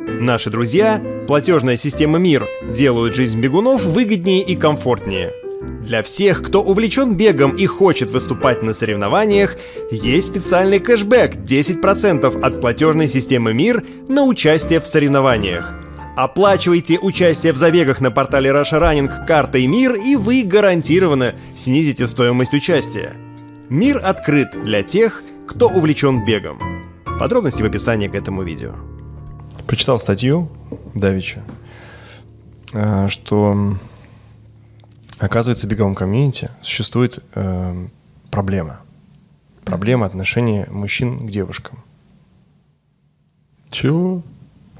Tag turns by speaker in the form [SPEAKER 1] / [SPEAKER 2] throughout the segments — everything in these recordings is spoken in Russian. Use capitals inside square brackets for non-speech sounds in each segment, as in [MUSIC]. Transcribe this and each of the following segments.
[SPEAKER 1] Наши друзья, платежная система МИР, делают жизнь бегунов выгоднее и комфортнее. Для всех, кто увлечен бегом и хочет выступать на соревнованиях, есть специальный кэшбэк 10% от платежной системы МИР на участие в соревнованиях. Оплачивайте участие в забегах на портале Russia Running картой МИР и вы гарантированно снизите стоимость участия. МИР открыт для тех, кто увлечен бегом. Подробности в описании к этому видео.
[SPEAKER 2] Прочитал статью Давича, э, что м, оказывается в беговом комьюнити существует э, проблема. Проблема отношения мужчин к девушкам.
[SPEAKER 3] Чего?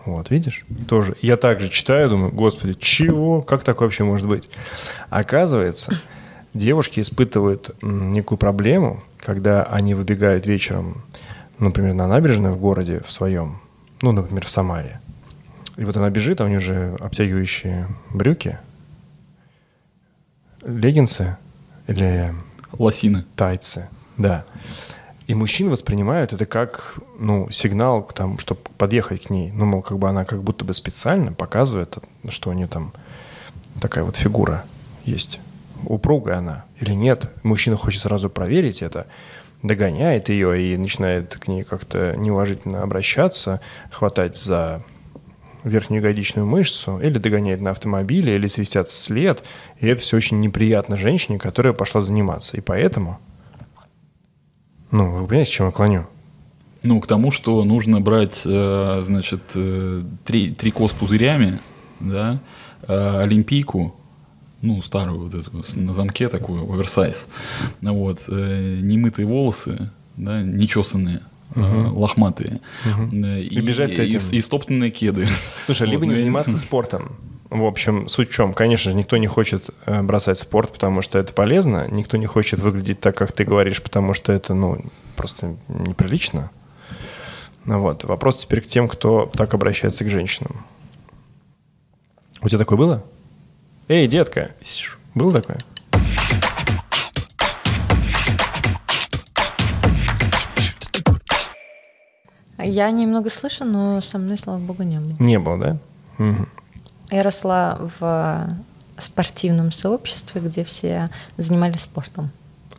[SPEAKER 2] Вот, видишь? Тоже. Я также читаю, думаю, господи, чего? Как такое вообще может быть? Оказывается, девушки испытывают м, некую проблему, когда они выбегают вечером, например, на набережную в городе в своем, ну, например, в Самаре. И вот она бежит, а у нее же обтягивающие брюки, леггинсы или
[SPEAKER 3] Лосины.
[SPEAKER 2] тайцы, да. И мужчин воспринимают это как, ну, сигнал к тому, чтобы подъехать к ней. Ну, мол, как бы она как будто бы специально показывает, что у нее там такая вот фигура есть. Упругая она или нет. Мужчина хочет сразу проверить это, догоняет ее и начинает к ней как-то неуважительно обращаться, хватать за верхнюю ягодичную мышцу, или догоняет на автомобиле, или свистят след. И это все очень неприятно женщине, которая пошла заниматься. И поэтому, ну, вы понимаете, к чему я клоню?
[SPEAKER 3] Ну, к тому, что нужно брать, э, значит, э, три, трико с пузырями, да, э, олимпийку, ну, старую вот эту, с- на замке такую, оверсайз, Ну вот, э, немытые волосы, да, нечесанные, э, лохматые. Э,
[SPEAKER 2] И бежать с
[SPEAKER 3] и-
[SPEAKER 2] этим.
[SPEAKER 3] И, стоптанные кеды.
[SPEAKER 2] Слушай, а
[SPEAKER 3] Вот,
[SPEAKER 2] либо не
[SPEAKER 3] ну, я
[SPEAKER 2] заниматься спортом. В общем, суть в чем? Конечно же, никто не хочет э, бросать спорт, потому что это полезно. Никто не хочет выглядеть так, как ты говоришь, потому что это, ну, просто неприлично. Ну вот, вопрос теперь к тем, кто так обращается к женщинам. У тебя такое было? Эй, детка, было такое?
[SPEAKER 4] Я немного слышу, но со мной, слава богу, не было.
[SPEAKER 2] Не было, да? Мгм.
[SPEAKER 4] Я росла в спортивном сообществе, где все занимались спортом.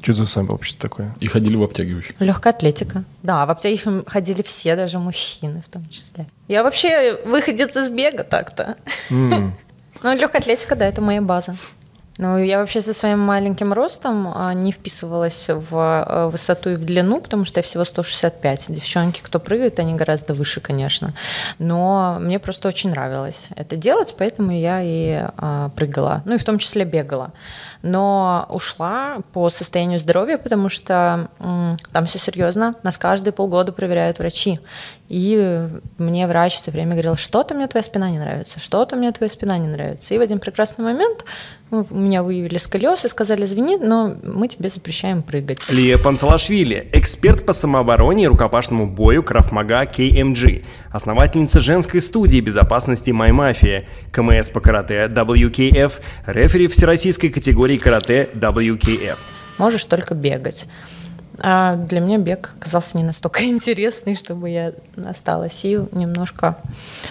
[SPEAKER 2] Что это за самое общество такое?
[SPEAKER 3] И ходили в обтягивающих.
[SPEAKER 4] Легкая атлетика. Да, в аптеке ходили все, даже мужчины в том числе. Я вообще выходец из бега так-то.
[SPEAKER 2] М,
[SPEAKER 4] Ну, легкая атлетика, да, это моя база. Ну, я вообще со своим маленьким ростом а, не вписывалась в а, высоту и в длину, потому что я всего 165. Девчонки, кто прыгает, они гораздо выше, конечно. Но мне просто очень нравилось это делать, поэтому я и а, прыгала. Ну, и в том числе бегала. Но ушла по состоянию здоровья, потому что м, там все серьезно. Нас каждые полгода проверяют врачи. И мне врач все время говорил, что-то мне твоя спина не нравится, что-то мне твоя спина не нравится. И в один прекрасный момент ну, у меня выявили сколиоз и сказали, извини, но мы тебе запрещаем прыгать.
[SPEAKER 1] Лия Панцалашвили, эксперт по самообороне и рукопашному бою Крафмага KMG, основательница женской студии безопасности MyMafia, КМС по карате WKF, рефери всероссийской категории карате WKF.
[SPEAKER 4] Можешь только бегать. А для меня бег оказался не настолько [LAUGHS] интересный, чтобы я осталась. И немножко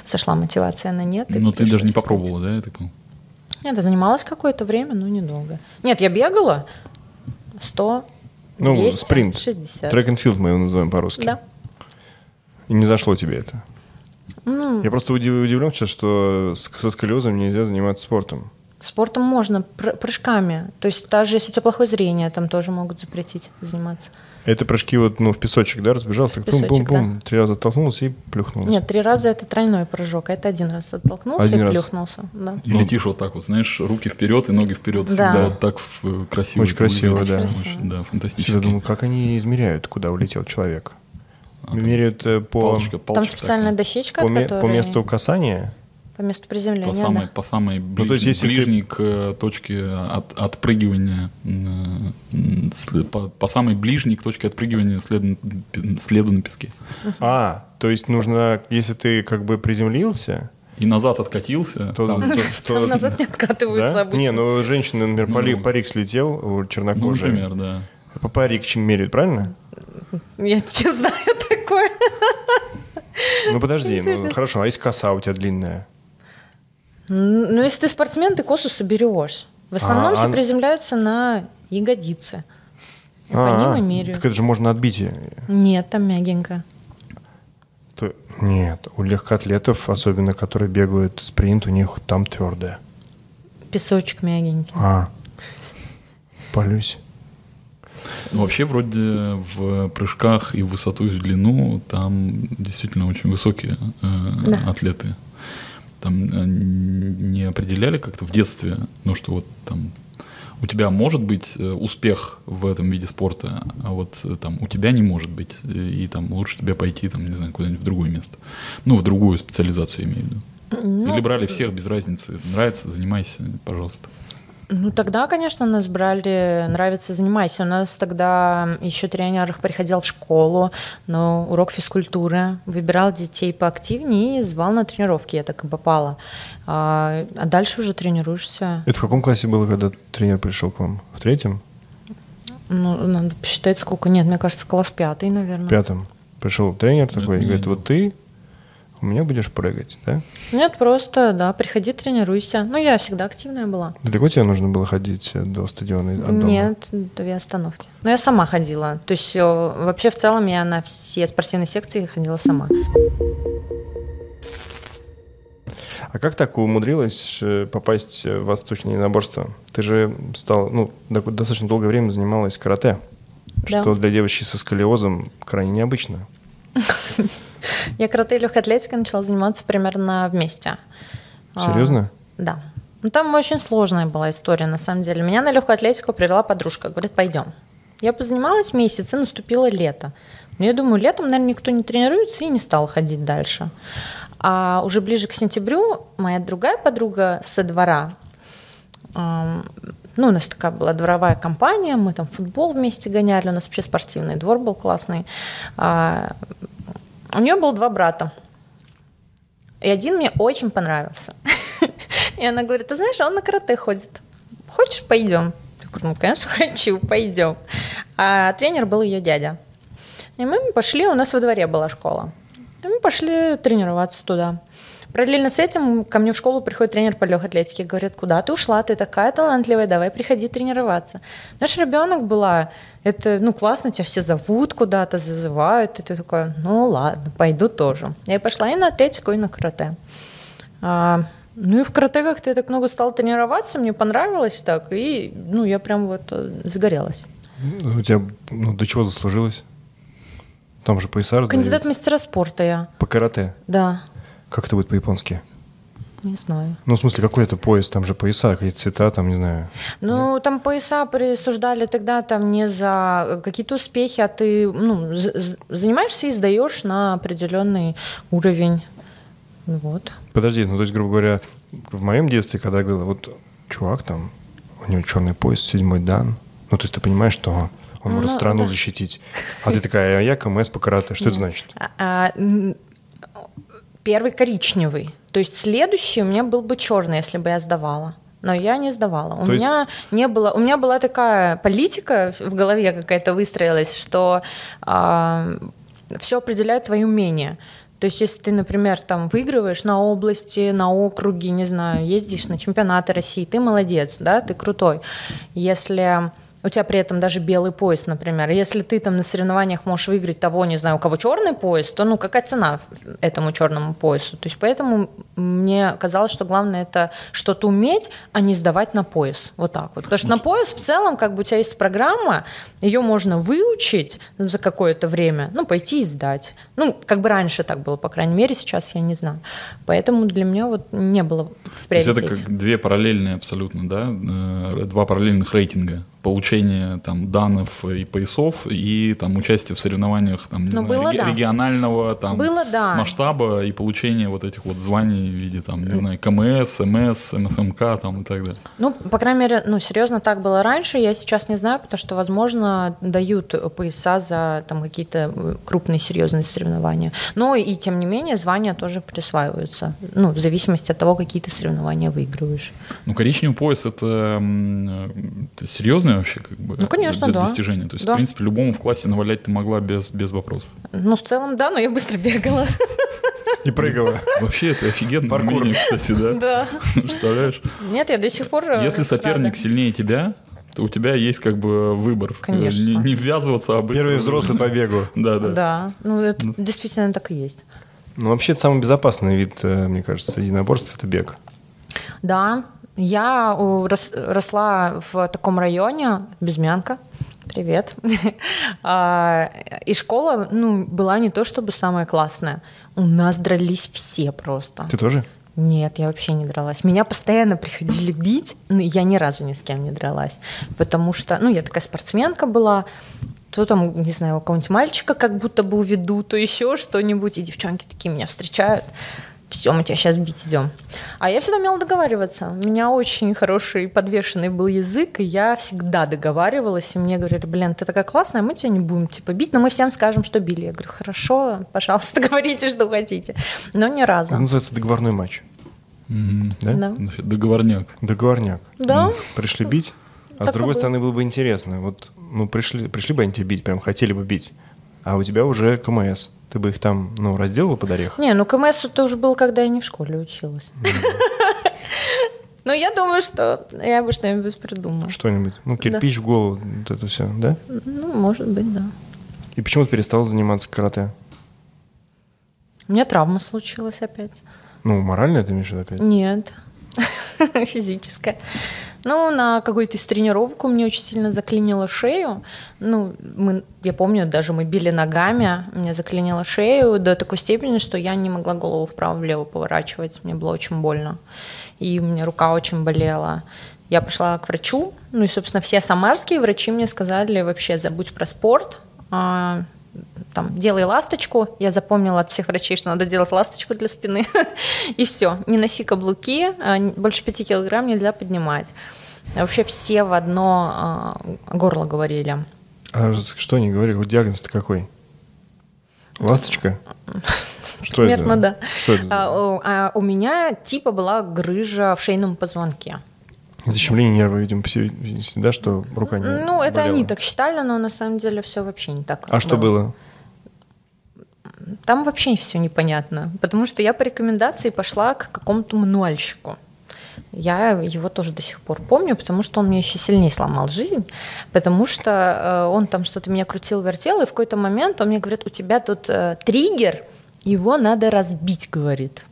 [SPEAKER 4] сошла мотивация на нет. и
[SPEAKER 3] Но Ну, ты даже не
[SPEAKER 4] пришлось
[SPEAKER 3] попробовала, да, я так понял?
[SPEAKER 4] Нет, я занималась какое-то время, но недолго. Нет, я бегала 100,
[SPEAKER 2] Ну,
[SPEAKER 4] 200,
[SPEAKER 2] спринт.
[SPEAKER 4] 60.
[SPEAKER 2] Трек and field мы его называем по-русски.
[SPEAKER 4] Да.
[SPEAKER 2] И не зашло тебе это? Я просто удив- удивлен сейчас, что с- со сколиозом нельзя заниматься спортом.
[SPEAKER 4] Спортом можно, пр- прыжками. То есть даже если у тебя плохое зрение, там тоже могут запретить заниматься.
[SPEAKER 2] Это прыжки вот ну, в песочек, да, разбежался, так
[SPEAKER 4] Песочек,
[SPEAKER 2] бум-бум-бум, три раза оттолкнулся и плюхнулся.
[SPEAKER 4] Нет, три раза это тройной прыжок, а это один раз оттолкнулся
[SPEAKER 2] Один
[SPEAKER 4] и
[SPEAKER 2] раз.
[SPEAKER 4] плюхнулся. Да.
[SPEAKER 3] И летишь вот так вот, знаешь, руки вперед и ноги вперед.
[SPEAKER 4] Ну, Да.
[SPEAKER 3] Всегда вот так в- красиво.
[SPEAKER 2] Очень
[SPEAKER 3] это
[SPEAKER 2] красиво,
[SPEAKER 3] выглядит.
[SPEAKER 2] да.
[SPEAKER 4] Очень
[SPEAKER 3] Очень,
[SPEAKER 4] красиво.
[SPEAKER 3] Да,
[SPEAKER 2] Сейчас я
[SPEAKER 3] фантастически.
[SPEAKER 2] думал, как они измеряют, куда улетел человек? Меряют э, по,
[SPEAKER 3] А Палочка,
[SPEAKER 4] Там
[SPEAKER 3] палочка
[SPEAKER 4] специальная
[SPEAKER 3] такая.
[SPEAKER 4] дощечка,
[SPEAKER 2] ну. по,
[SPEAKER 4] от
[SPEAKER 2] ме- по
[SPEAKER 4] которой-
[SPEAKER 2] месту касания.
[SPEAKER 4] по месту
[SPEAKER 3] По
[SPEAKER 4] приземления.
[SPEAKER 3] самой,
[SPEAKER 4] да.
[SPEAKER 3] по самой ближ-
[SPEAKER 2] Ну, то есть, если ты-
[SPEAKER 3] ближней к э, точке от, отпрыгивания, м, м, сле- по, по самой ближней к точке отпрыгивания следу, пи- следу на песке.
[SPEAKER 2] А, то есть нужно, если ты как бы приземлился,
[SPEAKER 3] И назад откатился.
[SPEAKER 2] то...
[SPEAKER 3] [LAUGHS] там,
[SPEAKER 2] то-
[SPEAKER 4] Там
[SPEAKER 2] то-
[SPEAKER 4] назад не откатываются
[SPEAKER 2] да?
[SPEAKER 4] обычно.
[SPEAKER 2] Не, ну женщина, например,
[SPEAKER 3] Ну,
[SPEAKER 2] парик,
[SPEAKER 3] ну.
[SPEAKER 2] парик слетел э, у
[SPEAKER 3] ну,
[SPEAKER 2] чернокожей.
[SPEAKER 3] например, да.
[SPEAKER 2] ну.
[SPEAKER 4] [LAUGHS]
[SPEAKER 2] По парик чем меряют, правильно?
[SPEAKER 4] Я не знаю такое.
[SPEAKER 2] Ну подожди, ну хорошо, а если коса у тебя длинная?
[SPEAKER 4] Ну, если ты спортсмен, ты косу соберешь. В основном
[SPEAKER 2] А,
[SPEAKER 4] все
[SPEAKER 2] а-
[SPEAKER 4] приземляются на ягодицы. И по
[SPEAKER 2] А,
[SPEAKER 4] ним и меряют.
[SPEAKER 2] Так это же можно отбить. и-
[SPEAKER 4] Нет, там мягенько.
[SPEAKER 2] то- Нет, у легкоатлетов, особенно которые бегают спринт, у них там твердая.
[SPEAKER 4] Песочек мягенький.
[SPEAKER 2] А, полюсь.
[SPEAKER 3] Ну, Вообще, вроде в прыжках и в высоту, и в длину там действительно очень высокие э,
[SPEAKER 4] Да.
[SPEAKER 3] атлеты. Там э, не определяли как-то в детстве, ну что вот там у тебя может быть э, успех в этом виде спорта, а вот э, там у тебя не может быть, и, и там лучше тебе пойти там, не знаю, куда-нибудь в другое место. Ну, в другую специализацию я имею в виду.
[SPEAKER 4] Ну,
[SPEAKER 3] Или брали всех без разницы. Нравится, занимайся, пожалуйста.
[SPEAKER 4] Ну, тогда, конечно, нас брали, нравится, занимайся. У нас тогда еще тренер приходил в школу на урок физкультуры, выбирал детей поактивнее и звал на тренировки. Я так и попала. А, а дальше уже тренируешься.
[SPEAKER 2] Это в каком классе было, когда тренер пришел к вам? В третьем?
[SPEAKER 4] Ну, надо посчитать, сколько. Нет, мне кажется, класс пятый, наверное.
[SPEAKER 2] В пятом? Пришел тренер такой и
[SPEAKER 3] меня
[SPEAKER 2] говорит,
[SPEAKER 3] не
[SPEAKER 2] вот ты у меня будешь прыгать, да?
[SPEAKER 4] Нет, просто, да, приходи, тренируйся. Ну, я всегда активная была.
[SPEAKER 2] Далеко тебе нужно было ходить э, до стадиона и от дома?
[SPEAKER 4] Нет, две остановки. Но я сама ходила. То есть э, вообще в целом я на все спортивные секции ходила сама.
[SPEAKER 2] А как так умудрилась э, попасть э, в восточное единоборство? Ты же стал, ну, доку- достаточно долгое время занималась карате,
[SPEAKER 4] Да.
[SPEAKER 2] что для девочки со сколиозом крайне необычно.
[SPEAKER 4] [LAUGHS] Я карате и легкой атлетикой начала заниматься примерно вместе. А,
[SPEAKER 2] Серьезно?
[SPEAKER 4] Да. Ну, там очень сложная была история, на самом деле. Меня на легкую атлетику привела подружка. Говорит, пойдем. Я позанималась месяц, и наступило лето. Но я думаю, летом, наверное, никто не тренируется, и не стала ходить дальше. А уже ближе к сентябрю моя другая подруга со двора, ам, ну, у нас такая была дворовая компания, мы там футбол вместе гоняли, у нас вообще спортивный двор был классный. А, у нее было два брата. И один мне очень понравился. [LAUGHS] И она говорит, ты знаешь, а он на карате ходит. Хочешь, пойдем? Я говорю, ну, конечно, [LAUGHS] хочу, пойдем. А тренер был ее дядя. И мы пошли, у нас во дворе была школа. И мы пошли тренироваться туда. Параллельно с этим ко мне в школу приходит тренер по легкой атлетике, говорит, куда ты ушла, ты такая талантливая, давай приходи тренироваться. Наш ребенок была, это, ну, классно, тебя все зовут куда-то, зазывают, и ты такой, ну, ладно, пойду тоже. Я и пошла и на атлетику, и на карате. А, ну и в карате как-то я так много стала тренироваться, мне понравилось так, и, ну, я прям вот э, загорелась.
[SPEAKER 2] У тебя ну, до чего заслужилось? Там же пояса
[SPEAKER 4] Кандидат в
[SPEAKER 2] раздают.
[SPEAKER 4] мастера спорта я,
[SPEAKER 2] По карате.
[SPEAKER 4] да,
[SPEAKER 2] Как это будет по-японски?
[SPEAKER 4] не знаю.
[SPEAKER 2] Ну, в смысле, какой это пояс? Там же пояса, какие-то цвета, там, не знаю.
[SPEAKER 4] Ну, там пояса присуждали тогда там не за э, какие-то успехи, а ты ну, з- з- занимаешься и сдаешь на определенный уровень. Вот.
[SPEAKER 2] Подожди, ну, то есть, грубо говоря, в моем детстве, когда я говорил, вот чувак там, у него черный пояс, седьмой дан. Ну, то есть ты понимаешь, что он может
[SPEAKER 4] Ну,
[SPEAKER 2] страну
[SPEAKER 4] да.
[SPEAKER 2] защитить. А ты такая, «А я КМС по карате. Что это значит?
[SPEAKER 4] А- а, н- первый коричневый. То есть следующий у меня был бы черный, если бы я сдавала. Но я не сдавала. У
[SPEAKER 2] То есть-
[SPEAKER 4] меня не было, у меня была такая политика в голове какая-то выстроилась, что все определяет твои умения. То есть, если ты, например, там выигрываешь на области, на округе, не знаю, ездишь на чемпионаты России, ты молодец, да, ты крутой. Если у тебя при этом даже белый пояс, например. Если ты там на соревнованиях можешь выиграть того, не знаю, у кого черный пояс, то ну какая цена этому черному поясу? То есть поэтому мне казалось, что главное это что-то уметь, а не сдавать на пояс. Вот так вот. Потому что на пояс в целом как бы у тебя есть программа, ее можно выучить за какое-то время, ну пойти и сдать. Ну как бы раньше так было, по крайней мере, сейчас я не знаю. Поэтому для меня вот не было в
[SPEAKER 3] То есть это
[SPEAKER 4] приоритете.
[SPEAKER 3] как две параллельные абсолютно, да, э, два параллельных рейтинга. Получение там данных и поясов и там участие в соревнованиях там, не
[SPEAKER 4] Ну,
[SPEAKER 3] знаю,
[SPEAKER 4] было,
[SPEAKER 3] реги-
[SPEAKER 4] да.
[SPEAKER 3] регионального там
[SPEAKER 4] Было, да.
[SPEAKER 3] масштаба и получение вот этих вот званий в виде там, не знаю, КМС, МС, МСМК там и так далее.
[SPEAKER 4] Ну, по крайней мере, ну, серьезно, так было раньше. Я сейчас не знаю, потому что, возможно, дают пояса за там какие-то э, крупные серьезные соревнования. Но и тем не менее звания тоже присваиваются. Ну, в зависимости от того, какие ты соревнования выигрываешь.
[SPEAKER 3] Ну, коричневый пояс это, м, э, это серьезная вообще вообще как бы
[SPEAKER 4] Ну, конечно,
[SPEAKER 3] д-
[SPEAKER 4] да.
[SPEAKER 3] достижение. То есть,
[SPEAKER 4] Да.
[SPEAKER 3] в принципе, любому в классе навалять ты могла без, без вопросов.
[SPEAKER 4] Ну, в целом, да, но я быстро бегала.
[SPEAKER 2] И прыгала.
[SPEAKER 3] Вообще, это офигенно.
[SPEAKER 2] Паркур.
[SPEAKER 3] умение, кстати, [LAUGHS] да?
[SPEAKER 4] [LAUGHS] Да.
[SPEAKER 3] Представляешь?
[SPEAKER 4] Нет, я до сих пор... э,
[SPEAKER 3] Если соперник
[SPEAKER 4] рада.
[SPEAKER 3] сильнее тебя, то у тебя есть как бы выбор. Э,
[SPEAKER 4] Конечно.
[SPEAKER 3] Не, не ввязываться, а быстро.
[SPEAKER 2] Первый взрослый по бегу.
[SPEAKER 3] [LAUGHS] Да, да.
[SPEAKER 4] Да, ну это действительно так и есть.
[SPEAKER 2] Ну, вообще, это самый безопасный вид, э, мне кажется, единоборств — это бег.
[SPEAKER 4] Да, я э, рос- росла в таком районе, Безмянка, привет. [LAUGHS] А, И школа, ну, была не то чтобы самая классная. У нас дрались все просто.
[SPEAKER 2] Ты тоже?
[SPEAKER 4] Нет, я вообще не дралась. Меня постоянно приходили бить, но я ни разу ни с кем не дралась. Потому что, ну, я такая спортсменка была, то там, не знаю, у какого-нибудь мальчика как будто бы уведу, то еще что-нибудь, и девчонки такие меня встречают. Все, мы тебя сейчас бить идем. А я всегда умела договариваться. У меня очень хороший подвешенный был язык, и я всегда договаривалась. И мне говорили, блин, ты такая классная, мы тебя не будем типа бить, но мы всем скажем, что били. Я говорю, хорошо, пожалуйста, [LAUGHS] говорите, что хотите. Но ни разу.
[SPEAKER 2] Это называется договорной матч.
[SPEAKER 3] Мгм.
[SPEAKER 2] Да?
[SPEAKER 4] Да.
[SPEAKER 3] Вообще, Договорняк.
[SPEAKER 2] Договорняк.
[SPEAKER 4] Да.
[SPEAKER 2] Ну, Пришли бить. А с
[SPEAKER 4] Так и
[SPEAKER 2] другой
[SPEAKER 4] было.
[SPEAKER 2] стороны, было бы интересно. Вот, ну, пришли, пришли бы они тебя бить, прям хотели бы бить. А у тебя уже КМС. Ты бы их там, ну, разделала под орех?
[SPEAKER 4] Не, ну КМС это уже был, когда я не в школе училась. [LAUGHS] Но я думаю, что я бы что-нибудь придумала.
[SPEAKER 2] Что-нибудь. Ну, кирпич в голову, вот это все, да?
[SPEAKER 4] Ну, может быть, да.
[SPEAKER 2] И почему ты перестал заниматься карате?
[SPEAKER 4] У меня травма случилась опять.
[SPEAKER 2] Ну, морально это имеешь в виду опять?
[SPEAKER 4] Нет. [LAUGHS] Физическая. Ну, на какую-то из тренировку мне очень сильно заклинило шею. Ну, мы, я помню, даже мы били ногами, мне заклинило шею до такой степени, что я не могла голову вправо-влево поворачивать. Мне было очень больно. И у меня рука очень болела. Я пошла к врачу. Ну и, собственно, все самарские врачи мне сказали вообще забудь про спорт. а, там, делай ласточку. Я запомнила от всех врачей, что надо делать ласточку для спины. [LAUGHS] И все. Не носи каблуки. а, н- Больше пяти килограмм нельзя поднимать. Вообще все в одно а, горло говорили.
[SPEAKER 2] А ж- что они говорили? Вот диагноз-то какой? Ласточка? Что это?
[SPEAKER 4] Примерно, да.
[SPEAKER 2] Что это?
[SPEAKER 4] А, о, а у меня типа была грыжа в шейном позвонке.
[SPEAKER 2] Зачемление нерва, видимо, по всей видимости, да, что рука не
[SPEAKER 4] Ну, это
[SPEAKER 2] болела?
[SPEAKER 4] они так считали, но на самом деле все вообще не так.
[SPEAKER 2] А что было?
[SPEAKER 4] Там вообще все непонятно, потому что я по рекомендации пошла к какому-то мануальщику. Я его тоже до сих пор помню, потому что он мне еще сильнее сломал жизнь, потому что э, он там что-то меня крутил, вертел, и в какой-то момент он мне говорит, у тебя тут э, триггер, его надо разбить, говорит.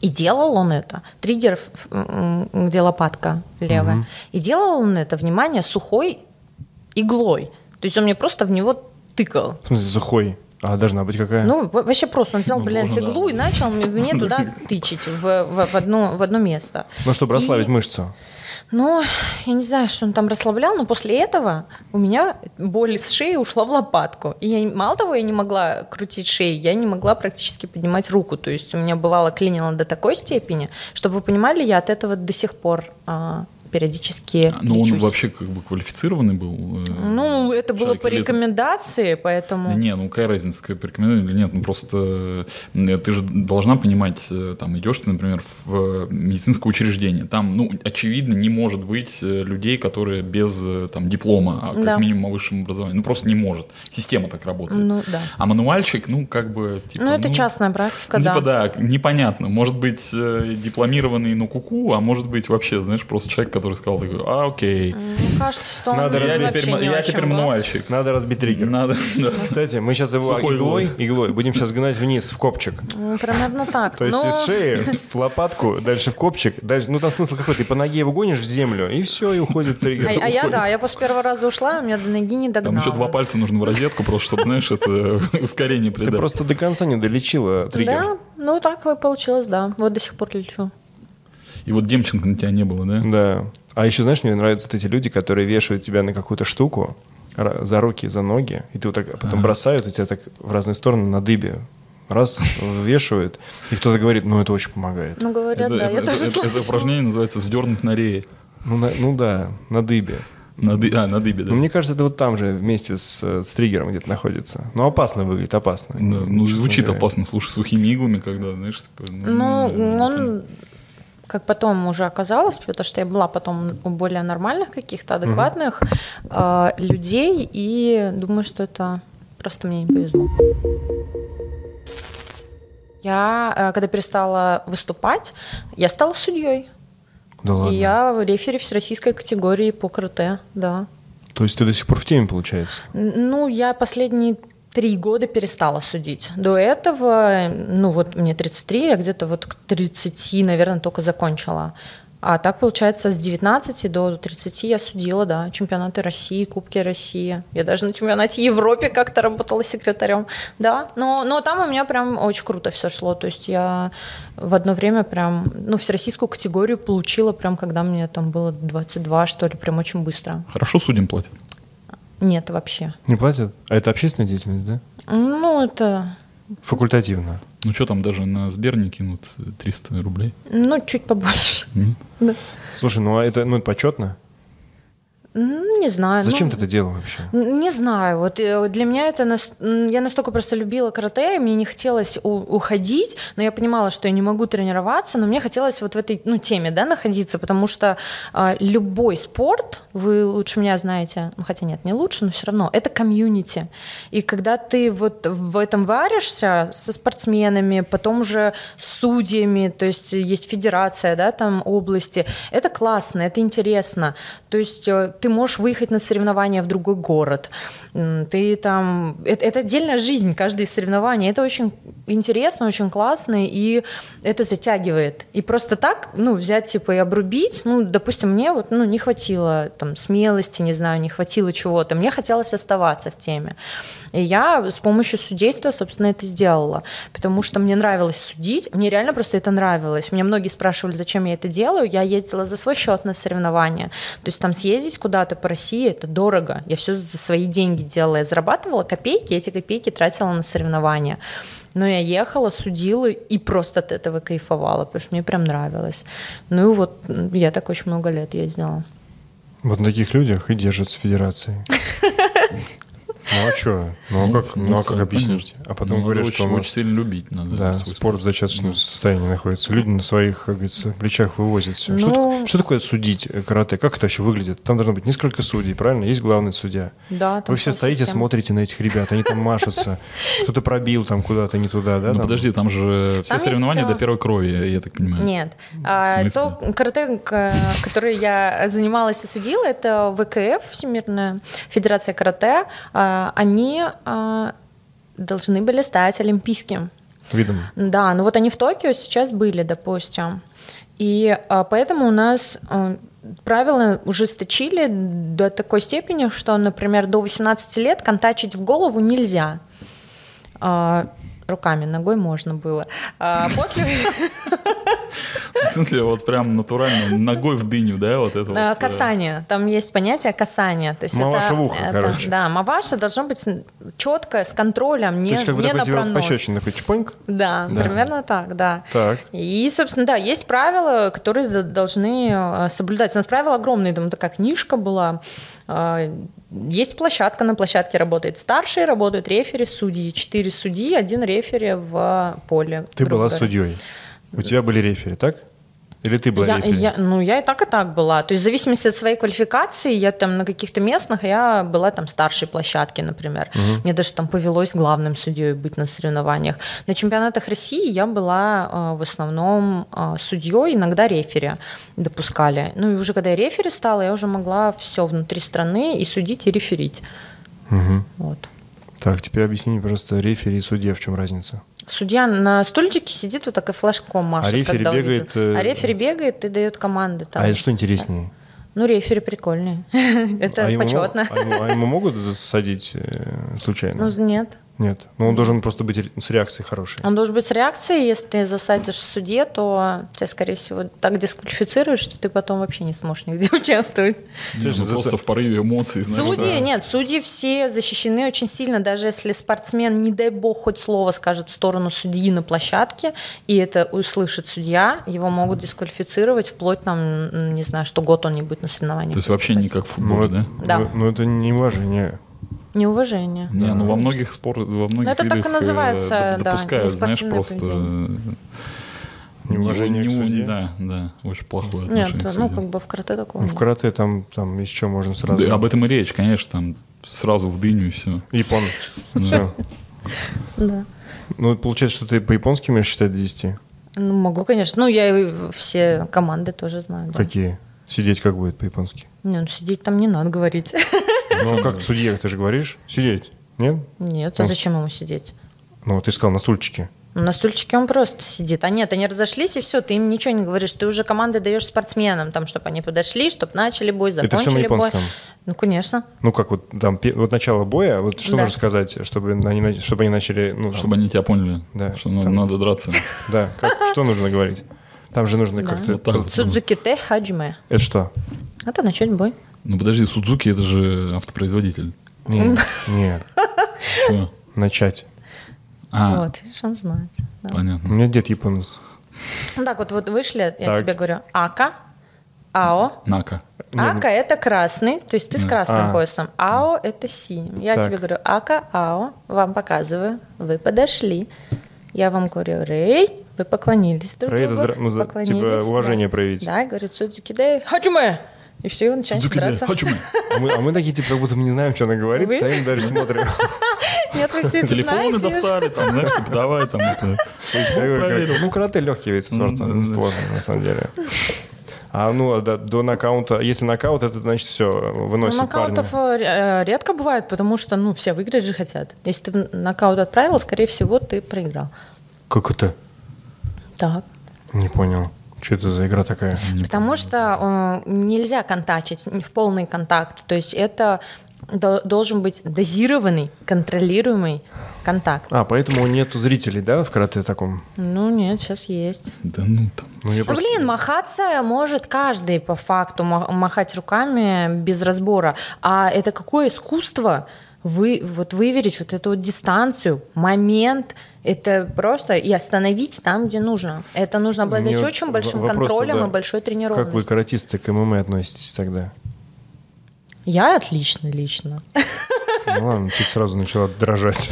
[SPEAKER 4] И делал он это. Триггер, ф- м, м, где лопатка левая. И делал он это, внимание, сухой иглой. То есть он мне просто в него тыкал.
[SPEAKER 2] В смысле, сухой? А должна быть какая?
[SPEAKER 4] Ну, во- вообще просто он взял,
[SPEAKER 3] Э. Ну,
[SPEAKER 4] блядь,
[SPEAKER 3] можно, да.
[SPEAKER 4] иглу и начал мне- мне
[SPEAKER 3] [LAUGHS]
[SPEAKER 4] туда тычить, в, в- в одно, в одно место.
[SPEAKER 2] Ну, чтобы расслабить
[SPEAKER 4] И-
[SPEAKER 2] мышцу.
[SPEAKER 4] Но я не знаю, что он там расслаблял, но после этого у меня боль с шеи ушла в лопатку. И я, не- мало того, я не могла крутить шею, я не могла практически поднимать руку. То есть у меня бывало клинило до такой степени, чтобы вы понимали, я от этого до сих пор а, периодически
[SPEAKER 3] Ну, он
[SPEAKER 4] лечусь.
[SPEAKER 3] вообще как бы квалифицированный был. э,
[SPEAKER 4] Ну, это было
[SPEAKER 3] человек
[SPEAKER 4] по
[SPEAKER 3] или это-
[SPEAKER 4] рекомендации, поэтому...
[SPEAKER 3] Да не, ну какая разница, как порекомендовали или нет, ну просто э, ты же должна понимать, э, там идешь ты, например, в э, медицинское учреждение, там, ну, очевидно, не может быть э, людей, которые без э, там диплома, а как
[SPEAKER 4] Да.
[SPEAKER 3] минимум о высшем образовании, ну просто не может, система так работает.
[SPEAKER 4] Ну, да.
[SPEAKER 3] А мануальщик, ну как бы, типа,
[SPEAKER 4] Ну, это частная практика,
[SPEAKER 3] ну,
[SPEAKER 4] да.
[SPEAKER 3] типа, да, непонятно. Может быть, э, дипломированный на куку, а может быть, вообще, знаешь, просто человек, который сказал такой, а, окей.
[SPEAKER 4] Мне кажется, что он
[SPEAKER 2] Надо
[SPEAKER 3] я
[SPEAKER 2] разбить.
[SPEAKER 4] вообще
[SPEAKER 3] теперь, ма-
[SPEAKER 4] не
[SPEAKER 3] я
[SPEAKER 4] о чем
[SPEAKER 3] теперь
[SPEAKER 4] был.
[SPEAKER 3] мануальщик.
[SPEAKER 2] Надо разбить триггер.
[SPEAKER 3] Надо, да.
[SPEAKER 2] Кстати, мы сейчас его
[SPEAKER 3] Сухой
[SPEAKER 2] иглой,
[SPEAKER 3] иглой.
[SPEAKER 2] иглой будем сейчас гнать вниз в копчик.
[SPEAKER 4] Ну, Примерно так.
[SPEAKER 2] То есть
[SPEAKER 4] Ну,
[SPEAKER 2] из шеи в лопатку, дальше в копчик, дальше, ну там смысл какой, ты по ноге его гонишь в землю, и все, и уходит
[SPEAKER 4] А,
[SPEAKER 2] триггер.
[SPEAKER 4] а я, да, я после первого раза ушла, у меня до ноги не
[SPEAKER 3] Там
[SPEAKER 4] догнала.
[SPEAKER 3] еще два пальца нужно в розетку, просто чтобы, знаешь, это [LAUGHS] ускорение
[SPEAKER 2] Ты
[SPEAKER 3] придать.
[SPEAKER 2] просто до конца не долечила триггер.
[SPEAKER 4] Да, ну так и получилось, да. Вот до сих пор лечу.
[SPEAKER 3] И вот Демченко на тебя не было, да?
[SPEAKER 2] Да. А еще, знаешь, мне нравятся вот эти люди, которые вешают тебя на какую-то штуку ра- за руки, за ноги, и ты вот так потом бросают, и тебя так в разные стороны на дыбе раз вешают, и кто-то говорит, ну это очень помогает.
[SPEAKER 4] Ну, говорят, да, я
[SPEAKER 3] это-
[SPEAKER 4] тоже
[SPEAKER 3] это- это
[SPEAKER 4] слышала.
[SPEAKER 3] упражнение называется «Вздернуть на рее».
[SPEAKER 2] Ну, на- ну да, на дыбе.
[SPEAKER 3] На ды- а, на дыбе, да.
[SPEAKER 2] Ну, мне кажется, это вот там же вместе с, э, с триггером где-то находится. Ну, опасно выглядит, опасно.
[SPEAKER 3] Да, ну,
[SPEAKER 2] Честно
[SPEAKER 3] звучит
[SPEAKER 2] говоря.
[SPEAKER 3] ну, опасно, слушай, сухими иглами, когда, знаешь, типа...
[SPEAKER 4] Ну,
[SPEAKER 3] да,
[SPEAKER 4] он... как потом уже оказалось, потому что я была потом у более нормальных каких-то адекватных э, людей, и думаю, что это просто мне не повезло. Я, э, когда перестала выступать, я стала судьей.
[SPEAKER 2] Да ладно.
[SPEAKER 4] И я рефери всероссийской категории по карате, да.
[SPEAKER 2] То есть ты до сих пор в теме, получается?
[SPEAKER 4] Н- Ну, я последние три года перестала судить. До этого, ну вот мне 33, я где-то вот к 30, наверное, только закончила. А так, получается, с 19 до 30 я судила, да, чемпионаты России, Кубки России. Я даже на чемпионате Европе как-то работала секретарем, да. Но, но там у меня прям очень круто все шло. То есть я в одно время прям, ну, всероссийскую категорию получила прям, когда мне там было 22, что ли, прям очень быстро.
[SPEAKER 3] Хорошо судим платят.
[SPEAKER 4] Нет вообще.
[SPEAKER 2] Не платят? А это общественная деятельность, да?
[SPEAKER 4] Ну, это,
[SPEAKER 2] Факультативно.
[SPEAKER 3] Ну что там, даже на Сбер не кинут 300 рублей?
[SPEAKER 4] ну, чуть побольше.
[SPEAKER 3] М?
[SPEAKER 2] Слушай, ну а это, ну, это почетно?
[SPEAKER 4] М, Не знаю.
[SPEAKER 2] Зачем
[SPEAKER 4] ну,
[SPEAKER 2] ты это делал вообще?
[SPEAKER 4] н- Не знаю. Вот э, для меня это... нас- м, Я настолько просто любила карате, и мне не хотелось у- уходить, но я понимала, что я не могу тренироваться, но мне хотелось вот в этой ну, теме да, находиться, потому что а, любой спорт, вы лучше меня знаете, ну, хотя нет, не лучше, но все равно, это комьюнити. И когда ты вот в этом варишься со спортсменами, потом уже с судьями, то есть есть федерация, да, там области, это классно, это интересно. То есть э, ты можешь выехать на соревнования в другой город, М, ты там, это, это отдельная жизнь, каждое из соревнований, это очень интересно, очень классно, и это затягивает. И просто так, ну, взять, типа, и обрубить, ну, допустим, мне вот, ну, не хватило там смелости, не знаю, не хватило чего-то, мне хотелось оставаться в теме. И я с помощью судейства, собственно, это сделала, потому что мне нравилось судить, мне реально просто это нравилось. Меня многие спрашивали, зачем я это делаю, я ездила за свой счет на соревнования, то есть там съездить куда-то по России, это дорого, я все за свои деньги делала, я зарабатывала копейки, эти копейки тратила на соревнования. Но я ехала, судила и просто от этого кайфовала, потому что мне прям нравилось. Ну и вот м, я так очень много лет ездила.
[SPEAKER 2] Вот на таких людях и держатся федерации. [LAUGHS] Ну а что? Ну а как, ну, а как
[SPEAKER 3] Ну,
[SPEAKER 2] объяснить?
[SPEAKER 3] понятно.
[SPEAKER 2] А потом
[SPEAKER 3] Ну,
[SPEAKER 2] говорят,
[SPEAKER 3] очень-
[SPEAKER 2] что у нас-
[SPEAKER 3] очень сильно любить надо.
[SPEAKER 2] Да,
[SPEAKER 3] свой
[SPEAKER 2] спорт в
[SPEAKER 3] Ну.
[SPEAKER 2] зачаточном состоянии находится. Люди на своих, как говорится, плечах вывозят все. Что,
[SPEAKER 4] Ну-
[SPEAKER 2] так- что такое судить э, карате? Как это вообще выглядит? Там должно быть несколько судей, правильно? Есть главный судья.
[SPEAKER 4] Да, там
[SPEAKER 2] Вы все
[SPEAKER 4] вся
[SPEAKER 2] стоите,
[SPEAKER 4] система.
[SPEAKER 2] смотрите на этих ребят, они там
[SPEAKER 4] [LAUGHS]
[SPEAKER 2] машутся. Кто-то пробил там куда-то не туда, да?
[SPEAKER 3] Ну
[SPEAKER 2] там?
[SPEAKER 3] подожди, там же все
[SPEAKER 4] Там есть,
[SPEAKER 3] соревнования
[SPEAKER 4] а,
[SPEAKER 3] до первой крови, я- я так понимаю.
[SPEAKER 4] Нет. А,
[SPEAKER 3] смысле?
[SPEAKER 4] то карате, к- которое я занималась и судила, это ВКФ, Всемирная Федерация Карате. А, Они а, должны были стать олимпийским.
[SPEAKER 2] Видом.
[SPEAKER 4] Да, ну вот они в Токио сейчас были, допустим. И а, поэтому у нас а, правила ужесточили до такой степени, что, например, до 18 лет контачить в голову нельзя. А, руками, ногой можно было. А после
[SPEAKER 3] [LAUGHS] В смысле, вот прям натурально ногой в дыню, да, вот это
[SPEAKER 4] А,
[SPEAKER 3] вот, э,
[SPEAKER 4] Касание. Там есть понятие касания. То есть это-
[SPEAKER 2] Ну Маваша в ухо,
[SPEAKER 4] это-
[SPEAKER 2] короче.
[SPEAKER 4] Да, маваша должно быть четкое, с контролем,
[SPEAKER 2] То
[SPEAKER 4] не,
[SPEAKER 2] есть как бы
[SPEAKER 4] не
[SPEAKER 2] такой
[SPEAKER 4] на
[SPEAKER 2] тебе вот
[SPEAKER 4] пронос.
[SPEAKER 2] пощечина, такой чпоньк.
[SPEAKER 4] Да,
[SPEAKER 2] Да.
[SPEAKER 4] примерно так, да.
[SPEAKER 2] Так.
[SPEAKER 4] И, собственно, да, есть правила, которые д- должны э, соблюдать. У нас правила огромные, там такая книжка была. Э, Есть площадка, на площадке работает старшие, работают рефери, судьи. Четыре судьи, один рефери в поле.
[SPEAKER 2] Ты
[SPEAKER 4] грубо
[SPEAKER 2] была
[SPEAKER 4] говоря.
[SPEAKER 2] судьей. У тебя были рефери, так? Или ты была
[SPEAKER 4] Я-
[SPEAKER 2] рефери?
[SPEAKER 4] я- ну, я и так, и так была. То есть в зависимости от своей квалификации, я там на каких-то местных, я была там старшей площадки, например. Мне даже там повелось главным судьей быть на соревнованиях. На чемпионатах России я была э, в основном э, судьей, иногда рефери допускали. Ну и уже когда я рефери стала, я уже могла все внутри страны и судить, и реферить.
[SPEAKER 2] Мгм.
[SPEAKER 4] Вот.
[SPEAKER 2] Так, теперь объясни мне, пожалуйста, рефери и судья, в чем разница?
[SPEAKER 4] Судья на стульчике сидит вот так и флажком машет,
[SPEAKER 2] А рефери
[SPEAKER 4] когда увидит.
[SPEAKER 2] бегает, э,
[SPEAKER 4] А рефери бегает и дает команды там.
[SPEAKER 2] А это что интереснее?
[SPEAKER 4] Ну, рефери прикольные. [LAUGHS] Это
[SPEAKER 2] а ему мо-
[SPEAKER 4] почетно.
[SPEAKER 2] а ему- а ему могут засадить э, случайно?
[SPEAKER 4] Ну, нет.
[SPEAKER 2] Нет. Ну, он должен просто быть ре- с реакцией хорошей.
[SPEAKER 4] Он должен быть с реакцией. Если ты засадишь в суде, то тебя, скорее всего, так дисквалифицируют, что ты потом вообще не сможешь нигде [LAUGHS] участвовать.
[SPEAKER 3] не,
[SPEAKER 2] Слушай,
[SPEAKER 3] ну,
[SPEAKER 2] за-
[SPEAKER 3] просто в порыве эмоций, знаешь.
[SPEAKER 2] Ну
[SPEAKER 4] судьи,
[SPEAKER 3] да.
[SPEAKER 4] нет, судьи все защищены очень сильно, даже если спортсмен, не дай бог, хоть слово скажет в сторону судьи на площадке, и это услышит судья, его могут дисквалифицировать вплоть, там, м, не знаю, что год он не будет на соревнованиях.
[SPEAKER 3] То есть вообще не
[SPEAKER 4] выступать.
[SPEAKER 3] как в
[SPEAKER 2] Ну,
[SPEAKER 3] футболе, да?
[SPEAKER 2] это-
[SPEAKER 4] Да.
[SPEAKER 2] ну, ну, это не уважение.
[SPEAKER 4] Неуважение.
[SPEAKER 3] Не, ну во
[SPEAKER 4] конечно.
[SPEAKER 3] многих спортах, во многих
[SPEAKER 4] Ну, это так и
[SPEAKER 3] видах, э,
[SPEAKER 4] называется,
[SPEAKER 3] доп-
[SPEAKER 4] да,
[SPEAKER 3] допускают, знаешь,
[SPEAKER 4] неспортивное
[SPEAKER 3] просто
[SPEAKER 4] поведение.
[SPEAKER 3] э,
[SPEAKER 2] Неуважение
[SPEAKER 3] Не-
[SPEAKER 2] к
[SPEAKER 3] не-
[SPEAKER 2] судье?
[SPEAKER 3] Да, да, очень плохое
[SPEAKER 4] Нет,
[SPEAKER 3] отношение к
[SPEAKER 4] ну
[SPEAKER 3] судье.
[SPEAKER 4] как бы в карате такого
[SPEAKER 2] Ну, в
[SPEAKER 4] нет.
[SPEAKER 2] карате там, там из чего можно сразу...
[SPEAKER 3] Да, об этом и речь, конечно, там сразу в дыню и все.
[SPEAKER 2] Япон. Всё.
[SPEAKER 4] Да.
[SPEAKER 2] Ну, получается, что ты по-японски умеешь считать до 10?
[SPEAKER 4] Ну, могу, конечно. Ну, я и все команды тоже знаю. да.
[SPEAKER 2] Какие? Сидеть как будет по-японски?
[SPEAKER 4] Не, ну, сидеть там не надо говорить. [LAUGHS]
[SPEAKER 2] Ну, как судья, ты же говоришь? Сидеть. Нет?
[SPEAKER 4] Нет, а
[SPEAKER 2] Ну,
[SPEAKER 4] зачем ему сидеть? Ну,
[SPEAKER 2] Ну, ты же сказал на стульчике.
[SPEAKER 4] На стульчике он просто сидит. А нет, они разошлись, и все, ты им ничего не говоришь. Ты уже команды даешь спортсменам, там, чтобы они подошли, чтобы начали бой,
[SPEAKER 2] Это
[SPEAKER 4] закончили
[SPEAKER 2] все на японском.
[SPEAKER 4] бой. Ну, конечно.
[SPEAKER 2] Ну, как вот там, пе- вот начало боя, вот что
[SPEAKER 4] Да.
[SPEAKER 2] нужно сказать, чтобы они, на- чтобы они начали, ну,
[SPEAKER 3] Чтобы они тебя поняли,
[SPEAKER 2] Да,
[SPEAKER 3] что на-
[SPEAKER 2] там-
[SPEAKER 3] надо драться.
[SPEAKER 2] Да, как- что нужно говорить? Там же нужно
[SPEAKER 4] Да.
[SPEAKER 2] как-то...
[SPEAKER 3] Вот так вот.
[SPEAKER 4] Судзуките хаджиме.
[SPEAKER 2] Это что?
[SPEAKER 4] Это начать бой.
[SPEAKER 3] Ну подожди, Судзуки это же автопроизводитель.
[SPEAKER 2] Нет, нет.
[SPEAKER 3] Чё?
[SPEAKER 2] Начать.
[SPEAKER 3] А,
[SPEAKER 4] Вот, видишь, он знает. Да.
[SPEAKER 2] У
[SPEAKER 3] понятно.
[SPEAKER 2] меня дед японец.
[SPEAKER 4] Ну так вот, вот вышли, я
[SPEAKER 2] Так.
[SPEAKER 4] тебе говорю, ака, ао.
[SPEAKER 3] Нака.
[SPEAKER 2] Не, ну-
[SPEAKER 4] ака это красный, то есть ты с красным
[SPEAKER 2] А.
[SPEAKER 4] поясом. Ао это синим. Я
[SPEAKER 2] Так.
[SPEAKER 4] тебе говорю, ака, ао, вам показываю, вы подошли. Я вам говорю, рей, вы поклонились друг
[SPEAKER 2] Рей это
[SPEAKER 4] другу.
[SPEAKER 2] здра- ну, за- типа,
[SPEAKER 4] поклонились,
[SPEAKER 2] уважение
[SPEAKER 4] да.
[SPEAKER 2] проявить.
[SPEAKER 4] Да, говорю, судзюки дэй, хаджуме. И все, и начинает
[SPEAKER 3] Судзуки, да,
[SPEAKER 4] драться.
[SPEAKER 3] хачуме.
[SPEAKER 2] А мы, а мы такие, типа, как будто мы не знаем, что она говорит,
[SPEAKER 4] Вы?
[SPEAKER 2] стоим даже смотрим.
[SPEAKER 4] Нет, вы все это
[SPEAKER 3] Телефоны
[SPEAKER 4] знаете уже.
[SPEAKER 3] достали, там, знаешь, типа, давай там это.
[SPEAKER 2] Я говорю, как-
[SPEAKER 3] проверил.
[SPEAKER 2] Ну, карате легкий вид спорта,
[SPEAKER 3] Ну, да, да.
[SPEAKER 2] сложно, на самом деле. А ну, а до, до нокаута, если нокаут, это значит все,
[SPEAKER 4] Ну,
[SPEAKER 2] выносит парня.
[SPEAKER 4] нокаутов э, э, редко бывает, потому что, ну, все выиграть же хотят. Если ты в нокаут отправил, скорее всего, ты проиграл.
[SPEAKER 2] Как это?
[SPEAKER 4] Так.
[SPEAKER 2] Не понял. Что это за игра такая?
[SPEAKER 4] Потому что э, нельзя контачить не в полный контакт. То есть это до- должен быть дозированный, контролируемый контакт.
[SPEAKER 2] А, поэтому нету зрителей, да, в карате таком?
[SPEAKER 4] Ну нет, сейчас есть.
[SPEAKER 3] Да ну там.
[SPEAKER 2] Ну, я
[SPEAKER 4] Ну,
[SPEAKER 2] просто...
[SPEAKER 4] блин, махаться может каждый по факту, ма- махать руками без разбора. А это какое искусство вы, вот выверить вот эту вот дистанцию, момент, это просто и остановить там, где нужно. Это нужно обладать
[SPEAKER 2] Мне вот
[SPEAKER 4] очень
[SPEAKER 2] в-
[SPEAKER 4] большим
[SPEAKER 2] вопрос-то,
[SPEAKER 4] контролем
[SPEAKER 2] да.
[SPEAKER 4] и большой
[SPEAKER 2] Как вы
[SPEAKER 4] тренировкой.
[SPEAKER 2] к каратисты к ММА относитесь тогда?
[SPEAKER 4] Я отлично лично.
[SPEAKER 2] Ну ладно, ты сразу начала дрожать.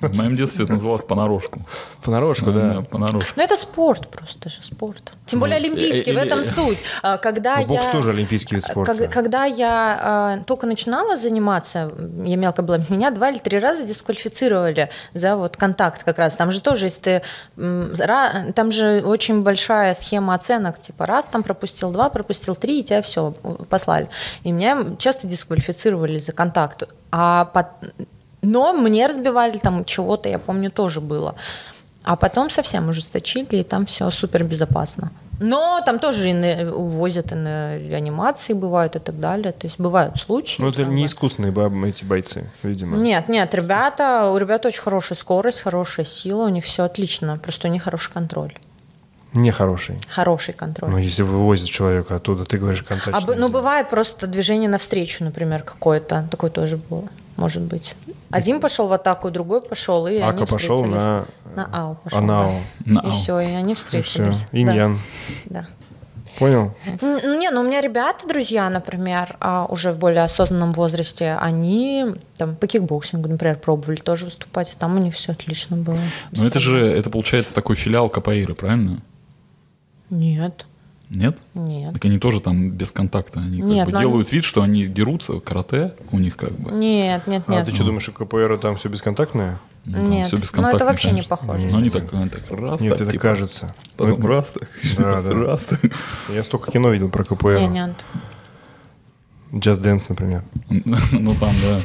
[SPEAKER 3] В моем детстве это называлось понарошку.
[SPEAKER 2] Понарошку,
[SPEAKER 3] Да,
[SPEAKER 2] А, да.
[SPEAKER 3] понарошку.
[SPEAKER 4] Но Ну, это спорт просто же, спорт. Тем более олимпийский, в
[SPEAKER 3] э, э,
[SPEAKER 4] этом
[SPEAKER 3] э.
[SPEAKER 4] суть. А, Когда
[SPEAKER 2] Ну, бокс
[SPEAKER 4] я...
[SPEAKER 2] тоже олимпийский вид
[SPEAKER 4] Как-
[SPEAKER 2] спорта.
[SPEAKER 4] когда я э, только начинала заниматься, я мелко была, меня два или три раза дисквалифицировали за вот контакт как раз. Там же тоже, если ты... м, ра- Там же очень большая схема оценок, типа раз там пропустил, два пропустил, три, и тебя все, послали. И меня часто дисквалифицировали за контакт. А пот- Но мне разбивали там чего-то, я помню, тоже было. А потом совсем ужесточили, и там все супер безопасно. Но там тоже и на- увозят и на реанимации бывают и так далее. То есть бывают случаи.
[SPEAKER 2] Ну, это
[SPEAKER 4] как бы.
[SPEAKER 2] не искусные бабы, эти бойцы, видимо.
[SPEAKER 4] Нет, нет, ребята, у ребят очень хорошая скорость, хорошая сила, у них все отлично, просто у них хороший контроль.
[SPEAKER 2] Нехорошие.
[SPEAKER 4] Хороший контроль.
[SPEAKER 2] Ну, если вывозят человека оттуда, ты говоришь контакт.
[SPEAKER 4] А бы- ну, бывает просто движение навстречу, например, какое-то. Такое тоже было, может быть. Один пошел в атаку, другой пошел, и они
[SPEAKER 2] Ака пошел
[SPEAKER 4] встретились.
[SPEAKER 2] на...
[SPEAKER 4] На ау пошел.
[SPEAKER 2] Анау.
[SPEAKER 4] да.
[SPEAKER 3] На
[SPEAKER 4] И
[SPEAKER 3] ау.
[SPEAKER 4] все, и они
[SPEAKER 2] И все.
[SPEAKER 4] встретились. Да,
[SPEAKER 2] Иньян.
[SPEAKER 4] да.
[SPEAKER 2] Понял?
[SPEAKER 4] Н- ну, Не, ну у меня ребята, друзья, например, а, уже в более осознанном возрасте, они там по кикбоксингу, например, пробовали тоже выступать, и там у них все отлично было. Без
[SPEAKER 3] Ну это же,
[SPEAKER 4] проблем.
[SPEAKER 3] это получается такой филиал Капаиры, правильно?
[SPEAKER 4] Нет,
[SPEAKER 3] Нет?
[SPEAKER 4] нет.
[SPEAKER 3] Так они тоже там без контакта. Они как
[SPEAKER 4] Нет,
[SPEAKER 3] бы
[SPEAKER 4] но они-
[SPEAKER 3] делают вид, что они дерутся, карате у них как бы.
[SPEAKER 4] Нет, нет,
[SPEAKER 2] А
[SPEAKER 4] нет.
[SPEAKER 2] ты что думаешь, у КПР там все бесконтактное?
[SPEAKER 4] Нет,
[SPEAKER 3] всё
[SPEAKER 4] ну, это
[SPEAKER 3] бесконтактно,
[SPEAKER 4] вообще не
[SPEAKER 3] конечно.
[SPEAKER 4] похоже.
[SPEAKER 3] Ну они так, они так раз
[SPEAKER 2] Нет,
[SPEAKER 3] так,
[SPEAKER 2] это
[SPEAKER 3] типа,
[SPEAKER 2] кажется.
[SPEAKER 3] Потом раз так,
[SPEAKER 2] [LAUGHS] Да,
[SPEAKER 3] раз,
[SPEAKER 2] да.
[SPEAKER 3] раз так. [LAUGHS]
[SPEAKER 2] Я столько кино видел про КПР.
[SPEAKER 4] Не, нет.
[SPEAKER 2] Just Dance, например.
[SPEAKER 3] Ну там, да.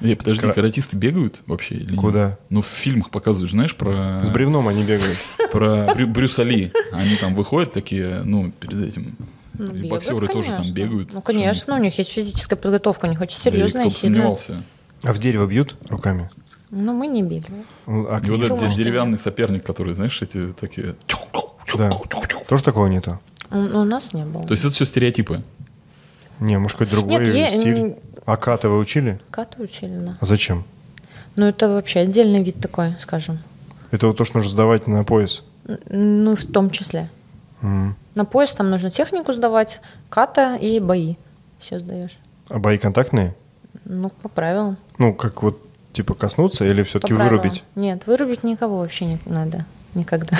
[SPEAKER 3] Эй, подожди,
[SPEAKER 2] Кра-
[SPEAKER 3] каратисты бегают вообще или нет?
[SPEAKER 2] Куда?
[SPEAKER 3] Ну, в фильмах показывают, знаешь, про...
[SPEAKER 2] С бревном они бегают.
[SPEAKER 3] Про Брю- Брюса Ли. Они там выходят такие, ну, перед этим.
[SPEAKER 4] Ну,
[SPEAKER 3] И
[SPEAKER 4] бегают,
[SPEAKER 3] боксеры тоже там
[SPEAKER 4] конечно.
[SPEAKER 3] бегают.
[SPEAKER 4] Ну, конечно, у них есть физическая подготовка, у них очень
[SPEAKER 3] Да и
[SPEAKER 4] серьезная
[SPEAKER 3] кто
[SPEAKER 4] и
[SPEAKER 3] бы
[SPEAKER 4] сильная.
[SPEAKER 3] сомневался.
[SPEAKER 2] А в дерево бьют руками?
[SPEAKER 4] Ну, мы не били.
[SPEAKER 2] Ну, а
[SPEAKER 3] И вот
[SPEAKER 4] Думаю,
[SPEAKER 3] этот
[SPEAKER 4] что
[SPEAKER 3] деревянный соперник, который, знаешь, эти такие...
[SPEAKER 2] Да. Тоже такого нету?
[SPEAKER 4] У, ну, у нас не было.
[SPEAKER 3] То есть это все стереотипы.
[SPEAKER 4] Ну,
[SPEAKER 2] Не, может, какой-то другой
[SPEAKER 4] Нет, я-
[SPEAKER 2] стиль.
[SPEAKER 4] м.
[SPEAKER 2] А ката вы учили?
[SPEAKER 4] Ката учили, да.
[SPEAKER 2] А зачем?
[SPEAKER 4] Ну, это вообще отдельный вид такой, скажем.
[SPEAKER 2] Это вот то, что нужно сдавать на пояс.
[SPEAKER 4] Н- Ну, и в том числе.
[SPEAKER 2] М.
[SPEAKER 4] На поезд там нужно технику сдавать, ката и бои. Все сдаешь.
[SPEAKER 2] А бои контактные?
[SPEAKER 4] Ну, по правилам.
[SPEAKER 2] Ну, как вот, типа, коснуться или
[SPEAKER 4] По
[SPEAKER 2] все-таки
[SPEAKER 4] правилам.
[SPEAKER 2] вырубить?
[SPEAKER 4] Нет, вырубить никого вообще не надо. Никогда.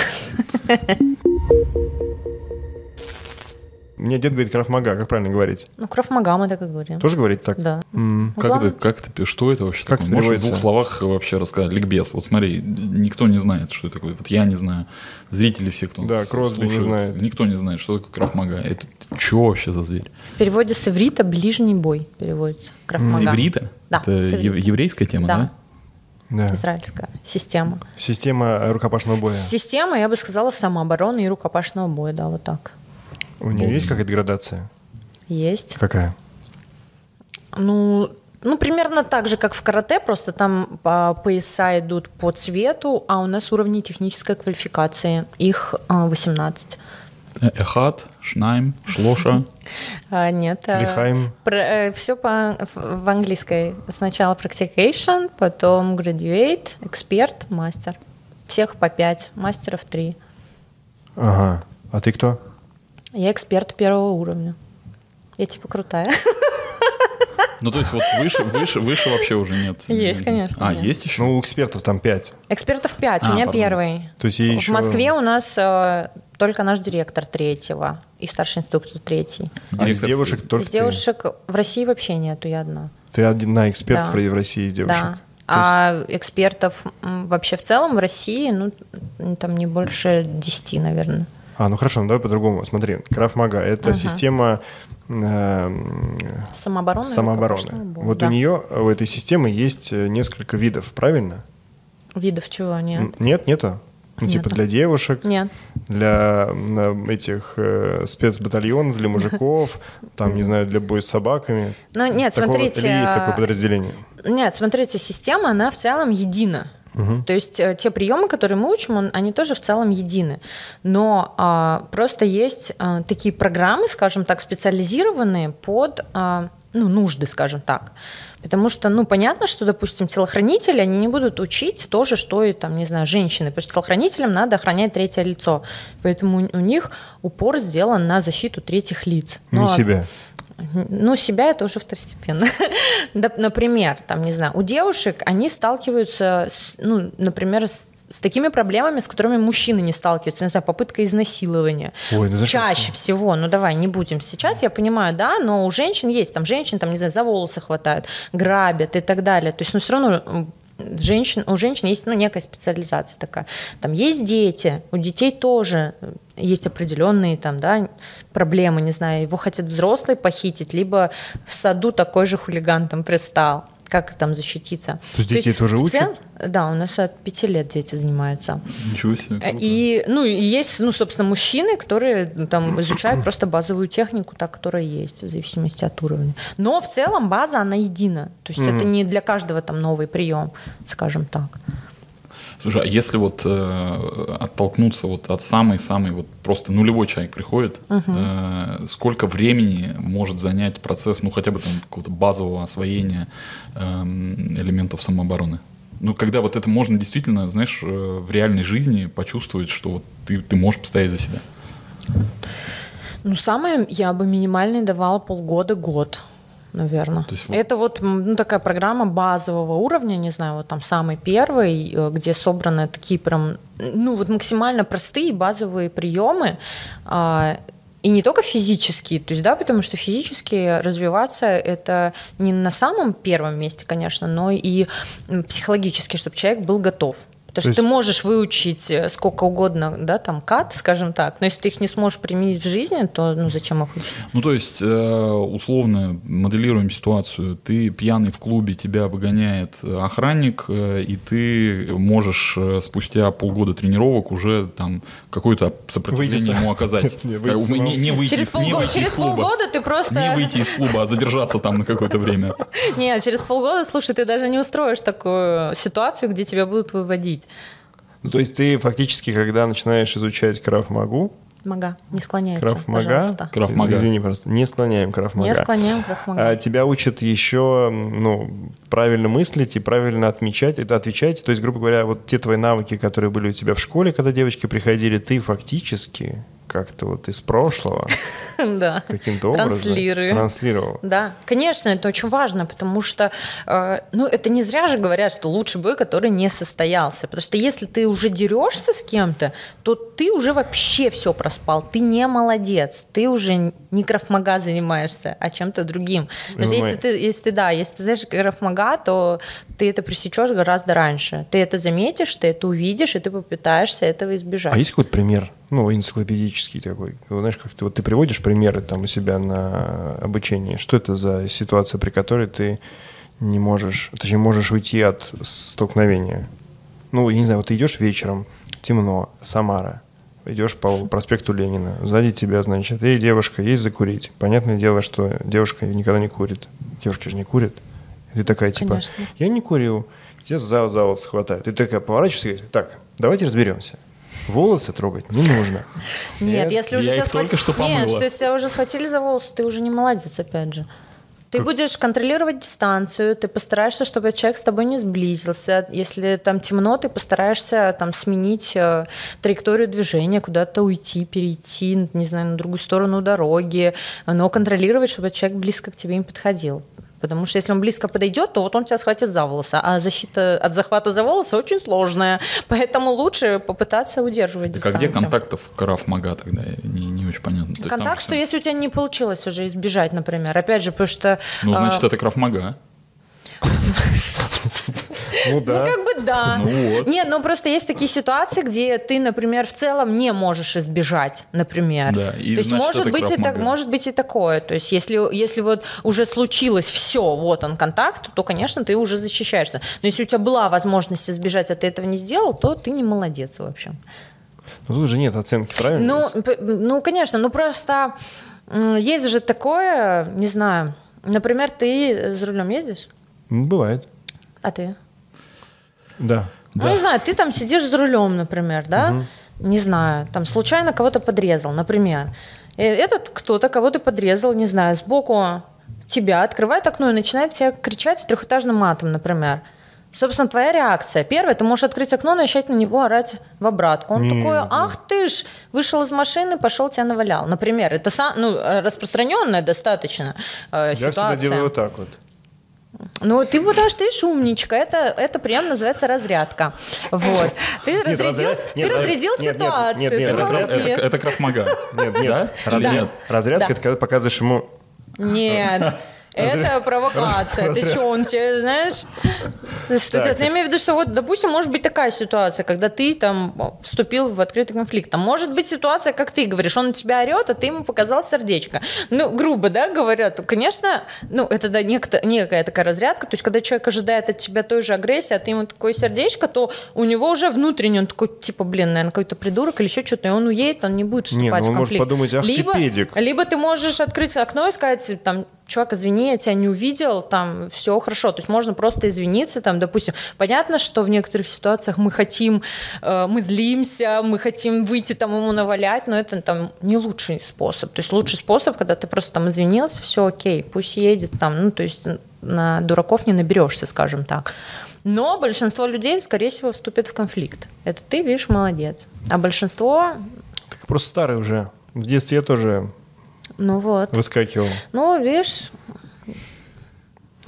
[SPEAKER 2] Мне дед говорит крафмага, как правильно говорить?
[SPEAKER 4] [LAUGHS] Ну, крафмага мы так и говорим.
[SPEAKER 2] Тоже говорить так?
[SPEAKER 4] Да.
[SPEAKER 2] М.
[SPEAKER 4] Ну,
[SPEAKER 3] Как
[SPEAKER 4] главное-
[SPEAKER 3] это, как это, что это вообще?
[SPEAKER 2] Как
[SPEAKER 3] такое?
[SPEAKER 2] это
[SPEAKER 3] Можешь в
[SPEAKER 2] переводится?
[SPEAKER 3] двух словах вообще рассказать? Ликбез. Вот смотри, никто не знает, что это такое. Вот я не знаю, зрители все, кто нас
[SPEAKER 2] Да, Кросби не
[SPEAKER 3] слушает,
[SPEAKER 2] знает.
[SPEAKER 3] Никто не знает, что такое крафмага. Это что вообще за зверь?
[SPEAKER 4] В переводе с иврита «ближний бой» переводится.
[SPEAKER 3] С
[SPEAKER 4] Крафмага.
[SPEAKER 3] иврита?
[SPEAKER 4] Да,
[SPEAKER 3] Это
[SPEAKER 4] с иврита.
[SPEAKER 3] ев- еврейская тема, да?
[SPEAKER 4] Да.
[SPEAKER 2] Да.
[SPEAKER 4] Израильская система.
[SPEAKER 2] Система рукопашного боя.
[SPEAKER 4] Система, я бы сказала, самообороны и рукопашного боя, да, вот так.
[SPEAKER 2] У нее есть какая-то градация?
[SPEAKER 4] Есть.
[SPEAKER 2] Какая?
[SPEAKER 4] Ну, ну, примерно так же, как в карате, просто там а, пояса идут по цвету, а у нас уровни технической квалификации. Их а, 18.
[SPEAKER 3] Э, Эхат, Шнайм, Шлоша.
[SPEAKER 4] А, нет.
[SPEAKER 2] Лихайм.
[SPEAKER 4] все по, в, в английской. Сначала practication, потом graduate, эксперт, мастер. Всех по 5, мастеров 3.
[SPEAKER 2] Ага. А ты кто?
[SPEAKER 4] Я эксперт первого уровня. Я типа крутая.
[SPEAKER 3] Ну, то есть вот выше, выше, выше вообще уже нет.
[SPEAKER 4] Есть, конечно,
[SPEAKER 3] А,
[SPEAKER 4] нет.
[SPEAKER 3] есть еще?
[SPEAKER 2] Ну, у экспертов там пять.
[SPEAKER 4] Экспертов 5,
[SPEAKER 3] А,
[SPEAKER 4] у меня
[SPEAKER 3] пардон.
[SPEAKER 4] первый.
[SPEAKER 2] То есть ей
[SPEAKER 4] в
[SPEAKER 2] еще-
[SPEAKER 4] Москве у нас э, только наш директор третьего и старший инструктор третий.
[SPEAKER 2] А из
[SPEAKER 3] Директор-
[SPEAKER 2] девушек
[SPEAKER 4] Из
[SPEAKER 2] только ты.
[SPEAKER 4] девушек в России вообще нету, я одна.
[SPEAKER 2] Ты одна эксперт
[SPEAKER 4] Да.
[SPEAKER 2] в в России из девушек.
[SPEAKER 4] Да. А экспертов м, вообще в целом в России, ну, м, там не больше 10, наверное.
[SPEAKER 2] А, ну хорошо, ну давай по-другому. Смотри, крафмага это система э, м,
[SPEAKER 4] Самооборона. и рукопашного
[SPEAKER 2] самообороны.
[SPEAKER 4] боя.
[SPEAKER 2] Вот
[SPEAKER 4] Да.
[SPEAKER 2] у нее, у этой системы есть э, несколько видов, правильно?
[SPEAKER 4] Видов чего
[SPEAKER 2] М,
[SPEAKER 4] нет?
[SPEAKER 2] Нет, нету? Ну, типа
[SPEAKER 4] Нету.
[SPEAKER 2] для девушек,
[SPEAKER 4] Нет.
[SPEAKER 2] для м, этих э, спецбатальонов,
[SPEAKER 4] [LAUGHS]
[SPEAKER 2] для мужиков, там, не знаю, для боя с собаками.
[SPEAKER 4] Ну, нет,
[SPEAKER 2] Такого-
[SPEAKER 4] смотрите,
[SPEAKER 2] Или есть такое
[SPEAKER 4] а,
[SPEAKER 2] подразделение?
[SPEAKER 4] Нет, смотрите, система, она в целом едина. То есть э, те приемы, которые мы учим, он- они тоже в целом едины. Но а, просто есть а, такие программы, скажем так, специализированные под а, ну, нужды, скажем так. Потому что, ну, понятно, что, допустим, телохранители, они не будут учить то же, что и, там, не знаю, женщины, потому что телохранителям надо охранять третье лицо. Поэтому у у них упор сделан на защиту третьих лиц. Ну,
[SPEAKER 2] Не
[SPEAKER 4] а-
[SPEAKER 2] себя.
[SPEAKER 4] ну, себя это уже второстепенно. [LAUGHS] Да, Например, там, не знаю, у девушек они сталкиваются, с, ну, например, с, с такими проблемами, с которыми мужчины не сталкиваются. Не знаю, попытка изнасилования.
[SPEAKER 2] Ой, ну зачем
[SPEAKER 4] Чаще всего, ну давай, не будем сейчас, я понимаю, да, но у женщин есть, там, женщин, там, не знаю, за волосы хватают, грабят и так далее. То есть, ну, все равно м, женщин, у женщин есть, ну, некая специализация такая. Там есть дети, у детей тоже э, есть определенные там, да, проблемы, не знаю, его хотят взрослые похитить, либо в саду такой же хулиган там пристал. Как там защититься?
[SPEAKER 2] То есть детей тоже
[SPEAKER 4] в
[SPEAKER 2] учат?
[SPEAKER 4] цел- Да, у нас от пяти лет дети занимаются.
[SPEAKER 3] Ничего себе. круто.
[SPEAKER 4] И, ну, и есть, ну, собственно, мужчины, которые ну,
[SPEAKER 3] [COUGHS]
[SPEAKER 4] там изучают просто базовую технику, та, которая есть, в зависимости от уровня. Но в целом база, она едина. То есть это не для каждого там новый прием, скажем так.
[SPEAKER 3] Слушай, а если вот э, оттолкнуться вот от самой-самой, вот просто нулевой человек приходит, э, сколько времени может занять процесс, ну хотя бы там какого-то базового освоения эм, элементов самообороны? Ну, когда вот это можно действительно, знаешь, э, в реальной жизни почувствовать, что вот ты, ты можешь постоять за себя.
[SPEAKER 4] Ну, самое я бы минимальный давала полгода-год, наверное.
[SPEAKER 3] То есть вот-
[SPEAKER 4] Это вот м, ну, такая программа базового уровня, не знаю, вот там самый первый, э, где собраны такие прям, ну вот максимально простые базовые приемы. а, И не только физические, то есть, да, потому что физически развиваться это не на самом первом месте, конечно, но и м, психологически, чтобы человек был готов. Потому
[SPEAKER 2] То
[SPEAKER 4] что ты
[SPEAKER 2] есть-
[SPEAKER 4] можешь выучить э, сколько угодно, да, там, кат, скажем так, но если ты их не сможешь применить в жизни, то, ну, зачем их учить?
[SPEAKER 3] Ну, то есть, э, условно, моделируем ситуацию. Ты пьяный в клубе, тебя выгоняет э, охранник, э, и ты можешь э, спустя полгода тренировок уже там какое-то
[SPEAKER 2] Выйти
[SPEAKER 3] сопротивление
[SPEAKER 2] сам.
[SPEAKER 3] ему
[SPEAKER 2] [LAUGHS]
[SPEAKER 3] оказать.
[SPEAKER 2] Не,
[SPEAKER 3] Э,
[SPEAKER 2] выйти
[SPEAKER 3] у-
[SPEAKER 2] самому.
[SPEAKER 3] Не не выйти
[SPEAKER 4] через
[SPEAKER 3] из- не
[SPEAKER 4] полго-
[SPEAKER 3] выйти
[SPEAKER 4] через
[SPEAKER 3] из клуба.
[SPEAKER 4] полгода ты просто...
[SPEAKER 3] Не выйти из клуба, а задержаться там на какое-то
[SPEAKER 4] [LAUGHS]
[SPEAKER 3] время.
[SPEAKER 4] Не, через полгода, слушай, ты даже не устроишь такую ситуацию, где тебя будут выводить.
[SPEAKER 2] Ну, то есть ты фактически, когда начинаешь изучать крафмагу,
[SPEAKER 4] Мага, не склоняйся,
[SPEAKER 2] крафмага,
[SPEAKER 4] пожалуйста.
[SPEAKER 3] Крафмага.
[SPEAKER 2] извини просто, не склоняем крафмага.
[SPEAKER 4] Не склоняем крафмага.
[SPEAKER 2] А тебя учат еще ну, правильно мыслить и правильно отмечать, это отвечать. То есть, грубо говоря, вот те твои навыки, которые были у тебя в школе, когда девочки приходили, ты фактически как-то вот из прошлого
[SPEAKER 4] [LAUGHS] Да.
[SPEAKER 2] каким-то образом
[SPEAKER 4] Транслирую.
[SPEAKER 2] транслировал.
[SPEAKER 4] Да, конечно, это очень важно, потому что, э, ну, это не зря же говорят, что лучший бой, который не состоялся, потому что если ты уже дерешься с кем-то, то ты уже вообще все проспал, ты не молодец, ты уже не крафмага занимаешься, а чем-то другим. Потому что
[SPEAKER 2] MMA.
[SPEAKER 4] если ты, если ты, да, если ты знаешь крафмага, то ты это пресечешь гораздо раньше, ты это заметишь, ты это увидишь, и ты попытаешься этого избежать.
[SPEAKER 2] А есть какой-то пример, ну, энциклопедический такой? Вот Знаешь, как ты, вот ты приводишь примеры там у себя на обучении. Что это за ситуация, при которой ты не можешь, точнее, можешь уйти от столкновения? Ну, я не знаю, вот ты идешь вечером, темно, Самара, идешь по проспекту Ленина, сзади тебя, значит, эй, девушка, есть закурить. Понятное дело, что девушка никогда не курит. Девушки же не курят. И ты такая, типа,
[SPEAKER 4] Конечно.
[SPEAKER 2] я не курю. Тебя за, за волосы хватают. Ты такая поворачиваешься и говоришь, так, давайте разберемся. Волосы трогать не нужно.
[SPEAKER 4] Нет,
[SPEAKER 3] Я-
[SPEAKER 4] если уже
[SPEAKER 3] я
[SPEAKER 4] тебя
[SPEAKER 3] их только
[SPEAKER 4] схватили...
[SPEAKER 3] что
[SPEAKER 4] Нет,
[SPEAKER 3] помыла.
[SPEAKER 4] что если тебя уже схватили за волосы, ты уже не молодец, опять же. Ты будешь контролировать дистанцию, ты постараешься, чтобы человек с тобой не сблизился. Если там темно, ты постараешься там сменить э, траекторию движения, куда-то уйти, перейти, не знаю, на другую сторону дороги, но контролировать, чтобы человек близко к тебе не подходил. Потому что если он близко подойдет, то вот он тебя схватит за волосы. А защита от захвата за волосы очень сложная. Поэтому лучше попытаться удерживать
[SPEAKER 3] Так а где
[SPEAKER 4] дистанцию.
[SPEAKER 3] контактов Крафмага тогда? Не, не очень понятно. То есть там
[SPEAKER 4] Контакт,
[SPEAKER 3] же
[SPEAKER 4] что
[SPEAKER 3] всё-
[SPEAKER 4] если у тебя не получилось уже избежать, например. Опять же, потому что...
[SPEAKER 3] Ну, значит,
[SPEAKER 4] а,
[SPEAKER 3] это Крафмага.
[SPEAKER 2] Ну
[SPEAKER 4] ну,
[SPEAKER 2] да.
[SPEAKER 4] как бы да.
[SPEAKER 3] Ну вот.
[SPEAKER 4] Нет, ну просто есть такие ситуации, где ты, например, в целом не можешь избежать, например.
[SPEAKER 3] Да, и
[SPEAKER 4] То есть
[SPEAKER 3] значит,
[SPEAKER 4] может
[SPEAKER 3] это
[SPEAKER 4] быть и так,
[SPEAKER 3] Крав-Мага.
[SPEAKER 4] может быть и такое. То есть если если вот уже случилось все, вот он контакт, то, конечно, ты уже защищаешься. Но если у тебя была возможность избежать, а ты этого не сделал, то ты не молодец в общем.
[SPEAKER 2] Ну тут же нет оценки, правильно?
[SPEAKER 4] Ну, п- ну, конечно, ну просто м, есть же такое, не знаю, например, ты за рулем ездишь,
[SPEAKER 2] Ну, бывает.
[SPEAKER 4] а ты?
[SPEAKER 2] Да.
[SPEAKER 4] Ну, не знаю, ты там сидишь за рулем, например, да? Не знаю, там случайно кого-то подрезал, например. Э, Этот кто-то кого-то подрезал, не знаю, сбоку тебя открывает окно и начинает тебя кричать трехэтажным матом, например. Собственно, твоя реакция. Первое, ты можешь открыть окно, начать на него орать в обратку. Он
[SPEAKER 2] Не,
[SPEAKER 4] такой,
[SPEAKER 2] не.
[SPEAKER 4] ах ты ж, вышел из машины, пошел, тебя навалял. Например, это са- ну, распространенная достаточно э,
[SPEAKER 2] Я всегда
[SPEAKER 4] ситуация.
[SPEAKER 2] делаю вот так вот.
[SPEAKER 4] Ну, ты вот аж ты ж умничка. Это, это прям называется разрядка. Вот. Ты разрядил,
[SPEAKER 2] разряд-
[SPEAKER 4] ты
[SPEAKER 2] нет,
[SPEAKER 4] разрядил
[SPEAKER 2] нет, нет,
[SPEAKER 4] ситуацию.
[SPEAKER 2] нет, нет,
[SPEAKER 4] ты
[SPEAKER 3] Это,
[SPEAKER 2] разряд-
[SPEAKER 3] Краф-
[SPEAKER 4] молодец.
[SPEAKER 3] это, это Крафмага.
[SPEAKER 2] Нет, нет.
[SPEAKER 3] Да?
[SPEAKER 2] Разряд-
[SPEAKER 3] Или нет?
[SPEAKER 2] Разрядка
[SPEAKER 4] Да.
[SPEAKER 2] это когда показываешь ему
[SPEAKER 4] Нет. Это провокация. Ты что, он тебе, знаешь? Ты Что
[SPEAKER 2] Так.
[SPEAKER 4] тебе? Я имею в виду, что вот, допустим, может быть такая ситуация, когда ты там вступил в открытый конфликт. А может быть ситуация, как ты говоришь, он на тебя орет, а ты ему показал сердечко. Ну, грубо, да, говорят. Конечно, ну, это да, некто- некая такая разрядка. То есть, когда человек ожидает от тебя той же агрессии, а ты ему такое сердечко, то у него уже внутренне он такой, типа, блин, наверное, какой-то придурок или еще что-то, и он уедет, он не будет
[SPEAKER 2] Не, ну,
[SPEAKER 4] вступать
[SPEAKER 2] он
[SPEAKER 4] в
[SPEAKER 2] может
[SPEAKER 4] конфликт.
[SPEAKER 2] подумать, ах ты
[SPEAKER 4] либо,
[SPEAKER 2] педик.
[SPEAKER 4] либо ты можешь открыть окно и сказать, там, чувак, извини, я тебя не увидел, там, все хорошо. То есть можно просто извиниться, там, допустим, понятно, что в некоторых ситуациях мы хотим, э, мы злимся, мы хотим выйти там ему навалять, но это там не лучший способ. То есть лучший способ, когда ты просто там извинился, все окей, пусть едет там, ну, то есть на дураков не наберешься, скажем так. Но большинство людей, скорее всего, вступят в конфликт. Это ты, видишь, молодец. А большинство,
[SPEAKER 2] Так просто старый уже. В детстве я тоже
[SPEAKER 4] ну вот.
[SPEAKER 2] выскакивал.
[SPEAKER 4] Ну, видишь,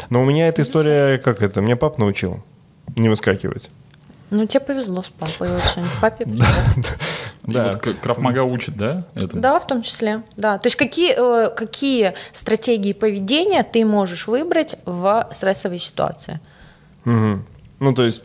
[SPEAKER 2] Но у меня эта история, как это, меня пап научил не выскакивать.
[SPEAKER 4] [LAUGHS] ну тебе повезло с папой очень. Папе повезло.
[SPEAKER 3] И
[SPEAKER 2] Да.
[SPEAKER 3] вот К- Крафмага учит, да? этому?
[SPEAKER 4] Да, в том числе. Да. То есть какие, э, какие стратегии поведения ты можешь выбрать в стрессовой ситуации?
[SPEAKER 2] Мгм. Ну, то есть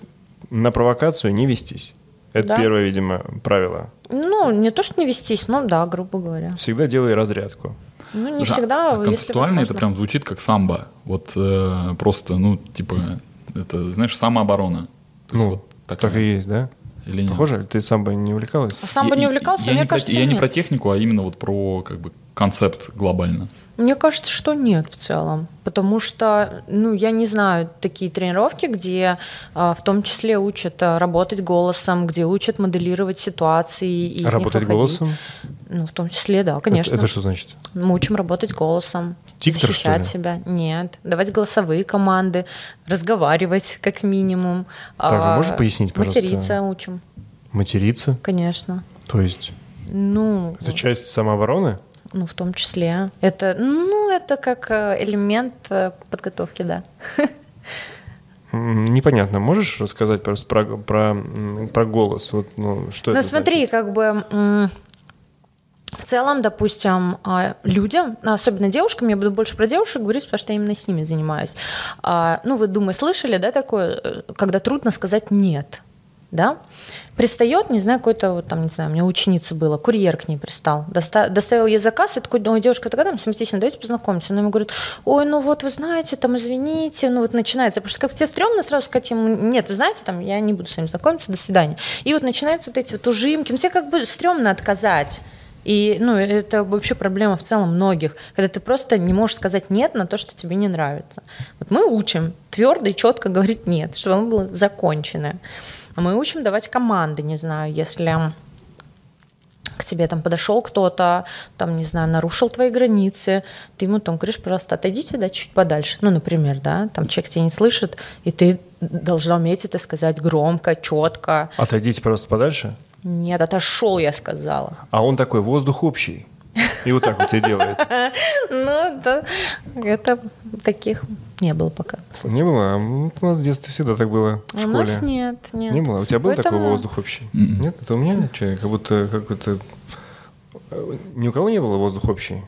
[SPEAKER 2] на провокацию не вестись. Это
[SPEAKER 4] Да.
[SPEAKER 2] первое, видимо, правило.
[SPEAKER 4] Ну, не то, что не вестись, но да, грубо говоря.
[SPEAKER 2] Всегда делай разрядку.
[SPEAKER 4] Ну, не
[SPEAKER 3] Слушай, а
[SPEAKER 4] всегда, если
[SPEAKER 3] концептуально это
[SPEAKER 4] возможно.
[SPEAKER 3] прям звучит как самбо. Вот э, просто, ну, типа, это, знаешь, самооборона. То есть
[SPEAKER 2] Ну,
[SPEAKER 3] вот такая.
[SPEAKER 2] Так и есть, да?
[SPEAKER 3] Или нет?
[SPEAKER 2] Похоже, ты сам бы не увлекалась?
[SPEAKER 4] А Сам бы
[SPEAKER 3] Я-
[SPEAKER 4] не
[SPEAKER 3] я-
[SPEAKER 4] увлекался,
[SPEAKER 3] я
[SPEAKER 4] мне
[SPEAKER 3] не про-
[SPEAKER 4] кажется,
[SPEAKER 3] Я не
[SPEAKER 4] нет.
[SPEAKER 3] про технику, а именно вот про, как бы, концепт глобально.
[SPEAKER 4] Мне кажется, что нет в целом. Потому что, ну, я не знаю, такие тренировки, где а, в том числе учат а, работать голосом, где учат моделировать ситуации и из них
[SPEAKER 2] Работать
[SPEAKER 4] выходить.
[SPEAKER 2] голосом?
[SPEAKER 4] Ну, в том числе, да, конечно.
[SPEAKER 2] Это, это что значит?
[SPEAKER 4] Мы учим работать голосом,
[SPEAKER 2] Диктор, что
[SPEAKER 4] защищать
[SPEAKER 2] ли?
[SPEAKER 4] себя. Нет, давать голосовые команды, разговаривать как минимум.
[SPEAKER 2] Так, а можешь пояснить, пожалуйста?
[SPEAKER 4] Материться учим,
[SPEAKER 2] Материться?
[SPEAKER 4] конечно.
[SPEAKER 2] То есть...
[SPEAKER 4] Ну,
[SPEAKER 2] Это часть самообороны?
[SPEAKER 4] ну, в том числе. Это, ну, это как э, элемент э, подготовки, да.
[SPEAKER 2] М, Непонятно. Можешь рассказать просто про, про, м, про голос? Вот, ну, что
[SPEAKER 4] [LAUGHS] Ну,
[SPEAKER 2] это
[SPEAKER 4] смотри,
[SPEAKER 2] значит?
[SPEAKER 4] как бы м, в целом, допустим, а, людям, а особенно девушкам, я буду больше про девушек говорить, потому что я именно с ними занимаюсь. А, Ну, вы, думаю, слышали, да, такое, э, когда трудно сказать «нет», да? Пристает, не знаю, какой-то, вот там, не знаю, у меня ученица была, курьер к ней пристал, доста- доставил ей заказ, и такой, «Ой, девушка такая там симпатичная, давайте познакомимся. Она ему говорит, ой, ну вот, вы знаете, там, извините, ну вот начинается, потому что как тебе стрёмно сразу сказать ему, нет, вы знаете, там, я не буду с вами знакомиться, до свидания. И вот начинаются вот эти вот ужимки, ну тебе как бы стрёмно отказать. И, ну, это вообще проблема в целом многих, когда ты просто не можешь сказать нет на то, что тебе не нравится. Вот мы учим твердо и четко говорить нет, чтобы оно было законченное. А мы учим давать команды, не знаю, если к тебе там подошел кто-то, там, не знаю, нарушил твои границы, ты ему там говоришь, просто отойдите, да, чуть подальше. Ну, например, да, там человек тебя не слышит, и ты должна уметь это сказать громко, четко.
[SPEAKER 2] Отойдите просто подальше.
[SPEAKER 4] Нет, отошел, я сказала.
[SPEAKER 2] А он такой, воздух общий. И вот так вот и
[SPEAKER 4] [LAUGHS]
[SPEAKER 2] делает.
[SPEAKER 4] Ну, да, это таких не было пока.
[SPEAKER 2] Не было? А вот У нас в детстве всегда так было в
[SPEAKER 4] А У нас
[SPEAKER 2] школе.
[SPEAKER 4] нет, нет.
[SPEAKER 2] Не было? У тебя был такой
[SPEAKER 4] Поэтому-
[SPEAKER 2] воздух общий?
[SPEAKER 3] Мгм.
[SPEAKER 2] Нет? Это у меня что, как будто какой-то... э, Ни у кого не было воздух общий?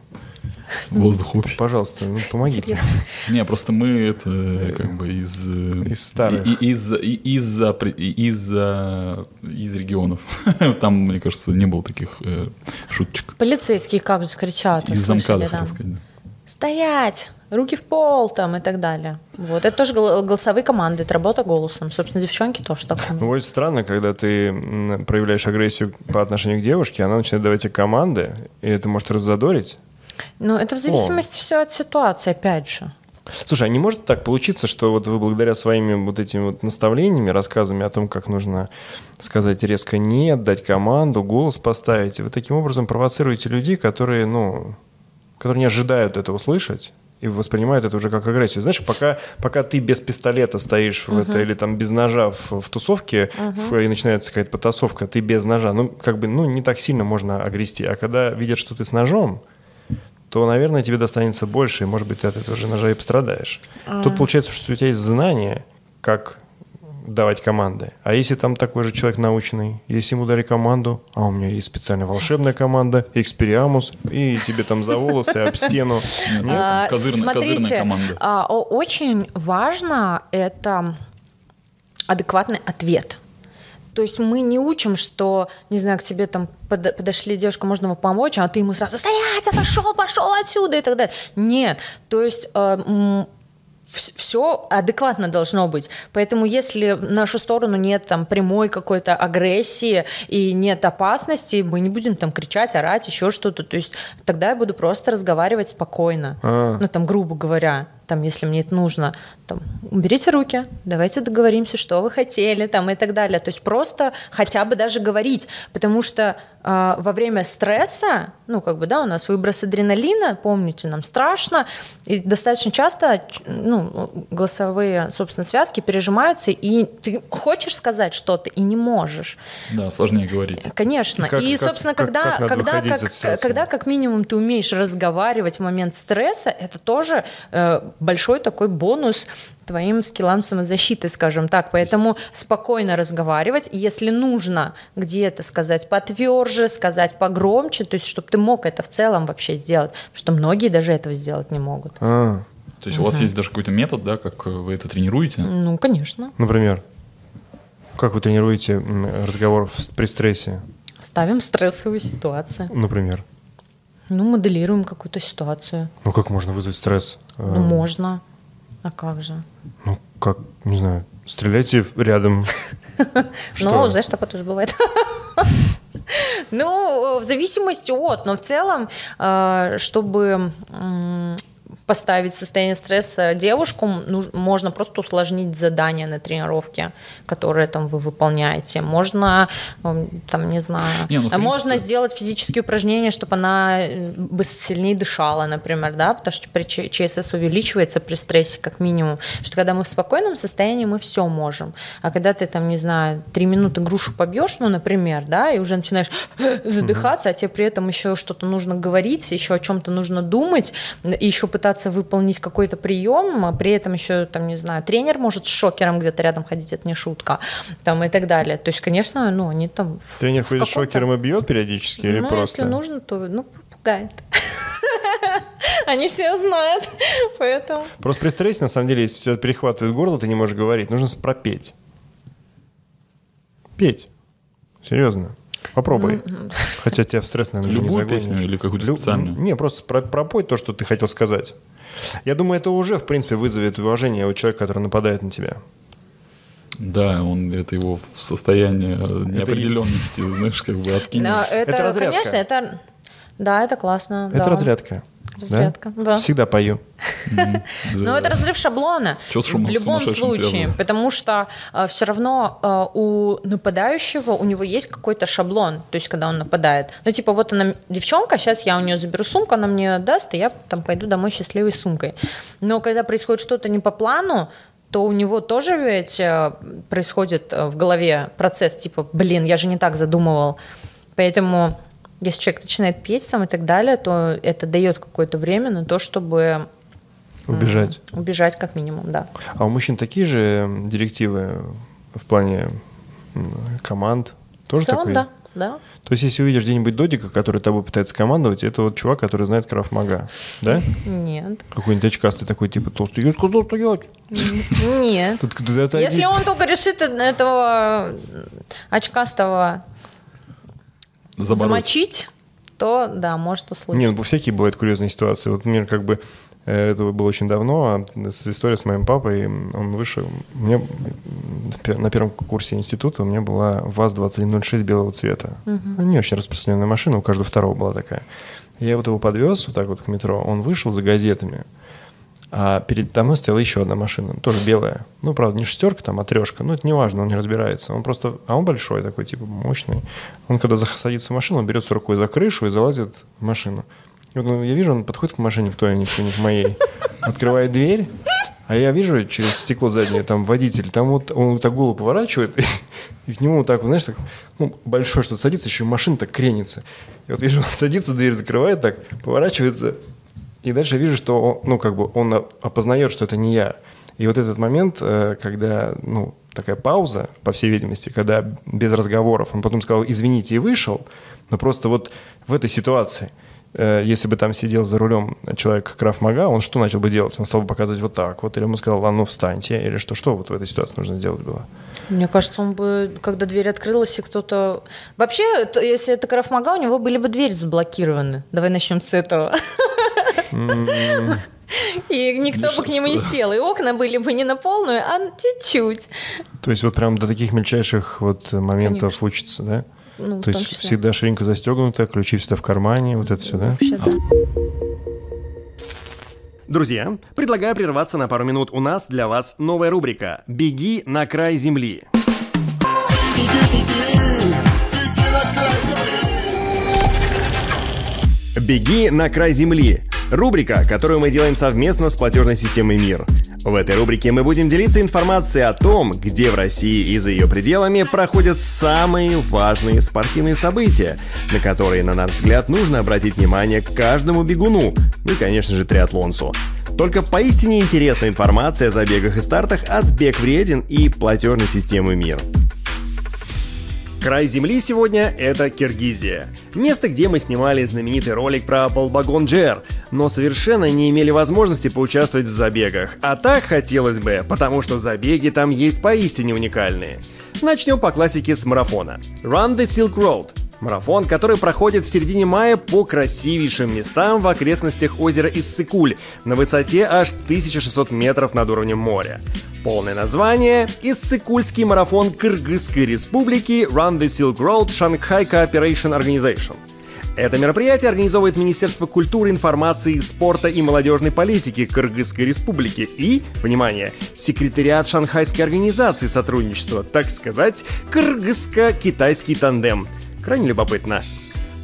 [SPEAKER 2] Хм.
[SPEAKER 3] Воздух общий.
[SPEAKER 2] Пожалуйста, ну, помогите.
[SPEAKER 4] Интересно.
[SPEAKER 3] Не, просто мы это как бы из... э,
[SPEAKER 2] Из старых.
[SPEAKER 3] и- и- Из, и- из-за, при- и- из-за, из регионов. [LAUGHS] Там, мне кажется, не было таких э, шуточек.
[SPEAKER 4] Полицейские как же кричат, вы
[SPEAKER 3] Из замка,
[SPEAKER 4] слышали,
[SPEAKER 3] да,
[SPEAKER 4] да?
[SPEAKER 3] хотел сказать. да.
[SPEAKER 4] Стоять! Руки в пол там и так далее. Вот, это тоже гол- голосовые команды, это работа голосом. Собственно, девчонки тоже так.
[SPEAKER 2] Ну, [LAUGHS] очень странно, когда ты м, проявляешь агрессию по отношению к девушке, она начинает давать тебе команды, и это может раззадорить.
[SPEAKER 4] Ну, это в зависимости все от ситуации, опять же.
[SPEAKER 2] Слушай, а не может так получиться, что вот вы благодаря своими вот этими вот наставлениями, рассказами о том, как нужно сказать резко «нет», дать команду, голос поставить, вы таким образом провоцируете людей, которые, ну, которые не ожидают это услышать, и воспринимают это уже как агрессию. Знаешь, пока, пока ты без пистолета стоишь в это, или там без ножа в, в тусовке, в- и начинается какая-то потасовка, ты без ножа, ну, как бы, ну, не так сильно можно огрести. А когда видят, что ты с ножом, то, наверное, тебе достанется больше, и, может быть, ты от этого же ножа и пострадаешь.
[SPEAKER 4] А.
[SPEAKER 2] Тут получается, что у тебя есть знание, как давать команды. А если там такой же человек наученный, если ему дали команду, а у меня есть специально волшебная команда, Экспериамус, и тебе там за волосы об стену.
[SPEAKER 3] Нет,
[SPEAKER 2] Нет?
[SPEAKER 4] А,
[SPEAKER 3] там козырная- козырная команда.
[SPEAKER 4] а, о- очень важно это адекватный ответ. То есть мы не учим, что, не знаю, к тебе там под- подошли девушка, можно вам помочь, а ты ему сразу «стоять, отошел, пошел отсюда» и так далее. Нет, то есть э, все адекватно должно быть. Поэтому если в нашу сторону нет там прямой какой-то агрессии и нет опасности, мы не будем там кричать, орать, еще что-то. То есть тогда я буду просто разговаривать спокойно.
[SPEAKER 2] А.
[SPEAKER 4] Ну, там, грубо говоря, там, если мне это нужно, там, уберите руки, давайте договоримся, что вы хотели, там, и так далее. То есть просто хотя бы даже говорить, потому что а, во время стресса, ну, как бы, да, у нас выброс адреналина, помните, нам страшно, и достаточно часто, ч- ну, голосовые, собственно, связки пережимаются, и ты хочешь сказать что-то и не можешь.
[SPEAKER 3] Да, сложнее говорить.
[SPEAKER 4] Конечно.
[SPEAKER 2] И как-
[SPEAKER 4] И,
[SPEAKER 2] как-
[SPEAKER 4] собственно,
[SPEAKER 2] как-
[SPEAKER 4] когда,
[SPEAKER 2] как надо
[SPEAKER 4] когда,
[SPEAKER 2] выходить из
[SPEAKER 4] как,
[SPEAKER 2] этой ситуации?
[SPEAKER 4] когда как минимум ты умеешь разговаривать в момент стресса, это тоже э, большой такой бонус твоим скиллам самозащиты, скажем так. Поэтому спокойно разговаривать, если нужно где-то сказать потверже, сказать погромче, то есть чтобы ты мог это в целом вообще сделать, потому что многие даже этого сделать не могут.
[SPEAKER 2] А,
[SPEAKER 3] То есть у вас есть даже какой-то метод, да, как э, вы это тренируете?
[SPEAKER 4] Ну, конечно.
[SPEAKER 2] например, как вы тренируете м, разговор в- при стрессе,
[SPEAKER 4] Ставим стрессовые ситуации.
[SPEAKER 2] например?
[SPEAKER 4] Ну, моделируем какую-то ситуацию.
[SPEAKER 2] Ну, как можно вызвать стресс?
[SPEAKER 4] Ну,
[SPEAKER 2] Э,
[SPEAKER 4] можно. А как же?
[SPEAKER 2] Ну, как, не знаю, стреляйте рядом. Что?
[SPEAKER 4] Ну, знаешь, такое тоже бывает. [LAUGHS] Ну, э, в зависимости от, но в целом, э, чтобы м, поставить в состояние стресса девушку, ну, можно просто усложнить задание на тренировке, которые там вы выполняете. Можно, м, там, не знаю,
[SPEAKER 3] Не, ну, в
[SPEAKER 4] а можно
[SPEAKER 3] принципе-
[SPEAKER 4] сделать физические упражнения, чтобы она э, бы сильнее дышала, например, да, потому что при Ч- ЧСС увеличивается при стрессе как минимум, что когда мы в спокойном состоянии, мы все можем, а когда ты там, не знаю, три минуты грушу побьешь, ну, например, да, и уже начинаешь [LAUGHS] задыхаться, а тебе при этом еще что-то нужно говорить, еще о чем-то нужно думать, и еще пытаться выполнить какой-то прием, а при этом еще, там, не знаю, тренер может с шокером где-то рядом ходить, это не шутка, там, и так далее, то есть, конечно, ну, они там в-
[SPEAKER 2] Тренер
[SPEAKER 4] в
[SPEAKER 2] ходит
[SPEAKER 4] каком-то-
[SPEAKER 2] шокером и бьет периодически или
[SPEAKER 4] ну,
[SPEAKER 2] просто?
[SPEAKER 4] если нужно, то ну попугает. [LAUGHS] Они все знают, [LAUGHS] поэтому.
[SPEAKER 2] Просто при стрессе, на самом деле, если тебя перехватывает горло, ты не можешь говорить. Нужно с- пропеть. Петь. Серьезно. Попробуй.
[SPEAKER 4] Ну,
[SPEAKER 2] Хотя тебя в стресс, наверное, уже не
[SPEAKER 3] Любую
[SPEAKER 2] загонишь.
[SPEAKER 3] песню или какую-то специальную?
[SPEAKER 2] Не, просто про- пропой то, что ты хотел сказать. Я думаю, это уже, в принципе, вызовет уважение у человека, который нападает на тебя.
[SPEAKER 3] Да, он это его в состоянии э, неопределенности, [LAUGHS] знаешь, как бы откинет.
[SPEAKER 4] Да,
[SPEAKER 2] Это
[SPEAKER 4] Это,
[SPEAKER 2] разрядка.
[SPEAKER 4] конечно, это. Да, это классно.
[SPEAKER 2] Это
[SPEAKER 4] да.
[SPEAKER 2] разрядка. да?
[SPEAKER 4] Разрядка, да.
[SPEAKER 2] Всегда пою.
[SPEAKER 4] Ну, это разрыв шаблона.
[SPEAKER 3] Чё с шумом
[SPEAKER 4] в любом
[SPEAKER 3] сумасшедшим
[SPEAKER 4] случае,
[SPEAKER 3] связывается?
[SPEAKER 4] потому что все равно э, у нападающего у него есть какой-то шаблон, то есть когда он нападает. Ну, типа, вот она девчонка, сейчас я у нее заберу сумку, она мне её даст, и я там пойду домой счастливой сумкой. Но когда происходит что-то не по плану, то у него тоже ведь э, происходит э, в голове процесс, типа, блин, я же не так задумывал. Поэтому если человек начинает петь там и так далее, то это дает какое-то время на то, чтобы
[SPEAKER 2] Убежать.
[SPEAKER 4] Убежать как минимум, да.
[SPEAKER 2] А у мужчин такие же директивы в плане м, команд? Тоже
[SPEAKER 4] в целом,
[SPEAKER 2] такой?
[SPEAKER 4] да. Да.
[SPEAKER 2] То есть, если увидишь где-нибудь додика, который тобой пытается командовать, это вот чувак, который знает крафмага, да?
[SPEAKER 4] Нет.
[SPEAKER 2] Какой-нибудь очкастый такой, типа, толстый, я сказал стоять. [LAUGHS]
[SPEAKER 4] Нет.
[SPEAKER 2] Тут когда отойди.
[SPEAKER 4] Если он только решит этого очкастого
[SPEAKER 3] Забороть.
[SPEAKER 4] замочить, то да, может услышать.
[SPEAKER 2] Не, ну, всякие бывают курьезные ситуации. Вот, например, как бы э, это было очень давно, а, с- история с моим папой, м, он вышел, у меня м, в пе- на первом курсе института у меня была ВАЗ-2106 белого цвета. Ну, Не очень распространенная машина, у каждого второго была такая. Я вот его подвез вот так вот к метро, он вышел за газетами, а перед домой стояла еще одна машина, тоже белая. Ну, правда, не шестерка там, а трешка. Ну, это не важно, он не разбирается. Он просто... А он большой такой, типа, мощный. Он, когда зах- садится в машину, он берется рукой за крышу и залазит в машину. И вот ну, я вижу, он подходит к машине, кто я, никто не к моей, открывает дверь, а я вижу через стекло заднее, там водитель, там вот он вот так голову поворачивает, и, и к нему вот так, вот, знаешь, так, ну, большой что-то садится, еще и машина так кренится. И вот вижу, он садится, дверь закрывает так, поворачивается, и дальше я вижу, что он, ну, как бы он опознает, что это не я. И вот этот момент, э, когда, ну, такая пауза, по всей видимости, когда без разговоров, он потом сказал, извините, и вышел, но просто вот в этой ситуации, э, если бы там сидел за рулем человек Краф Мага, он что начал бы делать? Он стал бы показывать вот так вот, или ему сказал, а ну встаньте, или что, что вот в этой ситуации нужно делать было?
[SPEAKER 4] Мне кажется, он бы, когда дверь открылась, и кто-то... Вообще, то- если это Крафмага, у него были бы двери заблокированы. Давай начнем с этого. [LAUGHS] И никто бы к нему не
[SPEAKER 3] Лишь-
[SPEAKER 4] сел. И окна были бы не на полную, а чуть-чуть.
[SPEAKER 2] То есть вот прям до таких мельчайших вот моментов учится, да?
[SPEAKER 4] Ну, в
[SPEAKER 2] То
[SPEAKER 4] том
[SPEAKER 2] есть
[SPEAKER 4] числе.
[SPEAKER 2] всегда ширинка застегнута, ключи всегда в кармане, вот это все, да?
[SPEAKER 4] Вообще, да.
[SPEAKER 1] Друзья, предлагаю прерваться на пару минут. У нас для вас новая рубрика «Беги на край земли». «Беги на край земли» — рубрика, которую мы делаем совместно с платежной системой «Мир». В этой рубрике мы будем делиться информацией о том, где в России и за ее пределами проходят самые важные спортивные события, на которые, на наш взгляд, нужно обратить внимание каждому бегуну, ну и, конечно же, триатлонцу. Только поистине интересная информация о забегах и стартах от «Бег вреден» и платежной системы «Мир». Край земли сегодня — это Киргизия. Место, где мы снимали знаменитый ролик про Балбагон Джер, но совершенно не имели возможности поучаствовать в забегах. А так хотелось бы, потому что забеги там есть поистине уникальные. Начнем по классике с марафона. Run the Silk Road — марафон, который проходит в середине мая по красивейшим местам в окрестностях озера Иссыкуль на высоте аж 1600 метров над уровнем моря. Полное название – Иссыкульский марафон Кыргызской республики Run the Silk Road Shanghai Cooperation Organization. Это мероприятие организовывает Министерство культуры, информации, спорта и молодежной политики Кыргызской республики и, внимание, секретариат Шанхайской организации сотрудничества, так сказать, кыргызско-китайский тандем. Крайне любопытно.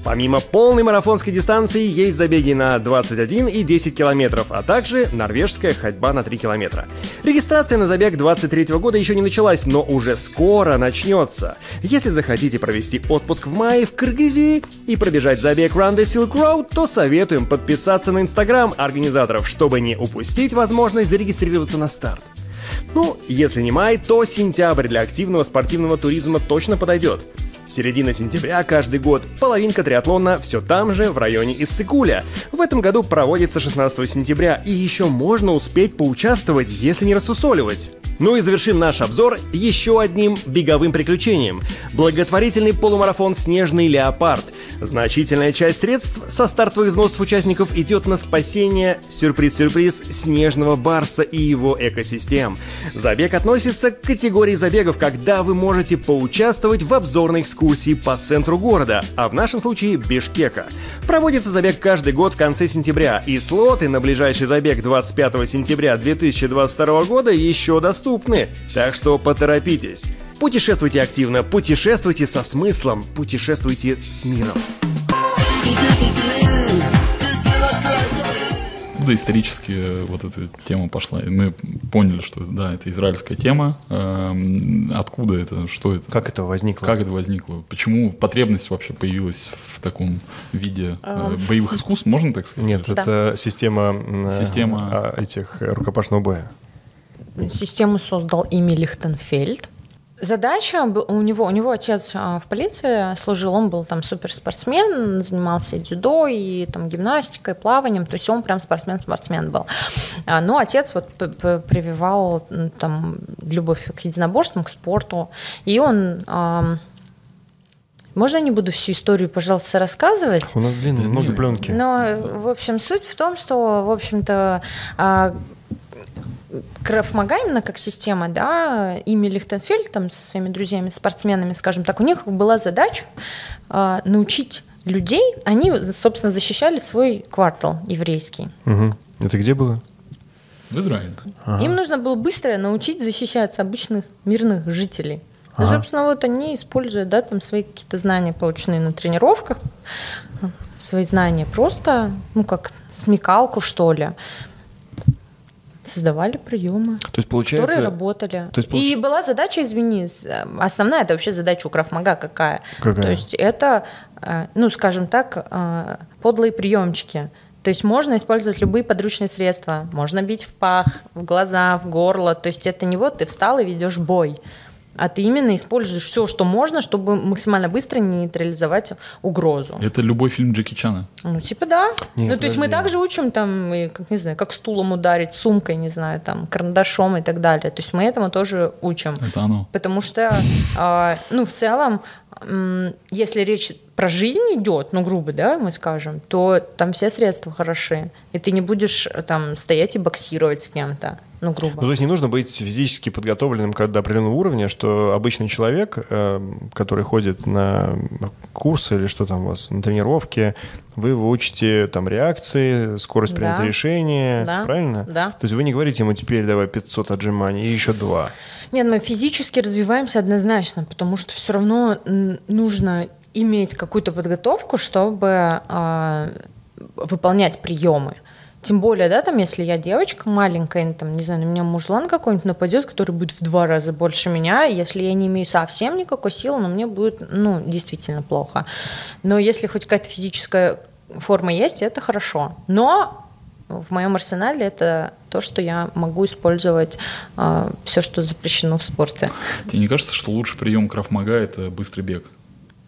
[SPEAKER 1] Помимо полной марафонской дистанции есть забеги на 21 и 10 километров, а также норвежская ходьба на 3 километра. Регистрация на забег 23 года еще не началась, но уже скоро начнется. Если захотите провести отпуск в мае в Кыргызии и пробежать забег Run the Silk Road, то советуем подписаться на инстаграм организаторов, чтобы не упустить возможность зарегистрироваться на старт. Ну, если не май, то сентябрь для активного спортивного туризма точно подойдет. Середина сентября каждый год, половинка триатлона все там же, в районе Иссыкуля. В этом году проводится 16 сентября, и еще можно успеть поучаствовать, если не рассусоливать. Ну и завершим наш обзор еще одним беговым приключением. Благотворительный полумарафон «Снежный леопард». Значительная часть средств со стартовых взносов участников идет на спасение, сюрприз-сюрприз, снежного барса и его экосистем. Забег относится к категории забегов, когда вы можете поучаствовать в обзорной экскурсии по центру города, а в нашем случае Бишкека. Проводится забег каждый год в конце сентября, и слоты на ближайший забег 25 сентября 2022 года еще доступны доступны, так что поторопитесь. Путешествуйте активно, путешествуйте со смыслом, путешествуйте с миром.
[SPEAKER 3] Откуда исторически вот эта тема пошла? И мы поняли, что да, это израильская тема. Эм, Откуда это? Что это?
[SPEAKER 2] Как это возникло?
[SPEAKER 3] Как это возникло? Почему потребность вообще появилась в таком виде
[SPEAKER 4] А.
[SPEAKER 3] э, боевых искусств, можно так сказать?
[SPEAKER 2] Нет,
[SPEAKER 4] Да.
[SPEAKER 2] это система, м, э,
[SPEAKER 3] Система.
[SPEAKER 2] а, этих э, рукопашного боя.
[SPEAKER 4] Систему создал Ими Лихтенфельд. Задача бу- у него, у него отец а, в полиции служил, он был там суперспортсмен, занимался и дзюдо и там гимнастикой, плаванием, то есть он прям спортсмен-спортсмен был. А, Но отец вот п- п- прививал м, там любовь к единоборствам, к спорту, и он ам, можно я не буду всю историю, пожалуйста, рассказывать?
[SPEAKER 2] У нас длинные
[SPEAKER 3] Да
[SPEAKER 2] ноги
[SPEAKER 3] нет.
[SPEAKER 2] пленки.
[SPEAKER 4] Ну. Но, в общем, суть в том, что, в общем-то, а, Крафмага именно как система, да, ими Лихтенфельд там со своими друзьями, спортсменами, скажем так, у них была задача а, научить людей, они, собственно, защищали свой квартал еврейский.
[SPEAKER 2] Мгм. Это где было?
[SPEAKER 3] В Израиле.
[SPEAKER 2] Ага.
[SPEAKER 4] Им нужно было быстро научить защищаться обычных мирных жителей. Ну,
[SPEAKER 2] Ага.
[SPEAKER 4] собственно, вот они, используя да, там свои какие-то знания, полученные на тренировках, ну, свои знания просто, ну, как смекалку, что ли, создавали приемы,
[SPEAKER 2] То есть
[SPEAKER 4] которые
[SPEAKER 2] получается,
[SPEAKER 4] работали.
[SPEAKER 2] то есть
[SPEAKER 4] И
[SPEAKER 2] получ-
[SPEAKER 4] была задача, извини, с- э, основная это вообще задача у Крафмага какая?
[SPEAKER 2] Какая?
[SPEAKER 4] То есть это, э, ну, скажем так, э, подлые приемчики. То есть можно использовать любые подручные средства. Можно бить в пах, в глаза, в горло. То есть это не вот ты встал и ведешь бой. А ты именно используешь все, что можно, чтобы максимально быстро нейтрализовать угрозу.
[SPEAKER 3] Это любой фильм Джеки Чана.
[SPEAKER 4] Ну, типа, да.
[SPEAKER 2] Не,
[SPEAKER 4] ну, то есть мы
[SPEAKER 2] подожди.
[SPEAKER 4] также учим там, и, как, не знаю, как стулом ударить, сумкой, не знаю, там, карандашом и так далее. То есть мы этому тоже учим.
[SPEAKER 3] Это оно.
[SPEAKER 4] Потому что, а, ну, в целом, м, если речь про жизнь идет, ну, грубо, да, мы скажем, то там все средства хороши. И ты не будешь э, там стоять и боксировать с кем-то, ну, грубо.
[SPEAKER 2] ну, то есть не нужно быть физически подготовленным как до определенного уровня, что обычный человек, эм, который ходит на курсы или что там у вас, на тренировки, вы его учите там реакции, скорость
[SPEAKER 4] Да.
[SPEAKER 2] принятия решения,
[SPEAKER 4] Да.
[SPEAKER 2] правильно?
[SPEAKER 4] Да.
[SPEAKER 2] То есть вы не говорите ему теперь давай 500 отжиманий и еще два.
[SPEAKER 4] Нет, ну мы физически развиваемся однозначно, потому что все равно м, нужно иметь какую-то подготовку, чтобы а, выполнять приемы. Тем более, да, там, если я девочка маленькая, ну, там, не знаю, на меня мужлан какой-нибудь нападет, который будет в два раза больше меня, и если я не имею совсем никакой силы, но мне будет, ну, действительно плохо. Но если хоть какая-то физическая форма есть, это хорошо. Но в моем арсенале это то, что я могу использовать все, что запрещено в спорте.
[SPEAKER 3] Тебе не кажется, что лучший прием Крафмага это быстрый бег?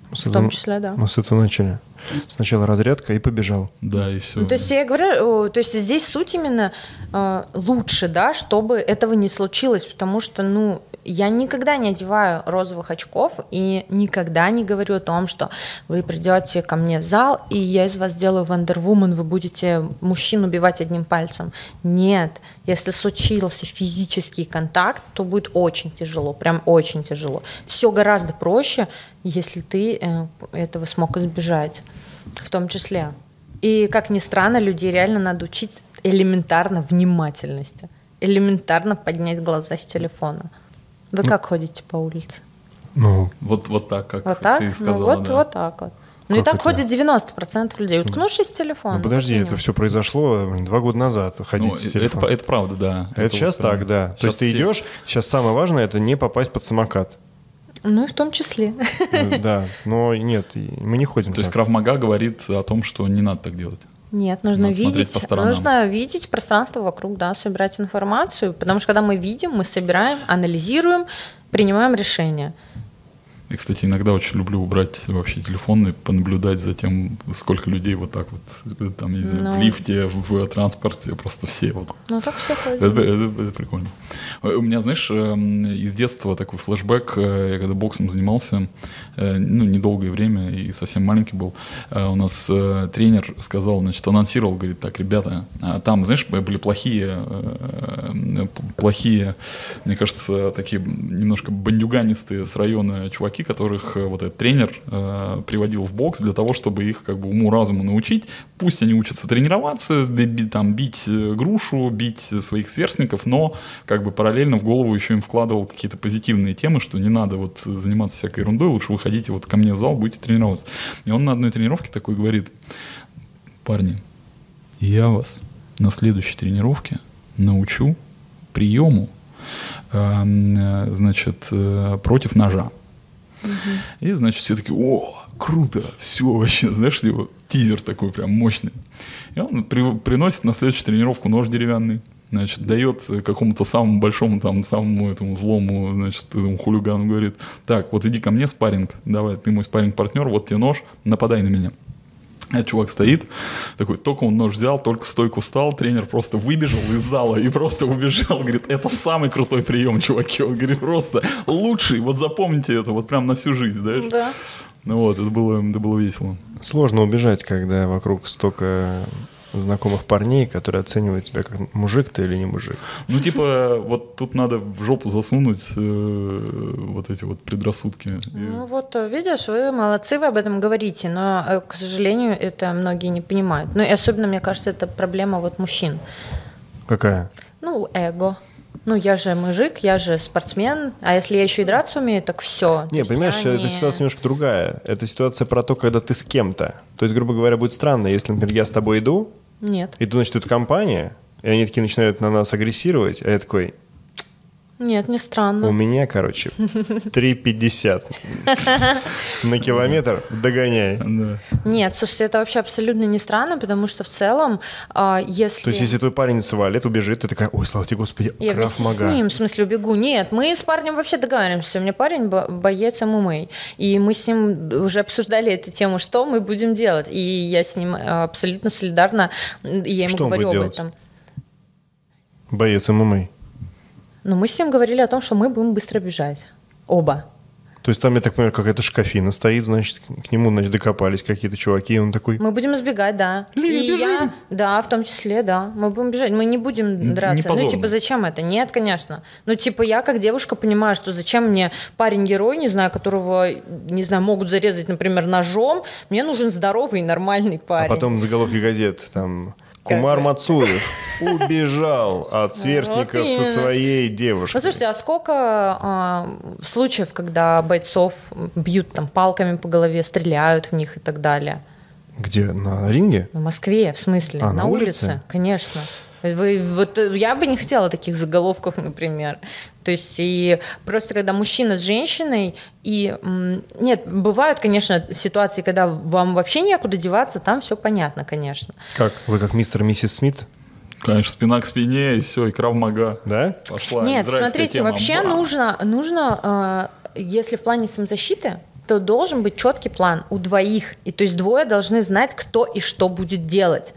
[SPEAKER 2] Мы с
[SPEAKER 4] В
[SPEAKER 2] этого-
[SPEAKER 4] том числе, да.
[SPEAKER 2] Мы с этого начали. Сначала разрядка и побежал.
[SPEAKER 3] Да, и все.
[SPEAKER 4] Ну, То есть я говорю, э, то есть здесь суть именно э, лучше, да, чтобы этого не случилось, потому что, ну, я никогда не одеваю розовых очков и никогда не говорю о том, что вы придете ко мне в зал, и я из вас сделаю вандервумен, вы будете мужчин убивать одним пальцем. Нет, если случился физический контакт, то будет очень тяжело, прям очень тяжело. Все гораздо проще, если ты э, этого смог избежать. в том числе. И, как ни странно, людей реально надо учить элементарно внимательности. Элементарно поднять глаза с телефона. Вы
[SPEAKER 3] Ну,
[SPEAKER 4] как ходите по улице?
[SPEAKER 2] Ну,
[SPEAKER 3] Вот, вот так, как
[SPEAKER 4] Вот так?
[SPEAKER 3] ты
[SPEAKER 4] Ну,
[SPEAKER 3] сказала.
[SPEAKER 4] вот,
[SPEAKER 3] да.
[SPEAKER 4] вот так вот. Ну и
[SPEAKER 2] Как
[SPEAKER 4] так
[SPEAKER 2] это?
[SPEAKER 4] ходит 90% людей, уткнувшись в телефон.
[SPEAKER 2] ну, подожди,
[SPEAKER 4] как
[SPEAKER 2] это
[SPEAKER 4] минимум.
[SPEAKER 2] все произошло блин, два года назад.
[SPEAKER 3] Ну,
[SPEAKER 2] Ходить с
[SPEAKER 3] это,
[SPEAKER 2] телефоном.
[SPEAKER 3] пра- это правда, да.
[SPEAKER 2] Это, сейчас
[SPEAKER 3] вот
[SPEAKER 2] так,
[SPEAKER 3] прям.
[SPEAKER 2] да. То
[SPEAKER 3] Щас
[SPEAKER 2] есть ты
[SPEAKER 3] все-
[SPEAKER 2] идешь, сейчас самое важное это не попасть под [LAUGHS] самокат.
[SPEAKER 4] Ну и в том числе. [LAUGHS]
[SPEAKER 2] Э, Да, но нет, и мы не ходим.
[SPEAKER 3] То есть
[SPEAKER 2] так.
[SPEAKER 3] Кравмага говорит о том, что не надо так делать.
[SPEAKER 4] Нет, нужно
[SPEAKER 3] Надо смотреть
[SPEAKER 4] видеть,
[SPEAKER 3] по сторонам.
[SPEAKER 4] нужно видеть пространство вокруг, да, собирать информацию, потому что когда мы видим, мы собираем, анализируем, принимаем решения.
[SPEAKER 3] Я, кстати, иногда очень люблю убрать вообще телефон и понаблюдать за тем, сколько людей вот так вот, э, там, не знаю, в
[SPEAKER 4] Ну.
[SPEAKER 3] лифте, в транспорте, просто все вот.
[SPEAKER 4] Ну так все ходят.
[SPEAKER 3] Это, это- это прикольно. Э, У меня, знаешь, эм, из детства такой флешбэк, э, я когда боксом занимался, э, ну, недолгое время и совсем маленький был, э, у нас э, тренер сказал, значит, анонсировал, говорит, так, ребята, а там, знаешь, б- были плохие, э, м, п- плохие, мне кажется, такие немножко бандюганистые с района чуваки, которых э, вот этот тренер э, приводил в бокс для того, чтобы их как бы уму-разуму научить. Пусть они учатся тренироваться, би- би- там, бить э, грушу, бить э, своих сверстников, но как бы параллельно в голову еще им вкладывал какие-то позитивные темы, что не надо вот э, заниматься всякой ерундой, лучше выходите вот ко мне в зал, будете тренироваться. И он на одной тренировке такой говорит, парни, я вас на следующей тренировке научу приему, эм, э, значит, э, против ножа. И, значит, все таки о, круто, все вообще, знаешь, его тизер такой прям мощный. И он при- приносит на следующую тренировку нож деревянный, значит, дает э, какому-то самому большому, там, самому этому злому, значит, этому хулигану говорит, так, вот иди ко мне, спарринг, давай, ты мой спарринг партнер вот тебе нож, нападай на меня. Этот А чувак стоит, такой, только он нож взял, только в стойку встал, тренер просто выбежал из зала и просто убежал. Говорит, это самый крутой прием, чуваки. Он говорит, просто лучший, вот запомните это, вот прям на всю жизнь, знаешь?
[SPEAKER 4] Да.
[SPEAKER 3] Ну вот, это было, это было весело.
[SPEAKER 2] Сложно убежать, когда вокруг столько знакомых парней, которые оценивают тебя как мужик ты или не мужик.
[SPEAKER 3] Ну, типа, вот тут надо в жопу засунуть э, вот эти вот предрассудки. И-
[SPEAKER 4] Ну вот, э, видишь, вы молодцы, вы об этом говорите, но, э, к сожалению, это многие не понимают. Ну и особенно, мне кажется, это проблема вот мужчин.
[SPEAKER 2] Какая?
[SPEAKER 4] Ну, эго. Ну, я же мужик, я же спортсмен, а если я еще и драться умею, так все.
[SPEAKER 2] Не, понимаешь, э, сейчас эта ситуация немножко другая. Это ситуация про то, когда ты с кем-то. То есть, грубо говоря, будет странно, если, например, я с тобой иду,
[SPEAKER 4] Нет,
[SPEAKER 2] иду, значит, тут компания, и они такие начинают на нас агрессировать, а я такой,
[SPEAKER 4] нет, не странно.
[SPEAKER 2] у меня,
[SPEAKER 4] [LAUGHS]
[SPEAKER 2] короче, 3,50 на километр, догоняй.
[SPEAKER 3] Да.
[SPEAKER 4] Нет, слушайте, это вообще абсолютно не странно, потому что в целом, а, если...
[SPEAKER 2] То есть, если твой парень свалит, убежит, ты такая, ой, слава тебе, господи,
[SPEAKER 4] я
[SPEAKER 2] крав
[SPEAKER 4] вместе с
[SPEAKER 2] мага.
[SPEAKER 4] ним, в смысле, убегу. Нет, мы с парнем вообще договариваемся. У меня парень бо- боец ММА. И мы с ним уже обсуждали эту тему, что мы будем делать. И я с ним а, абсолютно солидарна. И я ему
[SPEAKER 2] Что он
[SPEAKER 4] говорю об
[SPEAKER 2] будет делать?
[SPEAKER 4] этом.
[SPEAKER 2] Боец ММА.
[SPEAKER 4] Но Ну, мы с ним говорили о том, что мы будем быстро бежать. Оба.
[SPEAKER 2] То есть там, я так понимаю, какая-то шкафина стоит, значит, к нему, значит, докопались какие-то чуваки, и он такой,
[SPEAKER 4] Мы будем избегать, да. И я, да, в том числе, да. Мы будем бежать, мы не будем
[SPEAKER 3] Н- не
[SPEAKER 4] драться. ну,
[SPEAKER 3] позорно.
[SPEAKER 4] типа, зачем это? Нет, конечно. Ну, типа, я как девушка понимаю, что зачем мне парень-герой, не знаю, которого, не знаю, могут зарезать, например, ножом. Мне нужен здоровый и нормальный
[SPEAKER 2] а
[SPEAKER 4] парень.
[SPEAKER 2] потом заголовки газет, там,
[SPEAKER 4] Как
[SPEAKER 2] Кумар
[SPEAKER 4] бы.
[SPEAKER 2] Мацуев убежал от сверстников со
[SPEAKER 4] именно.
[SPEAKER 2] своей девушкой.
[SPEAKER 4] Ну, слушайте, а сколько а, случаев, когда бойцов бьют там палками по голове, стреляют в них и так далее?
[SPEAKER 2] Где? На ринге?
[SPEAKER 4] В Москве, в смысле?
[SPEAKER 2] А, на
[SPEAKER 4] на
[SPEAKER 2] улице?
[SPEAKER 4] улице? Конечно. Вы, вот, э, я бы не хотела таких заголовков, например. То есть и просто когда мужчина с женщиной, и м, нет, бывают, конечно, ситуации, когда вам вообще некуда деваться, там все понятно, конечно.
[SPEAKER 2] Как? Вы как мистер и миссис Смит,
[SPEAKER 3] Конечно, спина к спине, и все, и крав-мага.
[SPEAKER 2] да?
[SPEAKER 3] Пошла
[SPEAKER 4] Нет,
[SPEAKER 3] израильская
[SPEAKER 4] смотрите,
[SPEAKER 3] тема.
[SPEAKER 4] вообще
[SPEAKER 3] Бам!
[SPEAKER 4] нужно, нужно, э, если в плане самозащиты, то должен быть четкий план у двоих. И то есть двое должны знать, кто и что будет делать.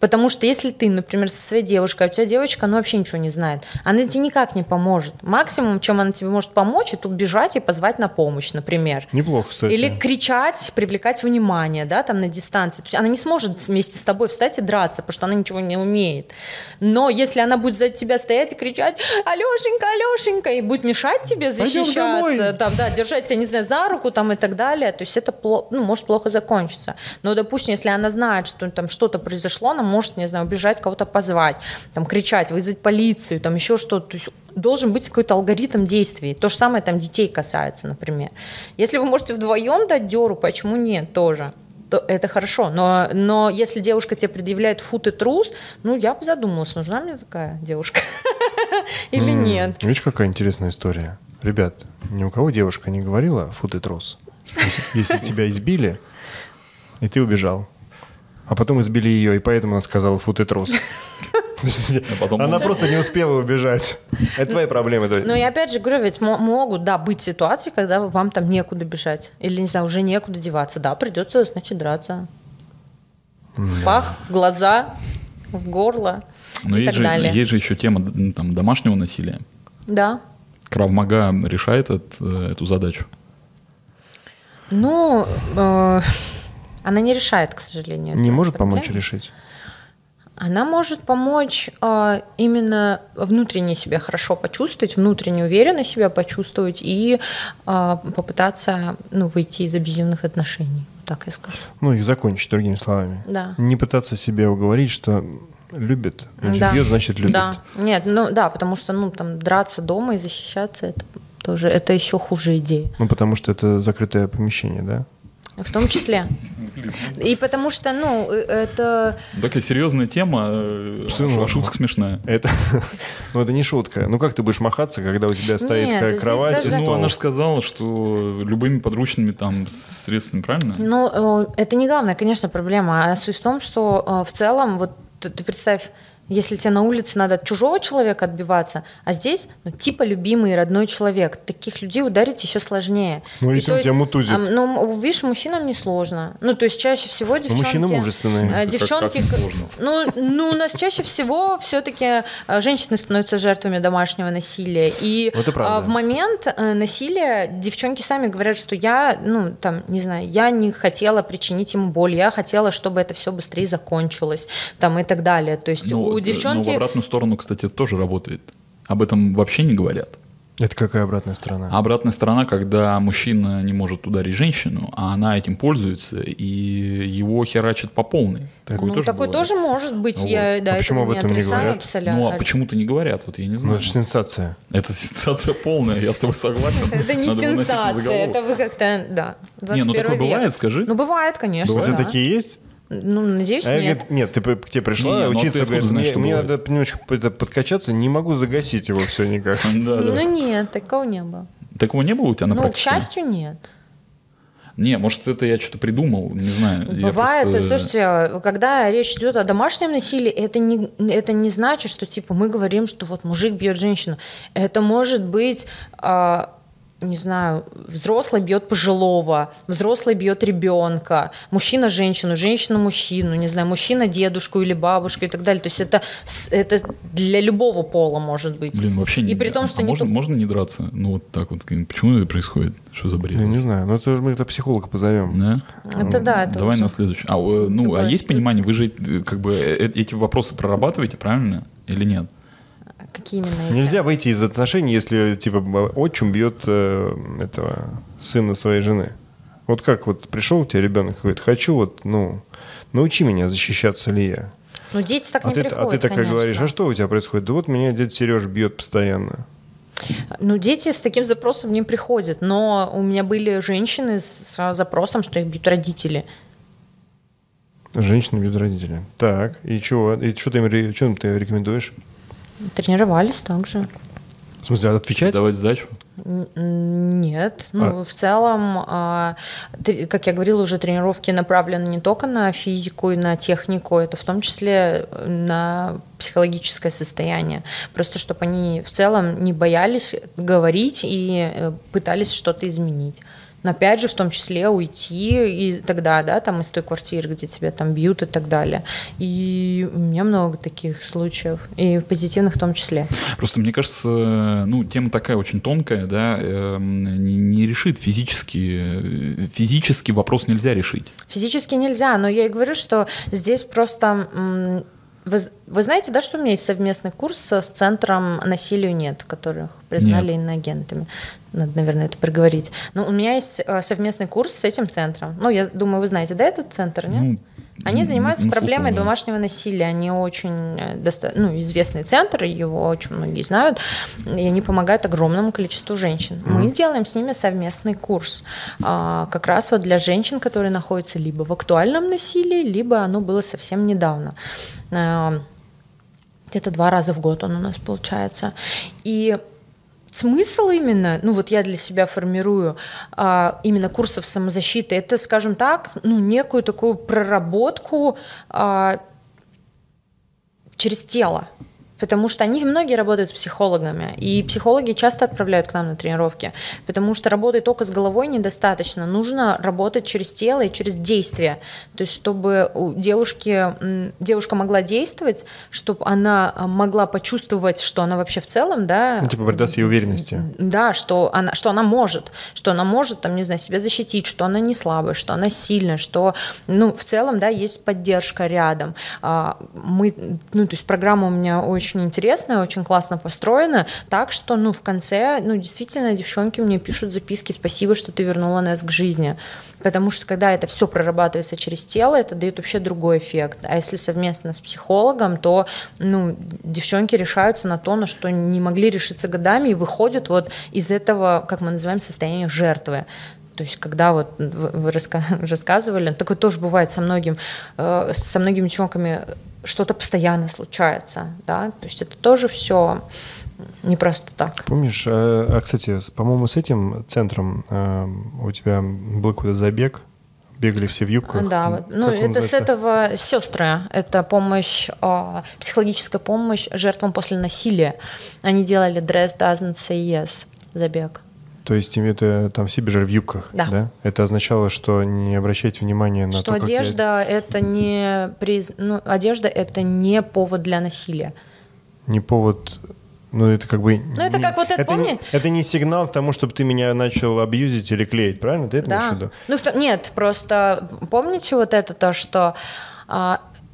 [SPEAKER 4] Потому что если ты, например, со своей девушкой, а у тебя девочка, она вообще ничего не знает, она тебе никак не поможет. Максимум, чем она тебе может помочь, это убежать и позвать на помощь, например.
[SPEAKER 2] Неплохо, кстати.
[SPEAKER 4] Или кричать, привлекать внимание, да, там на дистанции. То есть она не сможет вместе с тобой встать и драться, потому что она ничего не умеет. Но если она будет за тебя стоять и кричать, Алешенька, Алешенька, и будет мешать тебе
[SPEAKER 2] Пойдем домой.
[SPEAKER 4] защищаться, там, да, держать тебя, не знаю, за руку там и так далее, то есть это пло- ну, может плохо закончиться. Но, допустим, если она знает, что там что-то произошло, она может, не знаю, убежать, кого-то позвать, там, кричать, вызвать полицию, там, еще что-то. То есть должен быть какой-то алгоритм действий. То же самое там детей касается, например. Если вы можете вдвоем дать деру, почему нет тоже? то это хорошо, но, но если девушка тебе предъявляет фу ты трус, ну я бы задумалась, нужна мне такая девушка [LAUGHS] или
[SPEAKER 2] М,
[SPEAKER 4] нет.
[SPEAKER 2] Видишь, какая интересная история. Ребят, ни у кого девушка не говорила, фу ты трос. Если тебя избили, и ты убежал. А потом избили ее, и поэтому она сказала, фу ты трос. [LAUGHS]
[SPEAKER 3] потом-
[SPEAKER 2] Она просто не успела убежать. А Это твои проблемы,
[SPEAKER 4] Ну и
[SPEAKER 2] Дой.
[SPEAKER 4] опять же говорю, ведь мо- могут, да, быть ситуации, когда вам там некуда бежать. Или, не знаю, уже некуда деваться. Да, придется, значит, драться. В пах, в глаза, в горло
[SPEAKER 2] Ну,
[SPEAKER 3] Но
[SPEAKER 4] и
[SPEAKER 3] есть
[SPEAKER 4] так
[SPEAKER 3] же,
[SPEAKER 4] далее.
[SPEAKER 3] есть же еще тема м, там, домашнего насилия.
[SPEAKER 4] Да.
[SPEAKER 3] Кравмага решает эт- э, эту задачу.
[SPEAKER 4] Ну, э, она не решает, к сожалению.
[SPEAKER 2] Не
[SPEAKER 4] эту
[SPEAKER 2] может помочь
[SPEAKER 4] проблему.
[SPEAKER 2] решить?
[SPEAKER 4] Она может помочь э, именно внутренне себя хорошо почувствовать, внутренне уверенно себя почувствовать и э, попытаться ну, выйти из абьюзивных отношений. Вот Так я скажу.
[SPEAKER 2] Ну, их закончить, другими словами.
[SPEAKER 4] Да.
[SPEAKER 2] Не пытаться себе уговорить, что любит. Значит,
[SPEAKER 4] Да.
[SPEAKER 2] бьет, значит, любит.
[SPEAKER 4] Да. Нет, ну да, потому что ну там драться дома и защищаться это тоже это еще хуже идея.
[SPEAKER 2] Ну, потому что это закрытое помещение, да?
[SPEAKER 4] В том числе. И потому что, ну, э, это
[SPEAKER 3] Такая серьезная тема, э,
[SPEAKER 2] Всё ну,
[SPEAKER 3] а шу-
[SPEAKER 2] равно.
[SPEAKER 3] а шутка смешная.
[SPEAKER 2] Это, [LAUGHS] ну, это не шутка. Ну, как ты будешь махаться, когда у тебя стоит
[SPEAKER 4] Нет,
[SPEAKER 2] ка-
[SPEAKER 4] здесь
[SPEAKER 2] кровать и
[SPEAKER 4] даже-
[SPEAKER 2] стол?
[SPEAKER 3] Ну, она же сказала, что любыми подручными там средствами, правильно?
[SPEAKER 4] Ну, э, это не главная, конечно, проблема. А суть в том, что э, в целом, вот ты, ты представь, если тебе на улице надо от чужого человека отбиваться, а здесь, ну, типа любимый и родной человек, таких людей ударить еще сложнее.
[SPEAKER 2] Ну,
[SPEAKER 4] И
[SPEAKER 2] если
[SPEAKER 4] то
[SPEAKER 2] он
[SPEAKER 4] есть,
[SPEAKER 2] тебя мутузит.
[SPEAKER 4] а, ну, м, видишь, мужчинам несложно. Ну, то есть чаще всего
[SPEAKER 2] Ну,
[SPEAKER 4] девчонки...
[SPEAKER 2] мужчины мужественные.
[SPEAKER 4] Э,
[SPEAKER 3] Как-
[SPEAKER 4] Девчонки,
[SPEAKER 3] как сложно?
[SPEAKER 4] ну, ну, у нас чаще всего все-таки женщины становятся жертвами домашнего насилия. И
[SPEAKER 2] Вот и правда.
[SPEAKER 4] а, в момент э, насилия девчонки сами говорят, что я, ну, там, не знаю, я не хотела причинить ему боль, я хотела, чтобы это все быстрее закончилось, там, и так далее. То есть
[SPEAKER 3] Ну, вот, э,
[SPEAKER 4] у девчонки...
[SPEAKER 3] Но в обратную сторону, кстати, это тоже работает. Об этом вообще не говорят.
[SPEAKER 2] Это какая обратная сторона?
[SPEAKER 3] А обратная сторона, когда мужчина не может ударить женщину, а она этим пользуется, и его херачит по полной. Такое
[SPEAKER 4] ну,
[SPEAKER 3] тоже
[SPEAKER 4] такое
[SPEAKER 3] бывает. Ну
[SPEAKER 4] тоже может быть. Я,
[SPEAKER 3] Вот.
[SPEAKER 4] да,
[SPEAKER 2] А
[SPEAKER 4] этого
[SPEAKER 2] почему об этом не
[SPEAKER 4] отрицаю
[SPEAKER 2] говорят?
[SPEAKER 4] абсолютно.
[SPEAKER 3] Ну, а почему-то не говорят, вот я не
[SPEAKER 2] Ну,
[SPEAKER 3] знаю.
[SPEAKER 2] это же сенсация.
[SPEAKER 3] Это сенсация полная, я с тобой согласен.
[SPEAKER 4] [LAUGHS] [LAUGHS] Это не
[SPEAKER 3] Надо выносить на
[SPEAKER 4] сенсация,
[SPEAKER 3] заголовок.
[SPEAKER 4] это вы как-то, да,
[SPEAKER 3] Не, ну
[SPEAKER 4] 21
[SPEAKER 3] такое
[SPEAKER 4] век.
[SPEAKER 3] бывает, скажи. Э,
[SPEAKER 4] Ну, бывает, конечно,
[SPEAKER 2] У тебя
[SPEAKER 4] да.
[SPEAKER 2] такие есть?
[SPEAKER 4] Ну, надеюсь,
[SPEAKER 2] А я,
[SPEAKER 4] нет.
[SPEAKER 2] говорит, нет, ты п- к тебе
[SPEAKER 3] Не,
[SPEAKER 2] пришла
[SPEAKER 3] ну, а ты
[SPEAKER 2] учиться,
[SPEAKER 3] откуда
[SPEAKER 2] говорит,
[SPEAKER 3] знаешь,
[SPEAKER 2] мне,
[SPEAKER 3] что
[SPEAKER 2] мне
[SPEAKER 3] бывает?
[SPEAKER 2] надо немножечко п- это подкачаться, не могу загасить его все
[SPEAKER 3] [LAUGHS]
[SPEAKER 2] никак.
[SPEAKER 3] Да, да.
[SPEAKER 4] Ну нет, такого не было.
[SPEAKER 3] Такого не было у тебя на
[SPEAKER 4] ну, к
[SPEAKER 3] практике?
[SPEAKER 4] счастью, нет.
[SPEAKER 3] Не, может, это я что-то придумал, не знаю. я
[SPEAKER 4] Бывает,
[SPEAKER 3] просто-
[SPEAKER 4] слушайте, когда речь идет о домашнем насилии, это не, это не значит, что типа мы говорим, что вот мужик бьет женщину. Это может быть, а, не знаю, взрослый бьет пожилого, взрослый бьет ребенка, мужчина женщину, женщина мужчину, не знаю, мужчина дедушку или бабушку и так далее. То есть это, с- это для любого пола может быть.
[SPEAKER 3] Блин, вообще не...
[SPEAKER 4] И при том,
[SPEAKER 3] а
[SPEAKER 4] что не
[SPEAKER 3] можно,
[SPEAKER 4] только-
[SPEAKER 3] можно не драться? Ну, вот так вот. Почему это происходит? Что за бред?
[SPEAKER 2] Я не знаю, но это мы это психолога позовем.
[SPEAKER 3] Да?
[SPEAKER 4] Это да, это
[SPEAKER 3] Давай
[SPEAKER 4] уже.
[SPEAKER 3] на следующий. А, э, ну, а
[SPEAKER 4] Давай.
[SPEAKER 3] есть понимание, вы же э, как бы э, э, эти вопросы прорабатываете, правильно? Или нет?
[SPEAKER 4] Какие именно эти?
[SPEAKER 2] Нельзя выйти из отношений, если типа б- отчим бьет э, этого сына своей жены. Вот как вот пришел у тебя ребенок и говорит, хочу вот, ну, научи меня защищаться ли я.
[SPEAKER 4] Ну, дети так
[SPEAKER 2] А
[SPEAKER 4] не
[SPEAKER 2] ты, а
[SPEAKER 4] приходят,
[SPEAKER 2] ты такая
[SPEAKER 4] конечно.
[SPEAKER 2] говоришь, а что у тебя происходит? Да вот меня дед Сереж бьет постоянно.
[SPEAKER 4] Ну, дети с таким запросом не приходят, но у меня были женщины с с запросом, что их бьют родители.
[SPEAKER 2] Женщины бьют родители. Так, и чего? И что ты им ре- чё ты рекомендуешь?
[SPEAKER 4] Тренировались также.
[SPEAKER 2] В смысле, отвечать?
[SPEAKER 3] Давать сдачу?
[SPEAKER 4] М, м, Нет, ну
[SPEAKER 2] А.
[SPEAKER 4] в целом, а, тре- как я говорила, уже тренировки направлены не только на физику и на технику, это в том числе э, на психологическое состояние. Просто чтобы они в целом не боялись говорить и э, пытались что-то изменить. Но опять же, в том числе уйти и тогда, да, там из той квартиры, где тебя там бьют и так далее. И у меня много таких случаев, и позитивных в том числе.
[SPEAKER 3] Просто мне кажется, ну, тема такая очень тонкая, да, эм, не не решит физически, э, физически вопрос нельзя решить.
[SPEAKER 4] Физически нельзя, но я и говорю, что здесь просто... м, Вы, вы знаете, да, что у меня есть совместный курс с Центром насилию нет, которых признали иноагентами. Надо, наверное, это проговорить. Но у меня есть э, совместный курс с этим центром. Ну, я думаю, вы знаете, да, этот центр, нет?
[SPEAKER 3] Ну,
[SPEAKER 4] Они
[SPEAKER 3] м,
[SPEAKER 4] занимаются
[SPEAKER 3] на слуху,
[SPEAKER 4] проблемой
[SPEAKER 3] да.
[SPEAKER 4] домашнего насилия. Они очень э, доста- ну, известный центр, его очень многие знают. И они помогают огромному количеству женщин. Мы делаем с ними совместный курс. а, как раз вот для женщин, которые находятся либо в актуальном насилии, либо оно было совсем недавно. Эм, где-то два раза в год он у нас получается. И смысл именно, ну вот я для себя формирую а, именно курсов самозащиты, это, скажем так, ну некую такую проработку а, через тело. Потому что они многие работают с психологами, и психологи часто отправляют к нам на тренировки, потому что работать только с головой недостаточно, нужно работать через тело и через действие, то есть чтобы у девушки, м, девушка могла действовать, чтобы она а, могла почувствовать, что она вообще в целом, да,
[SPEAKER 2] Ну, типа придаст ей уверенности.
[SPEAKER 4] да, что она, что она может, что она может, там, не знаю, себя защитить, что она не слабая, что она сильная, что, ну, в целом, да, есть поддержка рядом. А, мы, ну, то есть программа у меня очень интересная, очень классно построена, так что, ну, в конце, ну, действительно, девчонки мне пишут записки, спасибо, что ты вернула нас к жизни. Потому что когда это все прорабатывается через тело, это дает вообще другой эффект. А если совместно с психологом, то ну, девчонки решаются на то, на что не могли решиться годами, и выходят вот из этого, как мы называем, состояния жертвы. То есть, когда вот вы вы раска- [LAUGHS] рассказывали, такое тоже бывает со многим, э, со многими девчонками что-то постоянно случается, да, то есть это тоже все не просто так.
[SPEAKER 2] Помнишь, э, а, кстати, с- по-моему, с этим центром э, у тебя был какой-то забег, бегали все в юбках.
[SPEAKER 4] Да,
[SPEAKER 2] М,
[SPEAKER 4] вот. ну
[SPEAKER 2] как он
[SPEAKER 4] это с
[SPEAKER 2] называется?
[SPEAKER 4] этого сестры, это помощь, а, психологическая помощь жертвам после насилия. Они делали dress doesn't say yes забег.
[SPEAKER 2] То есть им это там все бежали в юбках, да?
[SPEAKER 4] Да.
[SPEAKER 2] Это означало, что не обращайте внимания на
[SPEAKER 4] что
[SPEAKER 2] Ну, а то, как я-
[SPEAKER 4] одежда это не приз... ну, одежда это не повод для насилия.
[SPEAKER 2] не повод. Ну, это как бы...
[SPEAKER 4] Ну, это
[SPEAKER 2] не-
[SPEAKER 4] как вот это,
[SPEAKER 2] не-
[SPEAKER 4] помни-
[SPEAKER 2] это не сигнал к тому, чтобы ты меня начал абьюзить или клеить, правильно? Ты это имеешь в виду?
[SPEAKER 4] Ну, в то- нет, просто помните вот это то, что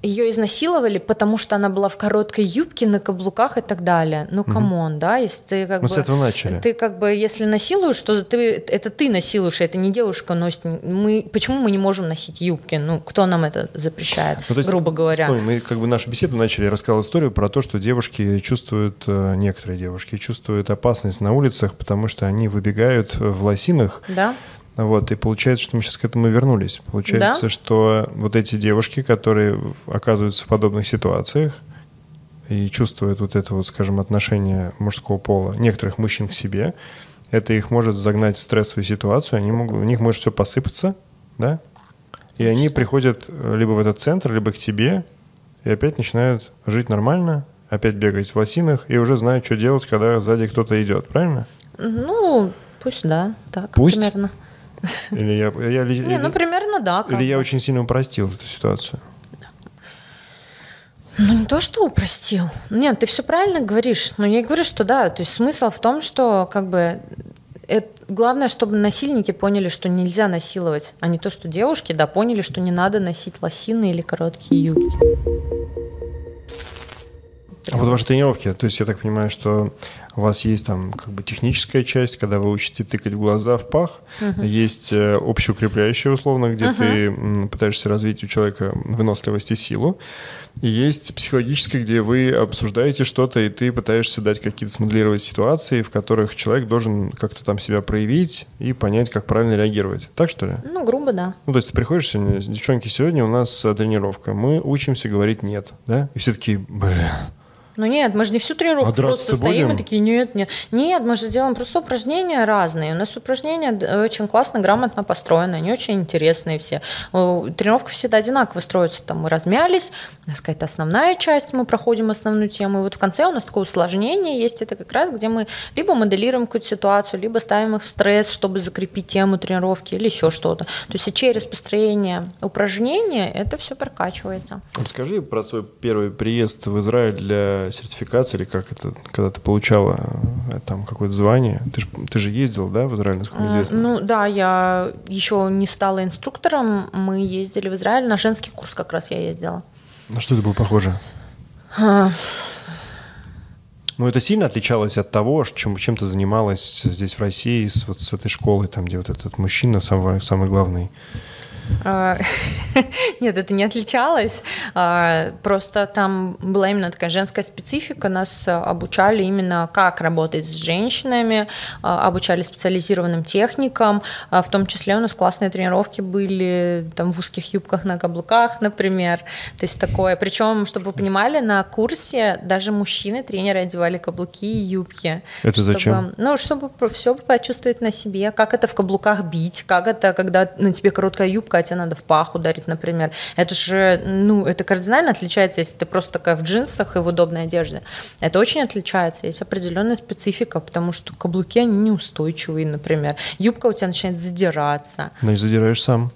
[SPEAKER 4] ее изнасиловали, потому что она была в короткой юбке, на каблуках и так далее. Ну, камон, да, если ты как
[SPEAKER 2] Мы
[SPEAKER 4] бы...
[SPEAKER 2] с этого начали.
[SPEAKER 4] Ты как бы, если насилуешь, то ты, это ты насилуешь, это не девушка носит. Мы, почему мы не можем носить юбки? Ну, кто нам это запрещает,
[SPEAKER 2] Ну, то есть,
[SPEAKER 4] грубо говоря?
[SPEAKER 2] вспомни, мы как бы нашу беседу начали, я рассказал историю про то, что девушки чувствуют, э, некоторые девушки чувствуют опасность на улицах, потому что они выбегают э, в лосинах,
[SPEAKER 4] Да?
[SPEAKER 2] Вот, и получается, что мы сейчас к этому вернулись. Получается,
[SPEAKER 4] Да.
[SPEAKER 2] что вот эти девушки, которые в- оказываются в подобных ситуациях и чувствуют вот это вот, скажем, отношение мужского пола, некоторых мужчин к себе, это их может загнать в стрессовую ситуацию, они могут, у них может все посыпаться, да? И они приходят э, либо в этот центр, либо к тебе, и опять начинают жить нормально, опять бегать в лосинах, и уже знают, что делать, когда сзади кто-то идет, правильно?
[SPEAKER 4] Ну, пусть да, так
[SPEAKER 2] Пусть?
[SPEAKER 4] примерно.
[SPEAKER 2] Или я, я ли-
[SPEAKER 4] Не, ну
[SPEAKER 2] или-
[SPEAKER 4] примерно да. как
[SPEAKER 2] Или я
[SPEAKER 4] бы.
[SPEAKER 2] очень сильно упростил эту ситуацию?
[SPEAKER 4] Ну, не то, что упростил. Нет, ты все правильно говоришь. Но я и говорю, что да. То есть смысл в том, что как бы это- главное, чтобы насильники поняли, что нельзя насиловать, а не то, что девушки, да, поняли, что не надо носить лосины или короткие юбки.
[SPEAKER 2] А вот ваши тренировки, то есть я так понимаю, что у вас есть там как бы техническая часть, когда вы учите тыкать в глаза, в пах, есть э, общеукрепляющая условно, где ты м, пытаешься развить у человека выносливость и силу, и есть психологическая, где вы обсуждаете что-то, и ты пытаешься дать какие-то смоделировать ситуации, в которых человек должен как-то там себя проявить и понять, как правильно реагировать. Так что ли?
[SPEAKER 4] Ну, грубо, да.
[SPEAKER 2] Ну, то есть ты приходишь сегодня, девчонки, сегодня у нас э, тренировка, мы учимся говорить «нет», да? И все такие, бля,
[SPEAKER 4] Ну нет, мы же не всю тренировку
[SPEAKER 2] А драться-то
[SPEAKER 4] просто стоим
[SPEAKER 2] будем?
[SPEAKER 4] и такие, нет, нет. Нет, мы же делаем просто упражнения разные. У нас упражнения д- очень классно, грамотно построены, они очень интересные все. Э, Тренировка всегда одинаково строится. Там мы размялись, у нас какая-то основная часть, мы проходим основную тему. И вот в конце у нас такое усложнение есть, это как раз, где мы либо моделируем какую-то ситуацию, либо ставим их в стресс, чтобы закрепить тему тренировки или еще что-то. То есть и через построение упражнения это все прокачивается.
[SPEAKER 2] Расскажи про свой первый приезд в Израиль для сертификации, или как это, когда ты получала э, там какое-то звание. Ты же, ты же ездил, да, в Израиль, насколько мне
[SPEAKER 4] Э,
[SPEAKER 2] известно?
[SPEAKER 4] Ну да, я еще не стала инструктором. Мы ездили в Израиль на женский курс, как раз я ездила.
[SPEAKER 2] На что это было похоже?
[SPEAKER 4] А,
[SPEAKER 2] Ну, это сильно отличалось от того, ш- чем, чем ты занималась здесь, в России, с, вот с этой школой, там, где вот этот мужчина самый, самый главный.
[SPEAKER 4] а, [LAUGHS] Нет, это не отличалось. А, Просто там была именно такая женская специфика. Нас а, обучали именно, как работать с женщинами, а, обучали специализированным техникам. А, В том числе у нас классные тренировки были там в узких юбках на каблуках, например. То есть такое. Причем, чтобы вы понимали, на курсе даже мужчины тренеры одевали каблуки и юбки.
[SPEAKER 2] Это зачем?
[SPEAKER 4] Ну, чтобы все почувствовать на себе, как это в каблуках бить, как это, когда на тебе короткая юбка, а тебе надо в пах ударить, например. Это же, ну, это кардинально отличается, если ты просто такая в джинсах и в удобной одежде. Это очень отличается, есть определенная специфика, потому что каблуки, они неустойчивые, например. Юбка у тебя начинает задираться.
[SPEAKER 2] Значит, задираешь сам.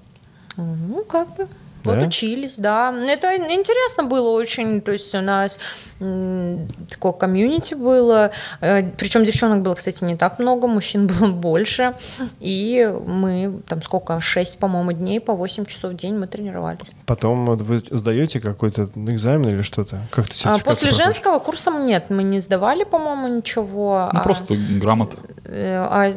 [SPEAKER 4] Ну, как бы.
[SPEAKER 2] Да?
[SPEAKER 4] Вот учились, да. Это интересно было очень. То есть у нас м, такое комьюнити было. Причем девчонок было, кстати, не так много, мужчин [LAUGHS] было больше. И мы там сколько, 6, по-моему, дней по 8 часов в день мы тренировались.
[SPEAKER 2] Потом вот вы сдаете какой-то экзамен или что-то? Как ты
[SPEAKER 4] А
[SPEAKER 2] сертификацию
[SPEAKER 4] после
[SPEAKER 2] проходишь?
[SPEAKER 4] женского курса нет, мы не сдавали, по-моему, ничего.
[SPEAKER 3] Ну,
[SPEAKER 4] а-
[SPEAKER 3] просто грамота.
[SPEAKER 4] Э, а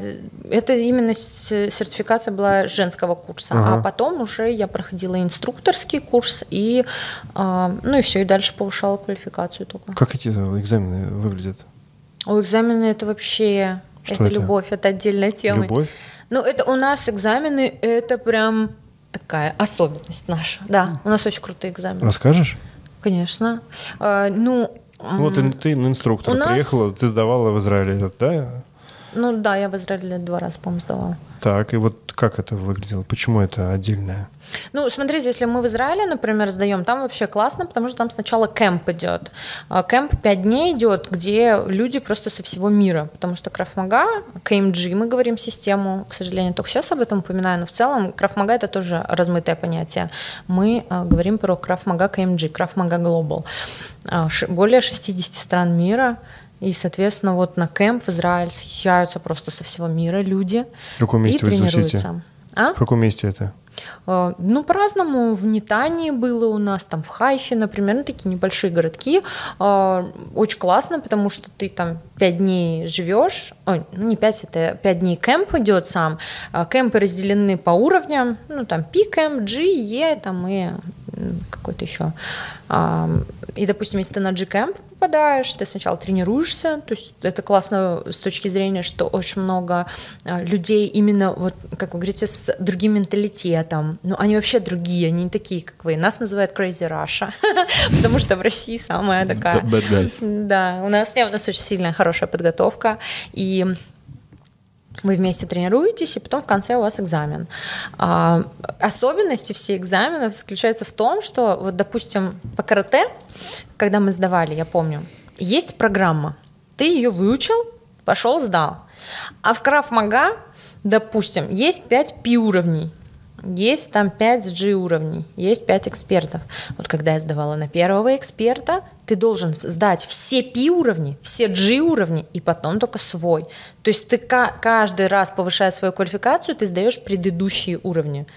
[SPEAKER 4] это именно с- сертификация была женского курса,
[SPEAKER 2] Ага.
[SPEAKER 4] а потом уже я проходила инструкторский курс и а, ну и все и дальше повышала квалификацию только.
[SPEAKER 2] Как эти э, экзамены выглядят?
[SPEAKER 4] У экзамена это вообще
[SPEAKER 2] Что
[SPEAKER 4] это,
[SPEAKER 2] это?
[SPEAKER 4] любовь, это отдельная тема.
[SPEAKER 2] Любовь?
[SPEAKER 4] Ну это у нас экзамены это прям такая особенность наша. Да, у нас очень крутые экзамены,
[SPEAKER 2] Расскажешь?
[SPEAKER 4] конечно. А, ну
[SPEAKER 2] Ну, вот ты,
[SPEAKER 4] м,
[SPEAKER 2] ты на инструктор
[SPEAKER 4] у нас-
[SPEAKER 2] приехала, ты сдавала в Израиле этот, да?
[SPEAKER 4] ну да, я в Израиле два раза, по-моему, сдавала.
[SPEAKER 2] Так, и вот как это выглядело? Почему это отдельное?
[SPEAKER 4] Ну, смотрите, если мы в Израиле, например, сдаем, там вообще классно, потому что там сначала кемп идет. А, Кемп пять дней идет, где люди просто со всего мира, потому что Крафмага, КМГ, Эм мы говорим систему, к сожалению, только сейчас об этом упоминаю, но в целом Крафмага это тоже размытое понятие. Мы а, говорим про Крафмага КМГ, Крафмага Глобал. А, ш- Более 60 стран мира, и, соответственно, вот на кемп в Израиль съезжаются просто со всего мира люди
[SPEAKER 2] В каком
[SPEAKER 4] и
[SPEAKER 2] месте вы тусите?
[SPEAKER 4] тренируются. А?
[SPEAKER 2] В каком месте это?
[SPEAKER 4] Э, Ну, по-разному. В Нетании было у нас, там в Хайфе, например, ну, такие небольшие городки. Э, Очень классно, потому что ты там пять дней живешь. Ой, ну не пять, это пять дней кемп идет сам. Э, Кемпы разделены по уровням. Ну, там P кемп, G, E, там и м, какой-то еще. Ам, И, допустим, если ты на G-кэмп попадаешь, ты сначала тренируешься, то есть это классно с точки зрения, что очень много э, людей именно, вот, как вы говорите, с другим менталитетом, ну, они вообще другие, они не такие, как вы. Нас называют Crazy Russia, [LAUGHS] потому что в России самая такая...
[SPEAKER 3] Б- Bad guys.
[SPEAKER 4] Да, у нас, не, у нас очень сильная, хорошая подготовка, и вы вместе тренируетесь, и потом в конце у вас экзамен. А, особенности все экзаменов заключаются в том, что, вот, допустим, по карате, когда мы сдавали, я помню, есть программа. Ты ее выучил, пошел, сдал. А в Крафмага, допустим, есть 5 пи-уровней. Есть там 5 G-уровней, есть 5 экспертов. Вот когда я сдавала на первого эксперта, ты должен сдать все P-уровни, все G-уровни и потом только свой. То есть ты ка- каждый раз, повышая свою квалификацию, ты сдаешь предыдущие уровни.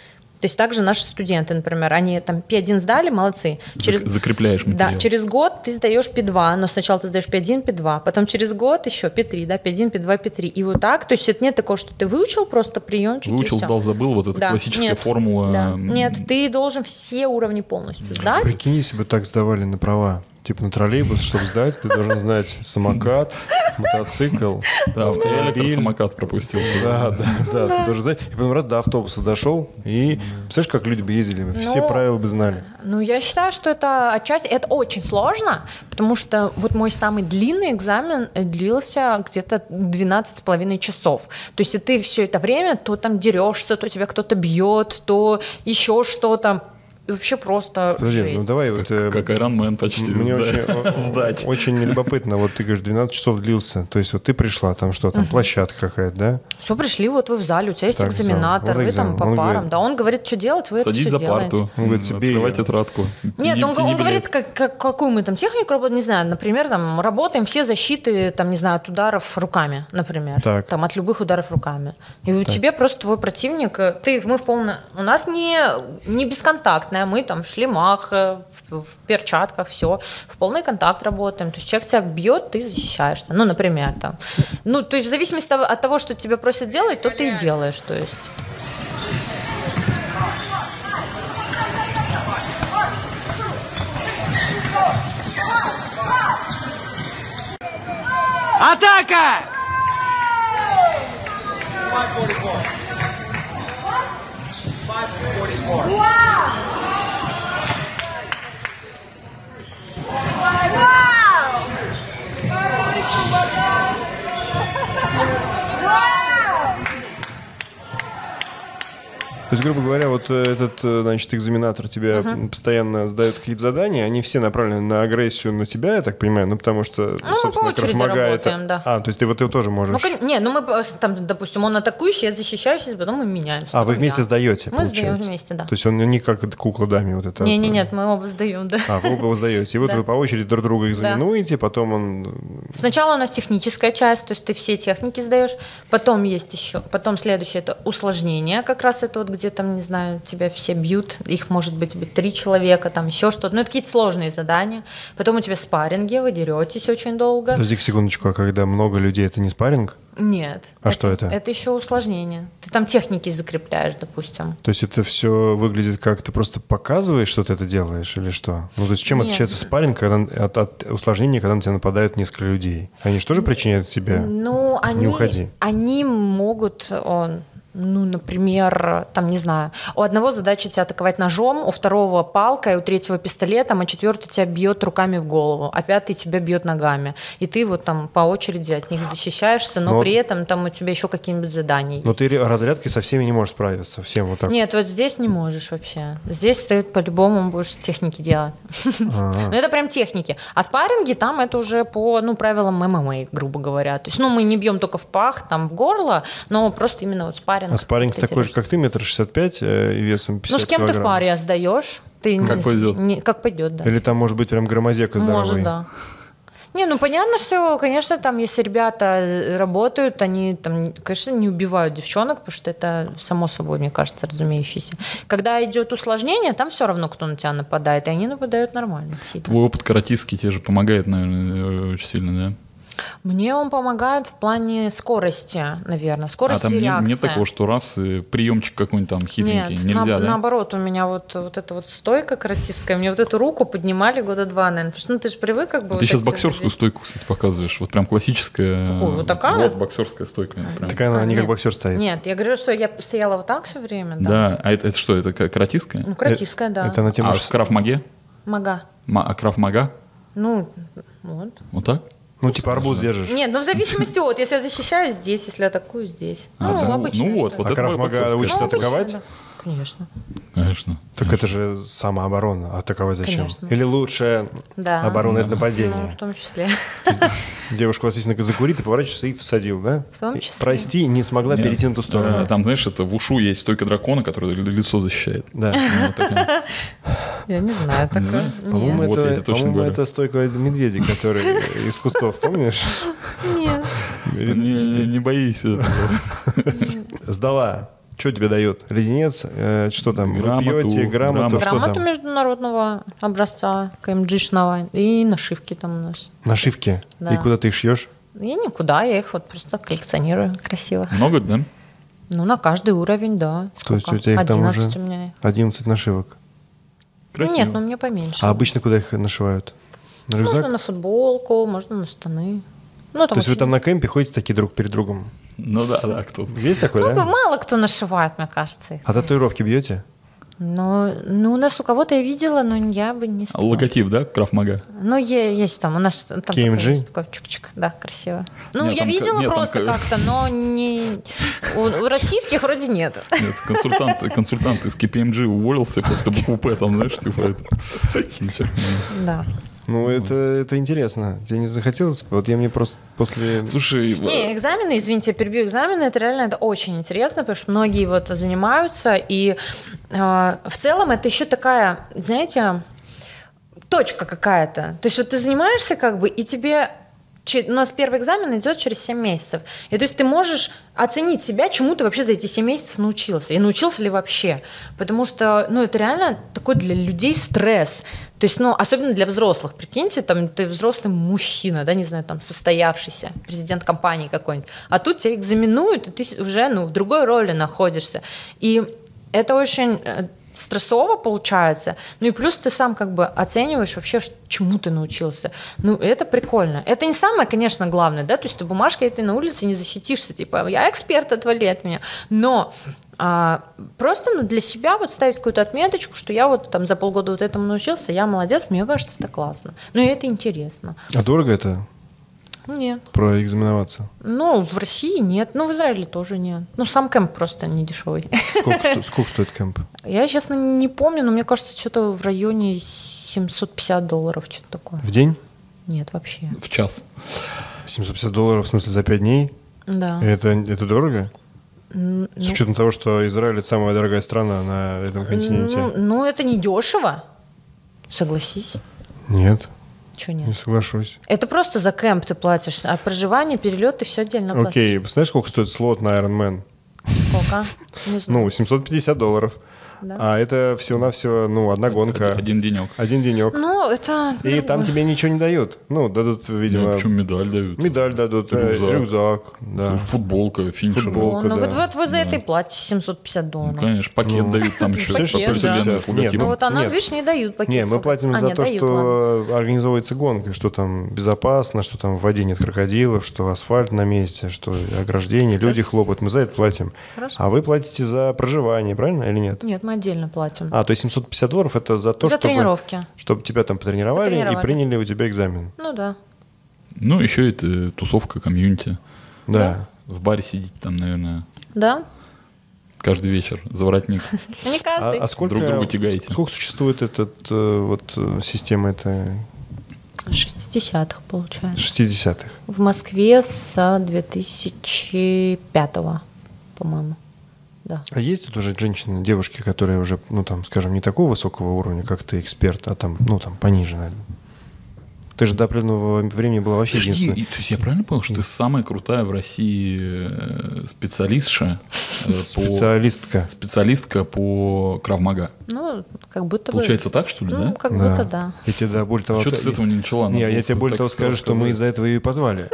[SPEAKER 4] То есть также наши студенты, например, они там P1 сдали, молодцы. [LAUGHS] Через...
[SPEAKER 3] Зак- Закрепляешь материал.
[SPEAKER 4] Да, через год ты сдаешь P2, но сначала ты сдаешь P1, P2, потом через год еще P3, да, P1, P2, P3. И вот так, то есть это нет такого, что ты выучил просто приемчик
[SPEAKER 3] Выучил,
[SPEAKER 4] и всё.
[SPEAKER 3] сдал, забыл. Вот эта
[SPEAKER 4] Да.
[SPEAKER 3] классическая
[SPEAKER 4] Нет.
[SPEAKER 3] формула.
[SPEAKER 4] Да.
[SPEAKER 3] м,
[SPEAKER 4] Нет, ты должен все уровни полностью сдать.
[SPEAKER 2] Прикинь, если бы так сдавали на права. Типа на троллейбус, чтобы сдать, ты должен знать самокат, мотоцикл,
[SPEAKER 3] Да, автоэлектро
[SPEAKER 2] автомобиль.
[SPEAKER 3] самокат пропустил.
[SPEAKER 2] Ну, Да, да, да, ты должен знать. И потом раз до автобуса дошел, и представляешь, как люди бы ездили, все
[SPEAKER 4] Ну,
[SPEAKER 2] правила бы знали.
[SPEAKER 4] Ну, я считаю, что это отчасти... Это очень сложно, потому что вот мой самый длинный экзамен э, длился где-то 12,5 часов. То есть и ты все это время то там дерешься, то тебя кто-то бьет, то еще что-то. И Вообще просто
[SPEAKER 2] Подожди, ну
[SPEAKER 4] жесть.
[SPEAKER 2] давай вот...
[SPEAKER 3] Как
[SPEAKER 2] э,
[SPEAKER 3] как Iron Man почти.
[SPEAKER 2] Мне
[SPEAKER 3] да.
[SPEAKER 2] очень,
[SPEAKER 3] Сдать.
[SPEAKER 2] о- очень любопытно, вот ты говоришь, 12 часов длился, то есть вот ты пришла, там что, там площадка какая-то, да?
[SPEAKER 4] Все, пришли, вот вы в зале, у тебя есть
[SPEAKER 2] Так, экзамен.
[SPEAKER 4] экзаменатор,
[SPEAKER 2] Вот
[SPEAKER 4] вы там
[SPEAKER 2] экзамен.
[SPEAKER 4] по
[SPEAKER 2] Он
[SPEAKER 4] парам.
[SPEAKER 2] говорит-
[SPEAKER 4] да, он говорит, что делать, вы
[SPEAKER 3] Садись
[SPEAKER 4] это
[SPEAKER 3] за
[SPEAKER 4] все делаете.
[SPEAKER 3] парту,
[SPEAKER 2] Он говорит,
[SPEAKER 3] м,
[SPEAKER 2] «Бей
[SPEAKER 3] открывай
[SPEAKER 2] ее».
[SPEAKER 3] тетрадку.
[SPEAKER 4] Нет,
[SPEAKER 3] Тяни-
[SPEAKER 4] он,
[SPEAKER 3] тяни
[SPEAKER 4] он говорит,
[SPEAKER 3] билет.
[SPEAKER 4] как, как- какую мы там технику работаем, не знаю, например, там работаем все защиты, там, не знаю, от ударов руками, например.
[SPEAKER 2] Так.
[SPEAKER 4] Там от любых ударов руками. И у тебя просто твой противник, э, ты, мы в полно... У нас не, не бесконтактная, мы там в шлемах, э, в, в перчатках, все. В полный контакт работаем. То есть человек тебя бьет, ты защищаешься. Ну, например, там. Ну, то есть в зависимости того- от того, что тебя просят делать, то ты и делаешь, то есть.
[SPEAKER 5] Атака!
[SPEAKER 2] То есть, грубо говоря, вот э, этот, э, значит, экзаменатор тебе постоянно задает какие-то задания, они все направлены на агрессию на тебя, я так понимаю, ну потому что,
[SPEAKER 4] мы по
[SPEAKER 2] собственно,
[SPEAKER 4] очереди
[SPEAKER 2] Крошмага это...
[SPEAKER 4] работаем, да.
[SPEAKER 2] А, то есть ты вот ты тоже
[SPEAKER 4] Ну,
[SPEAKER 2] можешь...
[SPEAKER 4] кон- не, ну мы просто там, допустим, он атакующий, я защищаюсь, и потом мы меняемся.
[SPEAKER 2] А, вы
[SPEAKER 4] Потом
[SPEAKER 2] вместе
[SPEAKER 4] я.
[SPEAKER 2] сдаете,
[SPEAKER 4] Мы
[SPEAKER 2] получается?
[SPEAKER 4] сдаем вместе, да.
[SPEAKER 2] То есть он не как эта кукла даме вот это...
[SPEAKER 4] Не, не, нет, мы оба сдаем, да.
[SPEAKER 2] А, вы оба его сдаете. И вот
[SPEAKER 4] Да.
[SPEAKER 2] вы по очереди друг друга экзаменуете, потом он...
[SPEAKER 4] Сначала у нас техническая часть, то есть ты все техники сдаешь, потом есть еще, потом следующее это усложнение, как раз это вот где там, не знаю, тебя все бьют, их может быть быть три человека, там еще что-то, ну это какие-то сложные задания, потом у тебя спарринги, вы деретесь очень долго.
[SPEAKER 2] Подожди секундочку, а когда много людей, это не спарринг?
[SPEAKER 4] Нет.
[SPEAKER 2] А что это?
[SPEAKER 4] Это еще усложнение. Ты там техники закрепляешь, допустим.
[SPEAKER 2] То есть это все выглядит как ты просто показываешь, что ты это делаешь, или что? Ну, то есть чем
[SPEAKER 4] Нет.
[SPEAKER 2] отличается спарринг когда, от, от усложнения, когда на тебя нападают несколько людей? Они же тоже причиняют тебе?
[SPEAKER 4] Ну, они,
[SPEAKER 2] уходи.
[SPEAKER 4] они могут, э, ну, например, там, не знаю, у одного задача тебя атаковать ножом, у второго палкой, у третьего пистолетом, а четвертый тебя бьет руками в голову, а пятый тебя бьет ногами. И ты вот там по очереди от них защищаешься, но,
[SPEAKER 2] Но-
[SPEAKER 4] при этом там у тебя еще какие-нибудь задания
[SPEAKER 2] Но
[SPEAKER 4] есть.
[SPEAKER 2] ты ре- разрядкой со всеми не можешь справиться, всем вот ну так.
[SPEAKER 4] Нет, вот здесь не можешь вообще. Здесь стоит по-любому будешь техники делать.
[SPEAKER 2] А,
[SPEAKER 4] Но Ну, это прям техники. А спарринги там это уже по ну, правилам ММА, грубо говоря. То есть, ну, мы не бьем только в пах, там, в горло, но просто именно вот спарринг.
[SPEAKER 2] А спарринг
[SPEAKER 4] Ты
[SPEAKER 2] такой же,
[SPEAKER 4] теряешь.
[SPEAKER 2] как ты, метр шестьдесят пять э, и весом 50
[SPEAKER 4] Ну, с кем ты в
[SPEAKER 2] килограмм.
[SPEAKER 4] паре сдаешь? Ты не-
[SPEAKER 3] Как пойдет.
[SPEAKER 4] не- как пойдет, да.
[SPEAKER 2] Или там может быть прям громозека здоровый?
[SPEAKER 4] Может, да. Не, ну понятно, что, конечно, там, если ребята э, работают, они там, конечно, не убивают девчонок, потому что это само собой, мне кажется, разумеющееся. Когда идет усложнение, там все равно кто на тебя нападает, и они нападают нормально. сильно.
[SPEAKER 3] Твой опыт каратистский тебе же помогает, наверное, э, очень сильно, да?
[SPEAKER 4] Мне он помогает в плане скорости, наверное,
[SPEAKER 3] А
[SPEAKER 4] скорости
[SPEAKER 3] там не-
[SPEAKER 4] реакции.
[SPEAKER 3] нет, такого, что раз и приемчик какой-нибудь там хитренький,
[SPEAKER 4] Нет,
[SPEAKER 3] нельзя,
[SPEAKER 4] на-
[SPEAKER 3] да?
[SPEAKER 4] наоборот, у меня вот, вот эта вот стойка каратистская, мне вот эту руку поднимали года два, наверное, потому что ну, ты же привык как бы...
[SPEAKER 3] Ты
[SPEAKER 4] вот
[SPEAKER 3] сейчас
[SPEAKER 4] так себя
[SPEAKER 3] боксерскую
[SPEAKER 4] вести.
[SPEAKER 3] стойку, кстати, показываешь. Вот прям классическая.
[SPEAKER 4] Какую, вот такая?
[SPEAKER 3] Вот боксерская стойка. прям.
[SPEAKER 2] Такая она
[SPEAKER 4] А,
[SPEAKER 2] не как
[SPEAKER 4] нет.
[SPEAKER 2] боксер стоит.
[SPEAKER 4] Нет, я говорю, что я стояла вот так все время, да.
[SPEAKER 3] Да, а это, это что, это ка- каратистская?
[SPEAKER 4] Ну, каратистская, да.
[SPEAKER 2] Э, Это на тему...
[SPEAKER 3] а
[SPEAKER 2] ж-
[SPEAKER 3] в крафмаге?
[SPEAKER 4] Мага.
[SPEAKER 3] Ма- а крафмага?
[SPEAKER 4] Ну, вот.
[SPEAKER 3] Вот так?
[SPEAKER 2] Ну, типа арбуз держишь.
[SPEAKER 4] Нет, ну в зависимости от, если я защищаю здесь, если атакую здесь.
[SPEAKER 3] А,
[SPEAKER 4] ну,
[SPEAKER 3] да.
[SPEAKER 4] обычно.
[SPEAKER 3] Ну, вот, вот
[SPEAKER 2] А
[SPEAKER 3] это
[SPEAKER 2] Крав
[SPEAKER 3] моя
[SPEAKER 2] Мага
[SPEAKER 3] боксерская.
[SPEAKER 2] учит
[SPEAKER 4] Ну, обычно,
[SPEAKER 2] атаковать?
[SPEAKER 4] да. Конечно.
[SPEAKER 3] Конечно.
[SPEAKER 2] Так это же самооборона. Атаковать зачем?
[SPEAKER 4] Конечно.
[SPEAKER 2] Или лучше
[SPEAKER 4] Да.
[SPEAKER 2] оборона это
[SPEAKER 4] Ну,
[SPEAKER 2] нападение.
[SPEAKER 4] в том числе. [LAUGHS]
[SPEAKER 2] Девушка вас если закурит, ты поворачиваешься и всадил, да?
[SPEAKER 4] В том
[SPEAKER 2] Ты,
[SPEAKER 4] числе.
[SPEAKER 2] Прости, не смогла
[SPEAKER 3] Нет.
[SPEAKER 2] перейти на ту сторону.
[SPEAKER 3] Да, Там, знаешь, это в ушу есть стойка дракона, которая ли- лицо защищает.
[SPEAKER 2] Да.
[SPEAKER 3] Ну, вот такая.
[SPEAKER 4] Я не знаю
[SPEAKER 3] Ну,
[SPEAKER 4] такое.
[SPEAKER 2] По-моему,
[SPEAKER 3] Вот
[SPEAKER 2] это,
[SPEAKER 3] я тебе точно
[SPEAKER 2] по-моему,
[SPEAKER 3] говорю.
[SPEAKER 2] это стойка медведей, который из кустов, помнишь?
[SPEAKER 4] Нет.
[SPEAKER 2] Э,
[SPEAKER 3] Не- Не не боись. этого.
[SPEAKER 2] Сдала. Что тебе дает? Леденец? Э, что там? Вы
[SPEAKER 3] Грамоту,
[SPEAKER 2] пьете грамоту?
[SPEAKER 3] грамоту.
[SPEAKER 2] Ну, Что
[SPEAKER 4] Грамоту
[SPEAKER 2] там?
[SPEAKER 4] международного образца, КМГшного, и нашивки там у нас.
[SPEAKER 2] Нашивки.
[SPEAKER 4] Да.
[SPEAKER 2] И куда ты их шьешь?
[SPEAKER 4] Я никуда, я их вот просто коллекционирую красиво.
[SPEAKER 3] Много, да?
[SPEAKER 4] Ну, на каждый уровень, да.
[SPEAKER 2] То есть у
[SPEAKER 4] Сколько?
[SPEAKER 2] тебя их там уже
[SPEAKER 4] 11 у меня.
[SPEAKER 2] 11 нашивок.
[SPEAKER 3] Красиво.
[SPEAKER 4] Нет, ну мне поменьше.
[SPEAKER 2] А обычно куда их нашивают? На рюкзак?
[SPEAKER 4] Можно на футболку, можно на штаны. Ну,
[SPEAKER 2] То есть вы
[SPEAKER 4] очень-
[SPEAKER 2] там на кемпе ходите такие друг перед другом?
[SPEAKER 3] Ну да, да, кто
[SPEAKER 2] Есть такое,
[SPEAKER 4] Ну,
[SPEAKER 2] да?
[SPEAKER 4] мало кто нашивает, мне кажется. их.
[SPEAKER 2] А татуировки бьете?
[SPEAKER 4] Но, ну, у нас у кого-то я видела, но я бы не стала.
[SPEAKER 3] А Логотип, да, Крафмага?
[SPEAKER 4] Ну, е- есть там, у нас там такое,
[SPEAKER 2] KMG?
[SPEAKER 4] есть такое чик-чик, да, красиво. Ну,
[SPEAKER 3] Эм Нет,
[SPEAKER 4] я
[SPEAKER 3] там ка-
[SPEAKER 4] видела
[SPEAKER 3] нет, там
[SPEAKER 4] просто
[SPEAKER 3] ка-
[SPEAKER 4] как-то, но не... У, у российских вроде нет.
[SPEAKER 3] Нет, консультант, консультант из KPMG уволился, просто букву П там, знаешь, типа это. Ничего.
[SPEAKER 4] Да.
[SPEAKER 2] Ну, это, это интересно. Тебе не захотелось? Вот я мне просто после...
[SPEAKER 3] Слушай,
[SPEAKER 4] Не,
[SPEAKER 3] э,
[SPEAKER 4] экзамены, извините, я перебью экзамены, это реально это очень интересно, потому что многие вот занимаются, и э, в целом это еще такая, знаете, точка какая-то. То есть вот ты занимаешься как бы, и тебе... че- У нас первый экзамен идет через 7 месяцев. И то есть ты можешь оценить себя, чему ты вообще за эти 7 месяцев научился. И научился ли вообще. Потому что, ну, это реально такой для людей стресс. То есть, ну, особенно для взрослых. Прикиньте, там, ты взрослый мужчина, да, не знаю, там, состоявшийся, президент компании какой-нибудь. А тут тебя экзаменуют, и ты с- уже, ну, в другой роли находишься. И это очень э, стрессово получается. Ну и плюс ты сам как бы оцениваешь вообще, ш- чему ты научился. Ну, это прикольно. Это не самое, конечно, главное, да, то есть ты бумажкой ты на улице не защитишься, типа, я эксперт, отвали от меня. Но а, просто ну, для себя вот ставить какую-то отметочку, что я вот там за полгода вот этому научился, я молодец, мне кажется, это классно. Ну и это интересно.
[SPEAKER 2] А дорого это?
[SPEAKER 4] Нет.
[SPEAKER 2] Проэкзаменоваться?
[SPEAKER 4] Ну, в России нет, ну, в Израиле тоже нет. Ну, сам кемп просто не дешевый.
[SPEAKER 2] Сколько, сто- сколько стоит кемп?
[SPEAKER 4] Я, честно, не помню, но мне кажется, что-то в районе 750 долларов, что-то такое.
[SPEAKER 2] В день?
[SPEAKER 4] Нет, вообще.
[SPEAKER 3] в час.
[SPEAKER 2] 750 долларов, в смысле, за 5 дней?
[SPEAKER 4] Да.
[SPEAKER 2] Это, это дорого?
[SPEAKER 4] М,
[SPEAKER 2] С
[SPEAKER 4] А. Ну,
[SPEAKER 2] учетом того, что Израиль это самая дорогая страна на этом
[SPEAKER 4] ну,
[SPEAKER 2] континенте.
[SPEAKER 4] ну, это не дешево. Согласись.
[SPEAKER 2] Нет,
[SPEAKER 4] Че
[SPEAKER 2] не
[SPEAKER 4] нет?
[SPEAKER 2] соглашусь.
[SPEAKER 4] Это просто за кемп ты платишь, а проживание, перелет ты все отдельно платишь.
[SPEAKER 2] Окей, знаешь, сколько стоит слот на Iron Man?
[SPEAKER 4] Сколько? Не знаю.
[SPEAKER 2] Ну, 750 долларов.
[SPEAKER 4] Да.
[SPEAKER 2] А это всего-навсего, ну, одна гонка.
[SPEAKER 3] Один денек.
[SPEAKER 2] Один денек.
[SPEAKER 4] Ну, это...
[SPEAKER 2] И
[SPEAKER 4] дорого.
[SPEAKER 2] там тебе ничего не дают. Ну, дадут,
[SPEAKER 3] Ну,
[SPEAKER 2] видимо,
[SPEAKER 3] Почему медаль дают?
[SPEAKER 2] медаль дадут, э,
[SPEAKER 3] Рюкзак.
[SPEAKER 2] рюкзак. Да.
[SPEAKER 3] Футболка, финишер.
[SPEAKER 2] Футбол.
[SPEAKER 4] О,
[SPEAKER 2] полка,
[SPEAKER 4] ну,
[SPEAKER 2] да.
[SPEAKER 4] вот, вот вы за
[SPEAKER 3] Да.
[SPEAKER 4] это и платите 750 долларов.
[SPEAKER 3] Ну, конечно, пакет
[SPEAKER 2] Ну.
[SPEAKER 3] дают там еще.
[SPEAKER 4] Пакет,
[SPEAKER 3] посольство
[SPEAKER 4] да.
[SPEAKER 3] Вены с
[SPEAKER 2] Нет,
[SPEAKER 4] Ну,
[SPEAKER 3] логотипом.
[SPEAKER 4] вот она,
[SPEAKER 2] Нет.
[SPEAKER 4] видишь, не дают пакет.
[SPEAKER 2] Не, мы
[SPEAKER 4] салфеток.
[SPEAKER 2] платим
[SPEAKER 4] А,
[SPEAKER 2] за
[SPEAKER 4] нет,
[SPEAKER 2] то,
[SPEAKER 4] дают, ладно.
[SPEAKER 2] что организовывается гонка, что там безопасно, что там в воде нет крокодилов, что асфальт на месте, что ограждение, люди хлопают. Мы за это платим.
[SPEAKER 4] Хорошо.
[SPEAKER 2] А вы платите за проживание, правильно или нет?
[SPEAKER 4] Нет, мы отдельно платим.
[SPEAKER 2] А, то есть 750 долларов это за то,
[SPEAKER 4] за
[SPEAKER 2] чтобы,
[SPEAKER 4] тренировки.
[SPEAKER 2] чтобы тебя там потренировали, и
[SPEAKER 4] Потренировали.
[SPEAKER 2] приняли у тебя экзамен.
[SPEAKER 4] Ну да.
[SPEAKER 3] Ну, еще это тусовка, комьюнити.
[SPEAKER 2] Да.
[SPEAKER 3] В баре сидеть там, наверное,
[SPEAKER 4] Да?
[SPEAKER 3] каждый вечер.
[SPEAKER 2] [LAUGHS]
[SPEAKER 3] Заворотник.
[SPEAKER 4] Ну, Не
[SPEAKER 2] А,
[SPEAKER 4] каждый.
[SPEAKER 2] а сколько,
[SPEAKER 3] Друг друга тягаете.
[SPEAKER 2] сколько существует этот, э, вот, э, система это
[SPEAKER 4] 60-х, получается.
[SPEAKER 2] 60-х?
[SPEAKER 4] В Москве с 2005 по-моему. Да.
[SPEAKER 2] А есть тут уже женщины, девушки, которые уже, ну там, скажем, не такого высокого уровня, как ты, эксперт, а там, ну там, пониже, наверное. Ты же до определенного времени была вообще
[SPEAKER 3] Подожди,
[SPEAKER 2] единственной.
[SPEAKER 3] и- то есть я правильно понял, что ты самая крутая в России э, специалистша э, по...
[SPEAKER 2] Специалистка.
[SPEAKER 3] Специалистка по кравмага.
[SPEAKER 4] Ну, как будто бы...
[SPEAKER 3] Получается так, что ли,
[SPEAKER 4] Ну,
[SPEAKER 3] да?
[SPEAKER 4] как
[SPEAKER 2] Да.
[SPEAKER 4] будто да.
[SPEAKER 2] И тебе, да, более того...
[SPEAKER 3] Что А ты
[SPEAKER 2] ты-
[SPEAKER 3] с этого не начала?
[SPEAKER 2] Не,
[SPEAKER 3] Надо
[SPEAKER 2] я
[SPEAKER 3] было
[SPEAKER 2] тебе более
[SPEAKER 3] так
[SPEAKER 2] того скажу,
[SPEAKER 3] сразу
[SPEAKER 2] что мы
[SPEAKER 3] сказать.
[SPEAKER 2] из-за этого ее и позвали.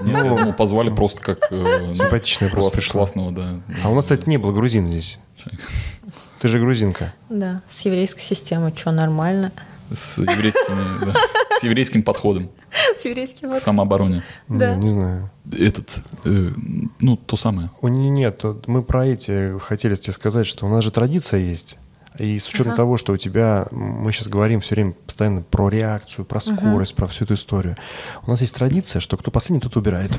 [SPEAKER 3] Нет, я думал, позвали просто как... э, ну,
[SPEAKER 2] Симпатичная просто
[SPEAKER 3] класс-
[SPEAKER 2] пришла.
[SPEAKER 3] Классного, да.
[SPEAKER 2] А у нас, кстати, не было грузин здесь.
[SPEAKER 3] человека.
[SPEAKER 2] Ты же грузинка.
[SPEAKER 4] Да, с еврейской системой, что, нормально? [LAUGHS]
[SPEAKER 3] С еврейскими, да, С еврейским подходом
[SPEAKER 4] С еврейским
[SPEAKER 3] к самообороне.
[SPEAKER 4] Да.
[SPEAKER 2] Ну, Не, не знаю.
[SPEAKER 3] Этот, э, ну, то самое.
[SPEAKER 2] У не- нет, вот мы про эти хотели тебе сказать, что у нас же традиция есть. И с учетом того, что у тебя, м, мы сейчас говорим все время постоянно про реакцию, про скорость, про всю эту историю. У нас есть традиция, что кто последний, тот убирает.